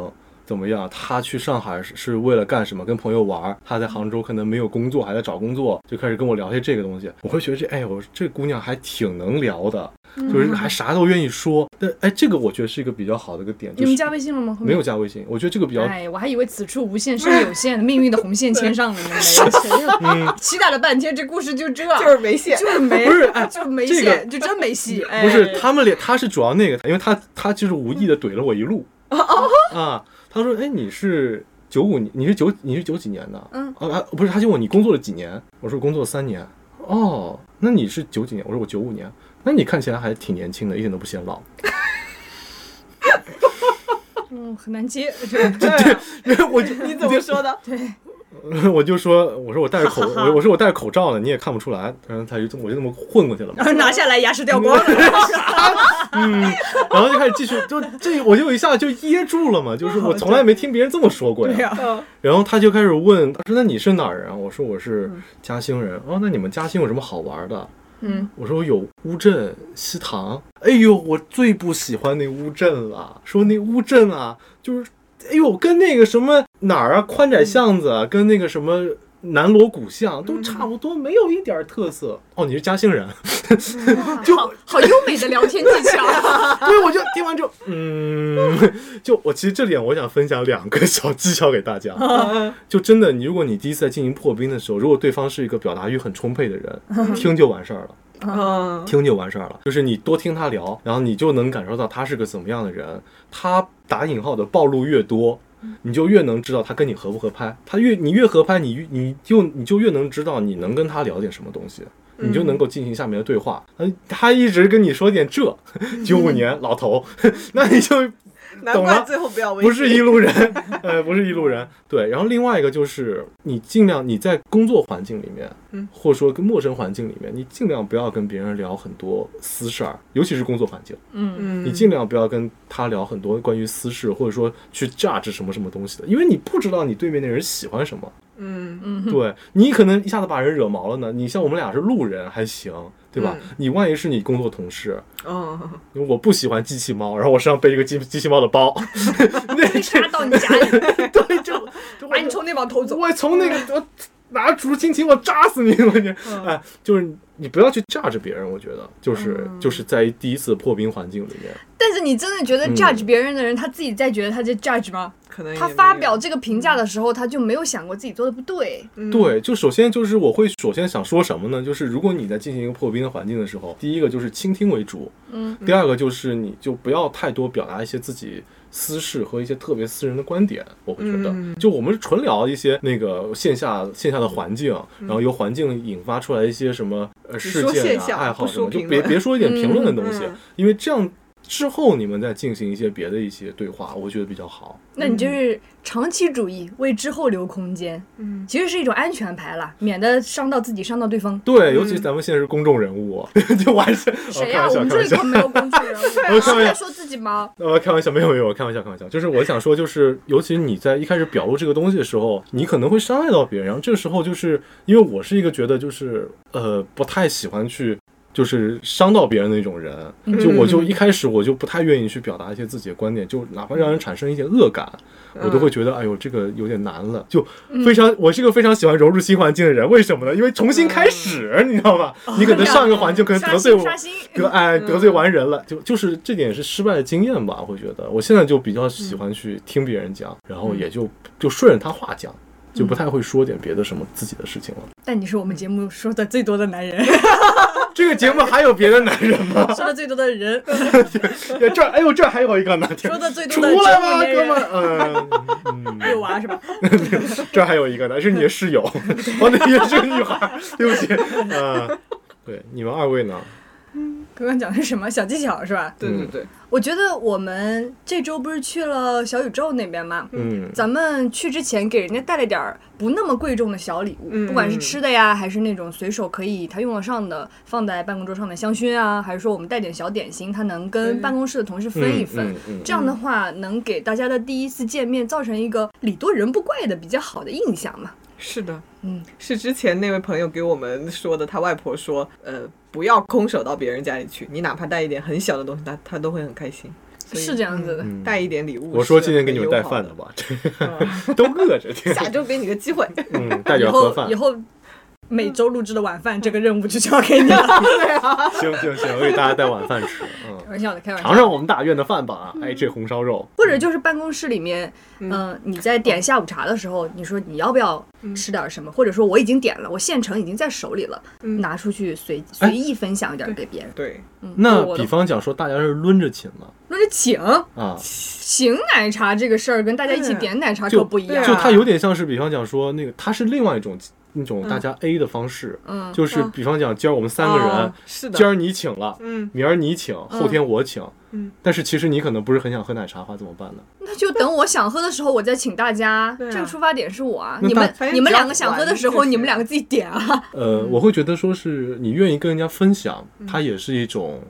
Speaker 3: 怎么样？他去上海是是为了干什么？跟朋友玩儿。他在杭州可能没有工作，还在找工作，就开始跟我聊些这个东西。我会觉得这，哎，我这姑娘还挺能聊的，
Speaker 2: 嗯
Speaker 3: 就是还啥都愿意说。但哎，这个我觉得是一个比较好的一个点。就
Speaker 2: 你
Speaker 3: 是、
Speaker 2: 们加微信了吗？后面
Speaker 3: 没有。加微信，我觉得这个比较
Speaker 2: 哎，我还以为此处无限是有限，命运的红线牵上了呢。
Speaker 3: *laughs*
Speaker 2: 没有，期待了半天，这故事就这，
Speaker 6: 就是没线，
Speaker 2: 就是没，
Speaker 3: 嗯不是哎
Speaker 2: 就没
Speaker 3: 这个
Speaker 2: 戏，就真没戏。哎
Speaker 3: 不是他们俩，他是主要那个，因为他他就是无意的怼了我一路
Speaker 6: 哦
Speaker 3: 啊。他说：“哎，你是九五年，你是九你是九几年的？
Speaker 2: 嗯
Speaker 3: 啊啊，不是，他就问你工作了几年？我说工作三年。哦，那你是九几年？我说我九五年。那你看起来还挺年轻的，一点都不显老。 *laughs*
Speaker 2: 嗯，很难接。这个
Speaker 3: 我就
Speaker 6: 啊你怎么说 *laughs* 的？
Speaker 3: *laughs* 我就说，我说我戴着口，我我说我戴着口罩呢，你也看不出来。然后他就这么我就这么混过去了嘛
Speaker 2: 然。后拿下来，牙齿掉光了。
Speaker 3: 嗯 *laughs* 然后就开始继续，就这我就一下就噎住了
Speaker 2: *laughs*
Speaker 3: 嘛，就是我从来没听别人这么说过呀。
Speaker 6: 嗯
Speaker 3: 然后他就开始问，他说：“那你是哪儿人啊？”我说：“我是嘉兴人。哦，那你们嘉兴有什么好玩的？
Speaker 2: 嗯，
Speaker 3: 我说有乌镇、西塘。哎呦，我最不喜欢那乌镇了。说那乌镇啊，就是哎呦，跟那个什么哪儿啊，宽窄巷子啊，
Speaker 2: 嗯
Speaker 3: 跟那个什么南锣鼓巷都差不多，没有一点儿特色。哦，你是嘉兴人， *laughs* 就
Speaker 2: 好优美的聊天技
Speaker 3: *laughs*
Speaker 2: 巧。
Speaker 3: 对，我就听完就嗯， *laughs* 就我其实这点我想分享两个小技巧给大家。
Speaker 6: 嗯
Speaker 3: 就真的，你如果你第一次在进行破冰的时候，如果对方是一个表达欲很充沛的人，听就完事儿了。
Speaker 6: 嗯，
Speaker 3: 听就完事儿了。就是你多听他聊，然后你就能感受到他是个怎么样的人。他打引号的暴露越多，你就越能知道他跟你合不合拍。他越你越合拍，你越你就你就越能知道你能跟他聊点什么东西。你就能够进行下面的对话。嗯，他一直跟你说点这，九五年老头， *laughs* 那你就
Speaker 6: 难
Speaker 3: 懂
Speaker 6: 怪
Speaker 3: 了
Speaker 6: 最后不要微信，
Speaker 3: 不是一路人， *laughs* 呃，不是一路人。对，然后另外一个就是，你尽量你在工作环境里面，
Speaker 6: 嗯
Speaker 3: 或者说跟陌生环境里面，你尽量不要跟别人聊很多私事儿，尤其是工作环境，
Speaker 6: 嗯，
Speaker 3: 你尽量不要跟他聊很多关于私事，或者说去 judge 什么什么东西的，因为你不知道你对面的人喜欢
Speaker 6: *laughs*
Speaker 3: 什么。
Speaker 6: 嗯
Speaker 3: 对你可能一下子把人惹毛了呢。你像我们俩是路人还行，对吧？你万一是你工作同事，
Speaker 6: 嗯，
Speaker 3: 因为我不喜欢机器猫，然后我身上背一个机机器猫的包，那这
Speaker 2: 插到你家里， *laughs*
Speaker 3: 对就就
Speaker 2: 把你充电宝偷走。
Speaker 3: 我从那个我拿竹蜻蜓，我扎死你了！你哎，就是你不要去榨着别人，我觉得就是就是在第一次破冰环境里面，
Speaker 2: 但是你真的觉得
Speaker 3: 嗯
Speaker 2: judge 别人的人，他自己在觉得他在 judge 吗？
Speaker 6: 可能也
Speaker 2: 他
Speaker 6: 没
Speaker 2: 发
Speaker 6: 有
Speaker 2: 表这个评价的时候，他就没有想过自己做的不对。
Speaker 6: 嗯
Speaker 3: 对，就首先就是我会首先想说什么呢？就是如果你在进行一个破冰的环境的
Speaker 6: 嗯
Speaker 3: 时候，第一个就是倾听为主，嗯，第二个就是你就不要太多表达一些自己私事和一些特别私人的观点，我会觉得，
Speaker 6: 嗯
Speaker 3: 就我们纯聊一些那个线下线下的环境，然后由环境引发出来一些什么呃事
Speaker 6: 嗯说
Speaker 3: 件
Speaker 6: 现
Speaker 3: 啊、
Speaker 6: 象
Speaker 3: 爱好
Speaker 6: 不
Speaker 3: 什么，
Speaker 6: 说
Speaker 3: 就
Speaker 6: 评
Speaker 3: 别
Speaker 6: 论
Speaker 3: 别说一点评论的东西，
Speaker 6: 嗯嗯
Speaker 3: 因为这样之后你们再进行一些别的一些对话，我觉得比较好。
Speaker 8: 嗯
Speaker 4: 那你就是长期主义，为之后留空间，
Speaker 6: 嗯，
Speaker 4: 其实是一种安全牌了，免得伤到自己，伤到对方。
Speaker 3: 对，尤
Speaker 6: 嗯
Speaker 3: 其咱们现在是公众人物， *laughs* 就我还是哦
Speaker 8: 谁
Speaker 3: 开
Speaker 8: 呀、
Speaker 3: 玩
Speaker 8: 我
Speaker 3: 笑，
Speaker 8: 们这
Speaker 3: 开玩
Speaker 8: 里
Speaker 3: 笑
Speaker 8: 头。没有公众人
Speaker 3: *laughs*
Speaker 8: 物，
Speaker 3: 我开
Speaker 8: 是
Speaker 3: 玩笑
Speaker 8: 在说自己吗？
Speaker 3: 呃，开玩笑，没有没有，开玩笑，开玩笑，就是我想说，就是尤其你在一开始表露这个东西的时候，你可能会伤害到别人，然后这个时候就是因为我是一个觉得就是呃不太喜欢去。就是伤到别人的那种人，就
Speaker 4: 嗯
Speaker 3: 我就一开始我就不太愿意去表达一些自己的观点，就哪怕让人产生一些恶感，我都会觉得哎呦这个有点难了，就非常我是一个非常喜欢融入新环境的人，为什么呢？因为重新开始，你知道吧？你可能上一个环境可能得罪我，
Speaker 4: 刷新，
Speaker 3: *laughs* 得哎
Speaker 4: 嗯
Speaker 3: 得罪完人了，就就是这点也是失败的经验吧。我觉得我现在就比较喜欢去听别人
Speaker 4: 嗯
Speaker 3: 讲，然后也就就顺着他话讲，就不太会说点别的什么自己的事情了。
Speaker 4: 但你是我们节目说的最多的男人，
Speaker 3: *laughs* 这个节目还有别的男
Speaker 4: *laughs*
Speaker 3: 人吗？
Speaker 4: 说的最多的
Speaker 3: *laughs*
Speaker 4: 人，
Speaker 3: 这儿哎呦这儿还有一个呢，天
Speaker 4: 说的最
Speaker 3: 出 *laughs*
Speaker 4: 多的
Speaker 3: 来吧
Speaker 4: 节目内
Speaker 3: 哥
Speaker 4: 人
Speaker 3: 们儿，嗯嗯，
Speaker 4: 六娃是吧？
Speaker 3: *laughs* 这儿还有一个呢，是你的
Speaker 4: *laughs*
Speaker 3: 室友，哦那也是个女孩，对不起，啊，对，你们二位呢？
Speaker 4: 刚刚讲的是什么小技巧是吧？
Speaker 6: 对对
Speaker 3: 嗯
Speaker 6: 对，
Speaker 4: 我觉得我们这周不是去了小宇宙那边吗？
Speaker 3: 嗯
Speaker 4: 咱们去之前给人家带了点儿不那么贵重的小礼物，
Speaker 6: 嗯
Speaker 4: 不管是吃的呀，还是那种随手可以他用得上的放在办公桌上的香薰啊，还是说我们带点小点心，他能跟
Speaker 6: 嗯
Speaker 4: 办公室的同事分一
Speaker 3: 嗯
Speaker 4: 分。
Speaker 3: 嗯嗯，
Speaker 4: 这样的话，能给大家的第一次见面造成一个礼多人不怪的比较好的印象嘛？
Speaker 6: 是的，
Speaker 4: 嗯，
Speaker 6: 是之前那位朋友给我们说的，他外婆说，呃，不要空手到别人家里去，你哪怕带一点很小的东西，他他都会很开心。所以
Speaker 4: 是这样子的。
Speaker 3: 嗯
Speaker 6: 带一点礼物。
Speaker 3: 我说今天给你们带饭的？吧， *laughs* 这都饿着天。
Speaker 6: 下周给你个机会。
Speaker 3: 嗯，带
Speaker 4: 以
Speaker 3: 点盒
Speaker 4: 后
Speaker 3: 饭
Speaker 4: 以。后每周录制的晚饭这个任务就交给你
Speaker 6: 嗯
Speaker 4: 了。
Speaker 3: 行行行，我给大家带晚饭吃。嗯，
Speaker 4: *laughs* 开玩笑的，开玩笑
Speaker 3: 尝。尝我们大院的饭吧。哎，这红烧肉，
Speaker 4: 或
Speaker 6: 嗯
Speaker 4: 者就是办公室里面，嗯、你在
Speaker 6: 哦
Speaker 4: 点下午茶的时候，你说你要不要
Speaker 6: 嗯
Speaker 4: 吃点什么，或者说我已经点了，我现成已经在手里了，拿出去随随意分享一点给别人。
Speaker 6: *laughs* 嗯哎
Speaker 4: 嗯
Speaker 6: 对，
Speaker 3: 那
Speaker 4: 我的
Speaker 3: 比方讲说，大家是抡着请嘛？
Speaker 4: 那就请
Speaker 3: 啊，
Speaker 4: 请奶茶这个事儿跟大家一起点奶茶
Speaker 3: 就
Speaker 4: 可不一样。啊
Speaker 3: 就它有点像是，比方讲说那个，它是另外一种那种大家 A 的方式，
Speaker 4: 嗯
Speaker 3: 就是比方讲今儿我们三个人啊
Speaker 6: 哦，是的
Speaker 3: 今儿你请了，
Speaker 6: 嗯，
Speaker 3: 明儿你请，后天我请，
Speaker 6: 嗯，
Speaker 3: 但是其实你可能不是很想喝奶茶的话，怎么办呢？
Speaker 4: 那就等我想喝的时候，我再请大家。
Speaker 6: 对啊
Speaker 4: 这个出发点是我啊，
Speaker 3: 那
Speaker 4: 你们
Speaker 6: 大
Speaker 4: 你们两个想喝的时
Speaker 6: 反正只要
Speaker 4: 候，
Speaker 6: 玩
Speaker 4: 你们两个自己点
Speaker 6: *laughs*
Speaker 4: 啊。
Speaker 3: 呃，我会觉得说是你愿意跟人家分享，
Speaker 4: 嗯
Speaker 3: 它也是一种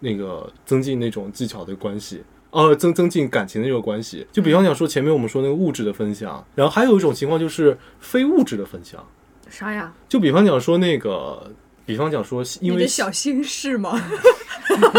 Speaker 3: 那个增进那种技巧的关系。呃，增增进感情的这个关系，就比方讲说前面我们说那个物质的分
Speaker 4: 嗯
Speaker 3: 享，然后还有一种情况就是非物质的分享，
Speaker 4: 啥呀？
Speaker 3: 就比方讲说那个，比方讲说因
Speaker 4: 你
Speaker 3: 为
Speaker 4: 的小心
Speaker 3: *laughs*
Speaker 4: 事吗？ *laughs*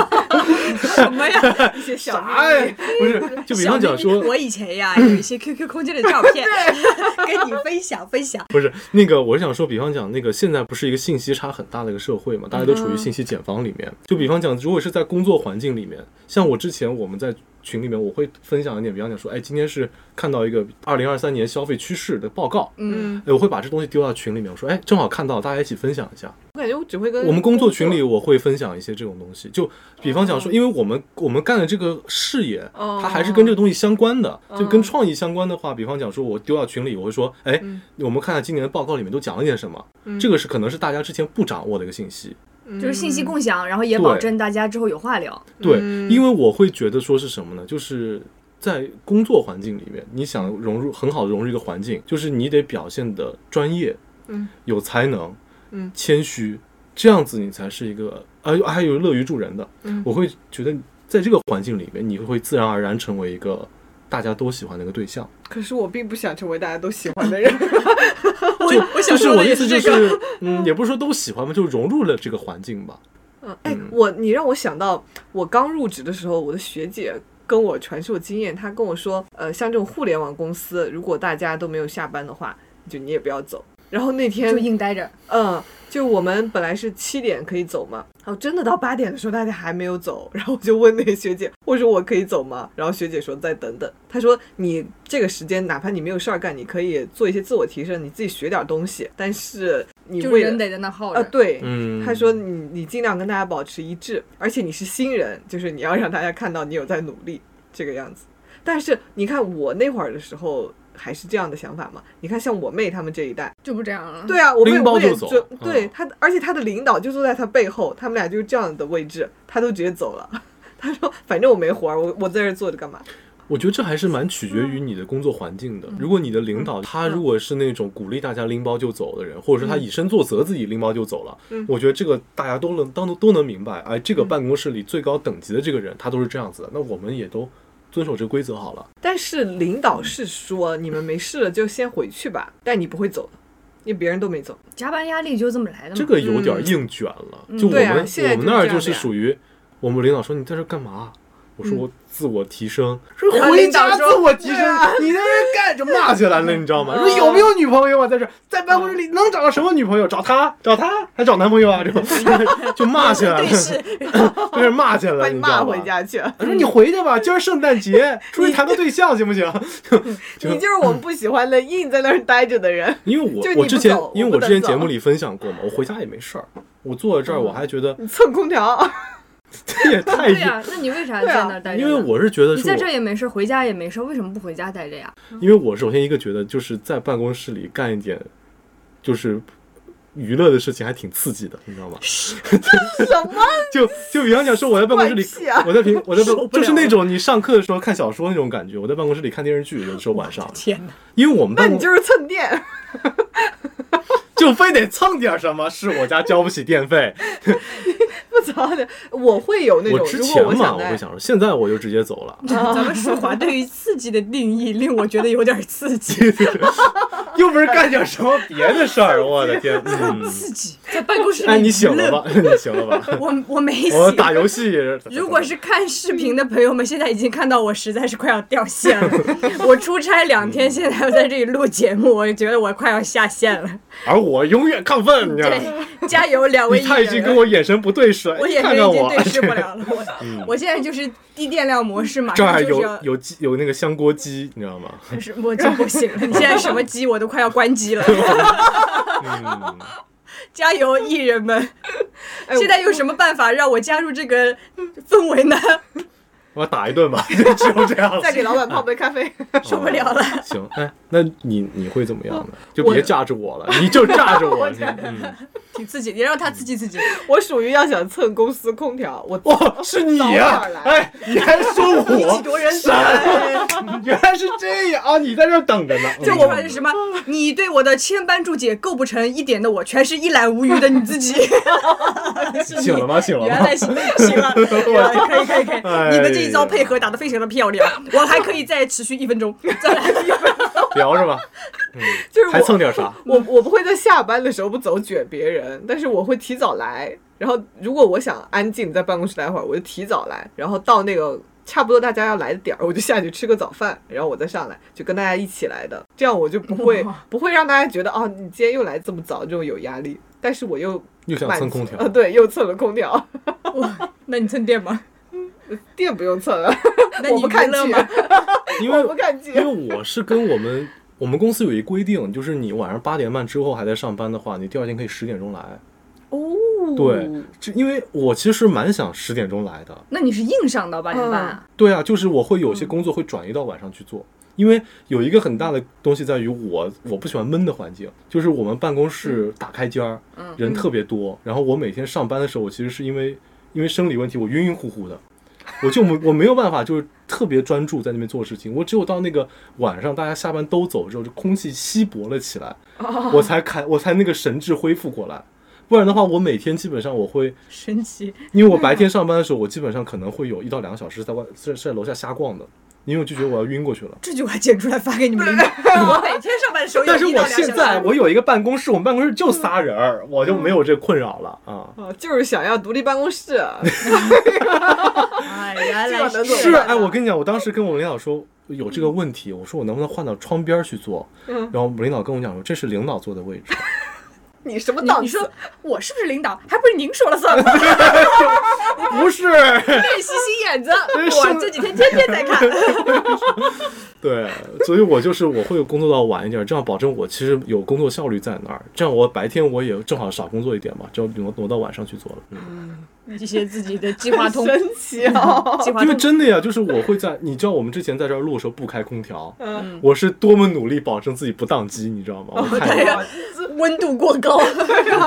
Speaker 4: 什么呀？
Speaker 6: 一些小
Speaker 3: 啥
Speaker 6: 秘
Speaker 3: 呀？
Speaker 6: 密
Speaker 3: 哎不是，就比方讲
Speaker 4: 小秘
Speaker 3: 说
Speaker 4: 密我以前呀有一些 QQ 空间的照片， *laughs* 跟你分享分享。
Speaker 3: 不是那个，我是想说，比方讲，那个现在不是一个信息差很大的一个社会嘛，大家都处于信息茧房里面。就比方讲，如果是在工作环境里面，像我之前我们在群里面，我会分享一点，比方讲说，哎，今天是看到一个二零二三年消费趋势的报告，
Speaker 4: 嗯，
Speaker 3: 哎，我会把这东西丢到群里面，我说，哎，正好看到，大家一起分享一下。
Speaker 6: 我感觉我只会跟
Speaker 3: 我们工作群里我会分享一些这种东西，就比方讲说，因为我们我们干的这个事业，
Speaker 6: 嗯哦嗯
Speaker 3: 它还是跟这个东西相关的，就跟创意相关的话，比方讲说，我丢到群里，我会说，哎，
Speaker 6: 嗯
Speaker 3: 我们看看今年的报告里面都讲了点什么，这个是可能是大家之前不掌握的一个信息。
Speaker 4: 就是信息共享，然后也
Speaker 3: 对
Speaker 4: 保证大家之后有话聊。
Speaker 3: 对，
Speaker 4: 嗯
Speaker 3: 因为我会觉得说是什么呢？就是在工作环境里面，你想融入很好地融入一个环境，就是你得表现的专业，
Speaker 6: 嗯，
Speaker 3: 有才能，
Speaker 6: 嗯，
Speaker 3: 谦虚，这样子你才是一个，而还有乐于助人的。
Speaker 6: 嗯
Speaker 3: 我会觉得在这个环境里面，你会自然而然成为一个大家都喜欢的一个对象。
Speaker 6: 可是我并不想成为大家都喜欢的人。
Speaker 4: *laughs* 我
Speaker 3: 就
Speaker 4: 我
Speaker 3: 就
Speaker 4: 想
Speaker 3: 是
Speaker 4: 说
Speaker 3: 我
Speaker 4: 的
Speaker 3: 的意
Speaker 4: 也
Speaker 3: 思
Speaker 4: 是
Speaker 3: 就
Speaker 4: 这
Speaker 3: 是
Speaker 4: 个。，
Speaker 3: 嗯，也不是说都喜欢吧，就融入了这个环境
Speaker 4: *laughs*
Speaker 3: 吧。
Speaker 6: 嗯， *laughs* 哎，我你让我想到我刚入职的时候，我的学姐跟我传授经验，她跟我说，呃，像这种互联网公司，如果大家都没有下班的话，就你也不要走。然后那天
Speaker 4: 就硬待着，
Speaker 6: 嗯，就我们本来是七点可以走嘛，然后真的到八点的时候大家还没有走，然后我就问那个学姐，我说我可以走吗？然后学姐说再等等，她说你这个时间哪怕你没有事儿干，你可以做一些自我提升，你自己学点东西，但是你
Speaker 4: 就是
Speaker 6: 为
Speaker 4: 人
Speaker 6: 了
Speaker 4: 得在那耗
Speaker 6: 啊，
Speaker 4: 着。
Speaker 6: 对，
Speaker 3: 嗯
Speaker 6: 她说你你尽量跟大家保持一致，而且你是新人，就是你要让大家看到你有在努力这个样子。但是你看我那会儿的时候。还是这样的想法嘛？你看，像我妹他们这一代，
Speaker 9: 就不这样了。
Speaker 6: 对啊，我妹
Speaker 3: 拎包
Speaker 6: 我也
Speaker 3: 就走
Speaker 6: 就
Speaker 3: 嗯
Speaker 6: 对他，而且他的领导就坐在他背后，他们俩就是这样的位置，他都直接走了。 *laughs* 他说：“反正我没活儿，我我在这儿坐着干嘛
Speaker 3: 我觉得这还是蛮取决于你的工作环境的。如果你的领导他如果是那种鼓励大家拎包就走的人，或者说他以身作则自己拎包就走了，我觉得这个大家都能当都能明白。哎，这个办公室里最高等级的这个人他都是这样子的，那我们也都遵守这个规则好了。？”
Speaker 6: 但是领导是说：“你们没事了，就先回去吧。”但你不会走的，因为别人都没走。
Speaker 9: 加班压力就这么来的嘛。
Speaker 3: 这个有点硬卷了。就我
Speaker 6: 嗯对
Speaker 3: 们、
Speaker 6: 啊现在
Speaker 3: 我们那儿
Speaker 6: 就是这样的呀嗯
Speaker 3: 就是属于我们领导说你在这干嘛？我说我自我提升，
Speaker 9: 然后
Speaker 3: 回
Speaker 9: 领导
Speaker 3: 家
Speaker 9: 说
Speaker 3: 自我提升，
Speaker 6: 啊
Speaker 3: 你在这干就骂起来了，你知道吗？
Speaker 6: 嗯
Speaker 3: 说有没有女朋友啊？在这在办公室里能找到什么女朋友？找他，找他，还找男朋友啊？这种
Speaker 6: *laughs*
Speaker 3: 就骂起来了，在这骂起来
Speaker 6: 把
Speaker 3: 了，
Speaker 6: 你
Speaker 3: 你知
Speaker 6: 骂
Speaker 3: 道吗
Speaker 6: 回？家嗯去。
Speaker 3: 说你回去吧，今儿圣诞
Speaker 6: *laughs*
Speaker 3: 节，出去谈个对象行不行？就
Speaker 6: 你就是我们不喜欢的，硬在那儿待着的人。
Speaker 3: 因为我
Speaker 6: 就你
Speaker 3: 我
Speaker 6: 不
Speaker 3: 之前
Speaker 6: 走
Speaker 3: 因为
Speaker 6: 我不
Speaker 3: 我
Speaker 6: 能
Speaker 3: 之前节
Speaker 6: 走嗯
Speaker 3: 目里分享过嘛，我回家也没事儿，我坐在这儿我还觉
Speaker 6: *laughs*
Speaker 3: 得
Speaker 6: 你蹭空调，
Speaker 3: 这也太
Speaker 9: 对呀、那你为
Speaker 4: 啊
Speaker 9: 啥在那儿待着
Speaker 3: 因
Speaker 9: 呢？
Speaker 3: 为我是觉得
Speaker 9: 你
Speaker 3: 说
Speaker 9: 在这
Speaker 3: 我，
Speaker 9: 儿也没事，回家也没事，为什么不回家待着呀？
Speaker 3: 因为我首先一个觉得就是在办公室里干一点就是娱乐的事情还挺刺激的，你知道吗？
Speaker 6: 什么？
Speaker 3: 就就比方讲说我在办公室里
Speaker 6: 怪气啊，
Speaker 3: 我在平我在办
Speaker 9: 不了
Speaker 3: 就是那种你上课的时候看小说那种感觉，我在办公室里看电视剧，有的时候晚上，天哪！因为我们
Speaker 6: 那
Speaker 3: 办
Speaker 6: 你
Speaker 3: 公
Speaker 6: 就是蹭电。 *laughs*
Speaker 3: 就非得蹭点什么，是我家交不起电费。
Speaker 6: 不操的，我会有 *laughs* 那
Speaker 3: 我
Speaker 6: 种。
Speaker 3: 之
Speaker 6: 如
Speaker 3: 前
Speaker 6: 果我
Speaker 3: 嘛，
Speaker 6: 想
Speaker 3: 我
Speaker 6: 在
Speaker 3: 会想说，现在我就直接走了， *laughs*
Speaker 4: 咱们舒华对于刺激的定义令我觉得有点刺激，
Speaker 3: 又不是干点什么别的事儿，我的天！嗯，
Speaker 6: *laughs*
Speaker 4: 刺激在办公室里。
Speaker 3: 哎，你醒了吧？ *laughs* 你醒了吧？
Speaker 4: 我我没
Speaker 3: 我
Speaker 4: 醒。
Speaker 3: 打游戏也是。
Speaker 4: 如果是看视频的朋友们，现在已经看到我实在是快要掉
Speaker 3: *laughs*
Speaker 4: 线了。我出差两天，现在又在这里录节目，我觉得我快要下线了。
Speaker 3: 而我永远亢奋，你知道吗？
Speaker 4: 对，加油，两位
Speaker 3: 你
Speaker 4: 艺
Speaker 3: 他已经
Speaker 4: 人！
Speaker 3: 跟我眼神不对视了，
Speaker 4: 我
Speaker 3: 你
Speaker 4: 眼神
Speaker 3: 看看
Speaker 4: 已经
Speaker 3: 我，嗯
Speaker 4: 对视不了
Speaker 3: *laughs*
Speaker 4: 了，我、我现在就是低电量模式，马
Speaker 3: 这儿
Speaker 4: 上就
Speaker 3: 有
Speaker 4: 是要，
Speaker 3: 有鸡有那个香锅鸡，你知道吗？
Speaker 4: 是我就不行了。你现
Speaker 3: *laughs*
Speaker 4: 在什么机我都快要关机了。
Speaker 3: 嗯
Speaker 4: 加油，艺人们！
Speaker 6: 我
Speaker 4: 现在有什么办法让我加入这个氛围呢？
Speaker 3: 我打一顿吧， *laughs* 就只有这样了
Speaker 6: 再。给老板泡杯咖啡。
Speaker 3: 啊哦
Speaker 4: 受不了了。
Speaker 3: 行，哎，那你你会怎么样呢？就
Speaker 6: 我
Speaker 3: 别架着我了，你就架着我。嗯，
Speaker 4: 挺刺激，也让他刺激刺激。
Speaker 6: *laughs* 我属于要想蹭公司空调，我
Speaker 3: 哇，是你呀、
Speaker 6: 早点来
Speaker 3: 哎，你还说我
Speaker 6: 夺人
Speaker 3: 神， *laughs* 原来是这样啊！你在这儿等着呢。
Speaker 4: *laughs* 这我发
Speaker 3: 嗯
Speaker 4: 现什么？你对我的千般注解构不成一点的我，全是一览无余的你自己。
Speaker 3: 醒了吗？醒了
Speaker 4: 原
Speaker 3: 吗
Speaker 4: 来？行行 *laughs* 了，原来可以可以可以，
Speaker 3: 哎呀
Speaker 4: 你们这一招配合打得非常的漂 *laughs* 亮，我还可以再持续一分钟，再来一分钟。
Speaker 3: 聊是吧？嗯
Speaker 6: 就是我
Speaker 3: 还蹭点啥？
Speaker 6: 我我不会在下班的时候不走卷别人，但是我会提早来。然后如果我想安静在办公室待会儿，我就提早来，然后到那个差不多大家要来的点儿，我就下去吃个早饭，然后我再上来，就跟大家一起来的。这样我就不会不会让大家觉得哦，你今天又来这么早，这种有压力。但是我又
Speaker 3: 又想
Speaker 6: 满
Speaker 3: 蹭空调
Speaker 6: 呃，对，又蹭了空调，
Speaker 4: 那你蹭电 *laughs* 吗？
Speaker 6: 电不用蹭了，
Speaker 4: 那
Speaker 6: 我
Speaker 4: 你
Speaker 6: 不看
Speaker 4: 娱乐
Speaker 6: 剧，
Speaker 4: 吗？
Speaker 3: 因为
Speaker 6: 我不看剧
Speaker 3: 因。为我是跟我们我们公司有一规定，就是你晚上八点半之后还在上班的话，你第二天可以十点钟来。
Speaker 6: 哦，
Speaker 3: 对，这因为我其实蛮想十点钟来的。
Speaker 9: 那你是硬上到八点半
Speaker 4: 嗯
Speaker 9: 啊？
Speaker 3: 对啊，就是我会有些工作会转移到晚上去做，因为有一个很大的东西在于我我不喜欢闷的环境，就是我们办公室打开间儿，人特别多，然后我每天上班的时候，我其实是因为因为生理问题，我晕晕乎乎的。我就没我没有办法，就是特别专注在那边做事情。我只有到那个晚上，大家下班都走之后，就空气稀薄了起来，我才看，我才那个神智恢复过来。不然的话，我每天基本上我会
Speaker 4: 神奇，
Speaker 3: 因为我白天上班的时候，我基本上可能会有一到两个小时在外是是在楼下瞎逛的，因为我就觉得我要晕过去了。
Speaker 4: 这句话剪出来发给你们领导。 *laughs* 我每天上班的时候有
Speaker 3: 但是
Speaker 4: 一到
Speaker 3: 我
Speaker 4: 两小时，啊
Speaker 3: 现在我有一个办公室，我们办公室就仨人儿，我就没有这困扰了啊。
Speaker 6: 啊，就是想要独立办公室，啊
Speaker 3: *laughs*
Speaker 4: 哎，原
Speaker 6: *laughs* 这样
Speaker 4: 来是
Speaker 6: 能怎
Speaker 3: 是，
Speaker 6: 么办
Speaker 3: 哎，我跟你讲，我当时跟我们领导说有这个问题，我说我能不能换到窗边儿去坐，然后我们领导跟我讲说这是领导坐的位置，
Speaker 6: 你什么
Speaker 4: 你
Speaker 6: 档
Speaker 4: 你
Speaker 6: 次？
Speaker 4: 说 *laughs* 我是不是领导？还 *laughs* 不是您说了算吗？
Speaker 3: *laughs* 不是，
Speaker 4: 对，洗洗眼子，
Speaker 3: 是
Speaker 4: 我这几天天天在 *laughs* 看。
Speaker 3: 对，所以我就是我会工作到晚一点，这样保证我其实有工作效率在那儿，这样我白天我也正好少工作一点嘛，就挪挪到晚上去做了。嗯，
Speaker 4: 一些自己的计划 *laughs* 通
Speaker 6: 神奇哦！
Speaker 4: 计划
Speaker 3: 因为
Speaker 4: 通。
Speaker 3: 真的呀，就是我会在，你知道我们之前在这儿录的时候不开空调，
Speaker 4: 嗯
Speaker 6: 嗯
Speaker 3: 我是多么努力保证自己不宕机，你知道吗？我太
Speaker 4: 哦对呀、温度过高，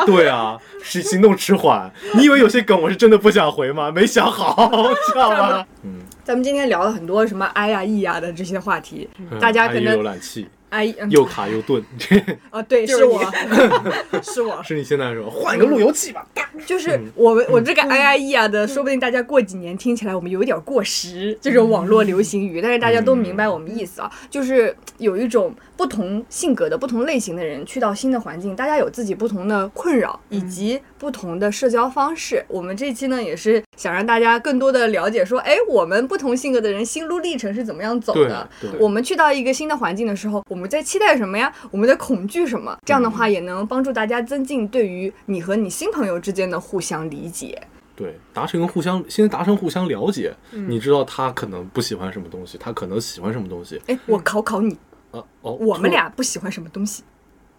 Speaker 3: 对啊，是行动迟缓。你以为有些梗我是真的不想回吗？没想好， *laughs* 知道吗？
Speaker 4: *laughs* 咱们今天聊了很多什么 i 呀 e 呀的这些话题，大家
Speaker 3: 嗯
Speaker 4: 可
Speaker 3: 还有浏
Speaker 4: 能
Speaker 3: 览器
Speaker 4: i 嗯
Speaker 3: 又卡又顿，
Speaker 4: 啊，对，
Speaker 6: 就是
Speaker 4: 我，是我，
Speaker 3: 是你现在说换一个路由器吧？
Speaker 4: 就是我们我这个 i i e 啊的，说不定大家过几年听起来我们有一点过时，这种网络流行语，但是大家都明白我们意思啊，就是有一种不同性格的、不同类型的人去到新的环境，大家有自己不同的困扰以及不同的社交方式。我们这期呢也是想让大家更多的了解，说，哎，我们不同性格的人心路历程是怎么样走的
Speaker 3: 对对？
Speaker 4: 我们去到一个新的环境的时候，我们在期待什么呀？我们在恐惧什么？这样
Speaker 3: 嗯
Speaker 4: 的话也能帮助大家增进对于你和你新朋友之间的互相理解。
Speaker 3: 对，达成互相，先达成互相了解。
Speaker 4: 嗯
Speaker 3: 你知道他可能不喜欢什么东西，他可能喜欢什么东西。
Speaker 4: 哎，我考考你，
Speaker 3: 啊哦，
Speaker 4: 我
Speaker 3: 突
Speaker 4: 们
Speaker 3: 然
Speaker 4: 俩不喜欢什么东西？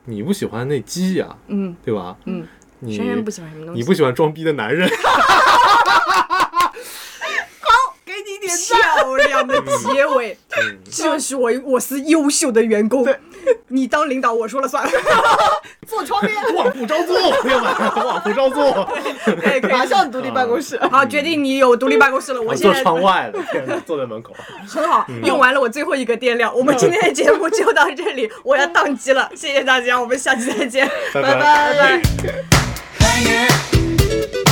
Speaker 3: 你不喜欢那鸡呀、
Speaker 4: 嗯，
Speaker 3: 对吧？
Speaker 4: 嗯，
Speaker 3: 你
Speaker 4: 珊珊不喜欢什么东西？
Speaker 3: 你不喜欢装逼的男
Speaker 4: *laughs*
Speaker 3: 人，
Speaker 6: 给你点
Speaker 4: 漂亮的结尾，这是我我是优秀的员工，你当领导我说了
Speaker 3: *laughs*
Speaker 4: 算。
Speaker 6: 坐窗边，
Speaker 3: 忘不招作，朋友们，忘不招作，
Speaker 4: 哎，可以
Speaker 6: 马上独立办公室。
Speaker 4: 好，决定你有独立办公室了。我
Speaker 3: 我
Speaker 4: 现
Speaker 3: 坐
Speaker 4: 在
Speaker 3: 窗外的，天哪坐在门口。
Speaker 4: 很好，用完了我最后一个电量。我们今天的节目就到这里，我要宕机了，谢谢大家，我们下期再见。
Speaker 3: 拜
Speaker 6: 拜拜。
Speaker 10: hanging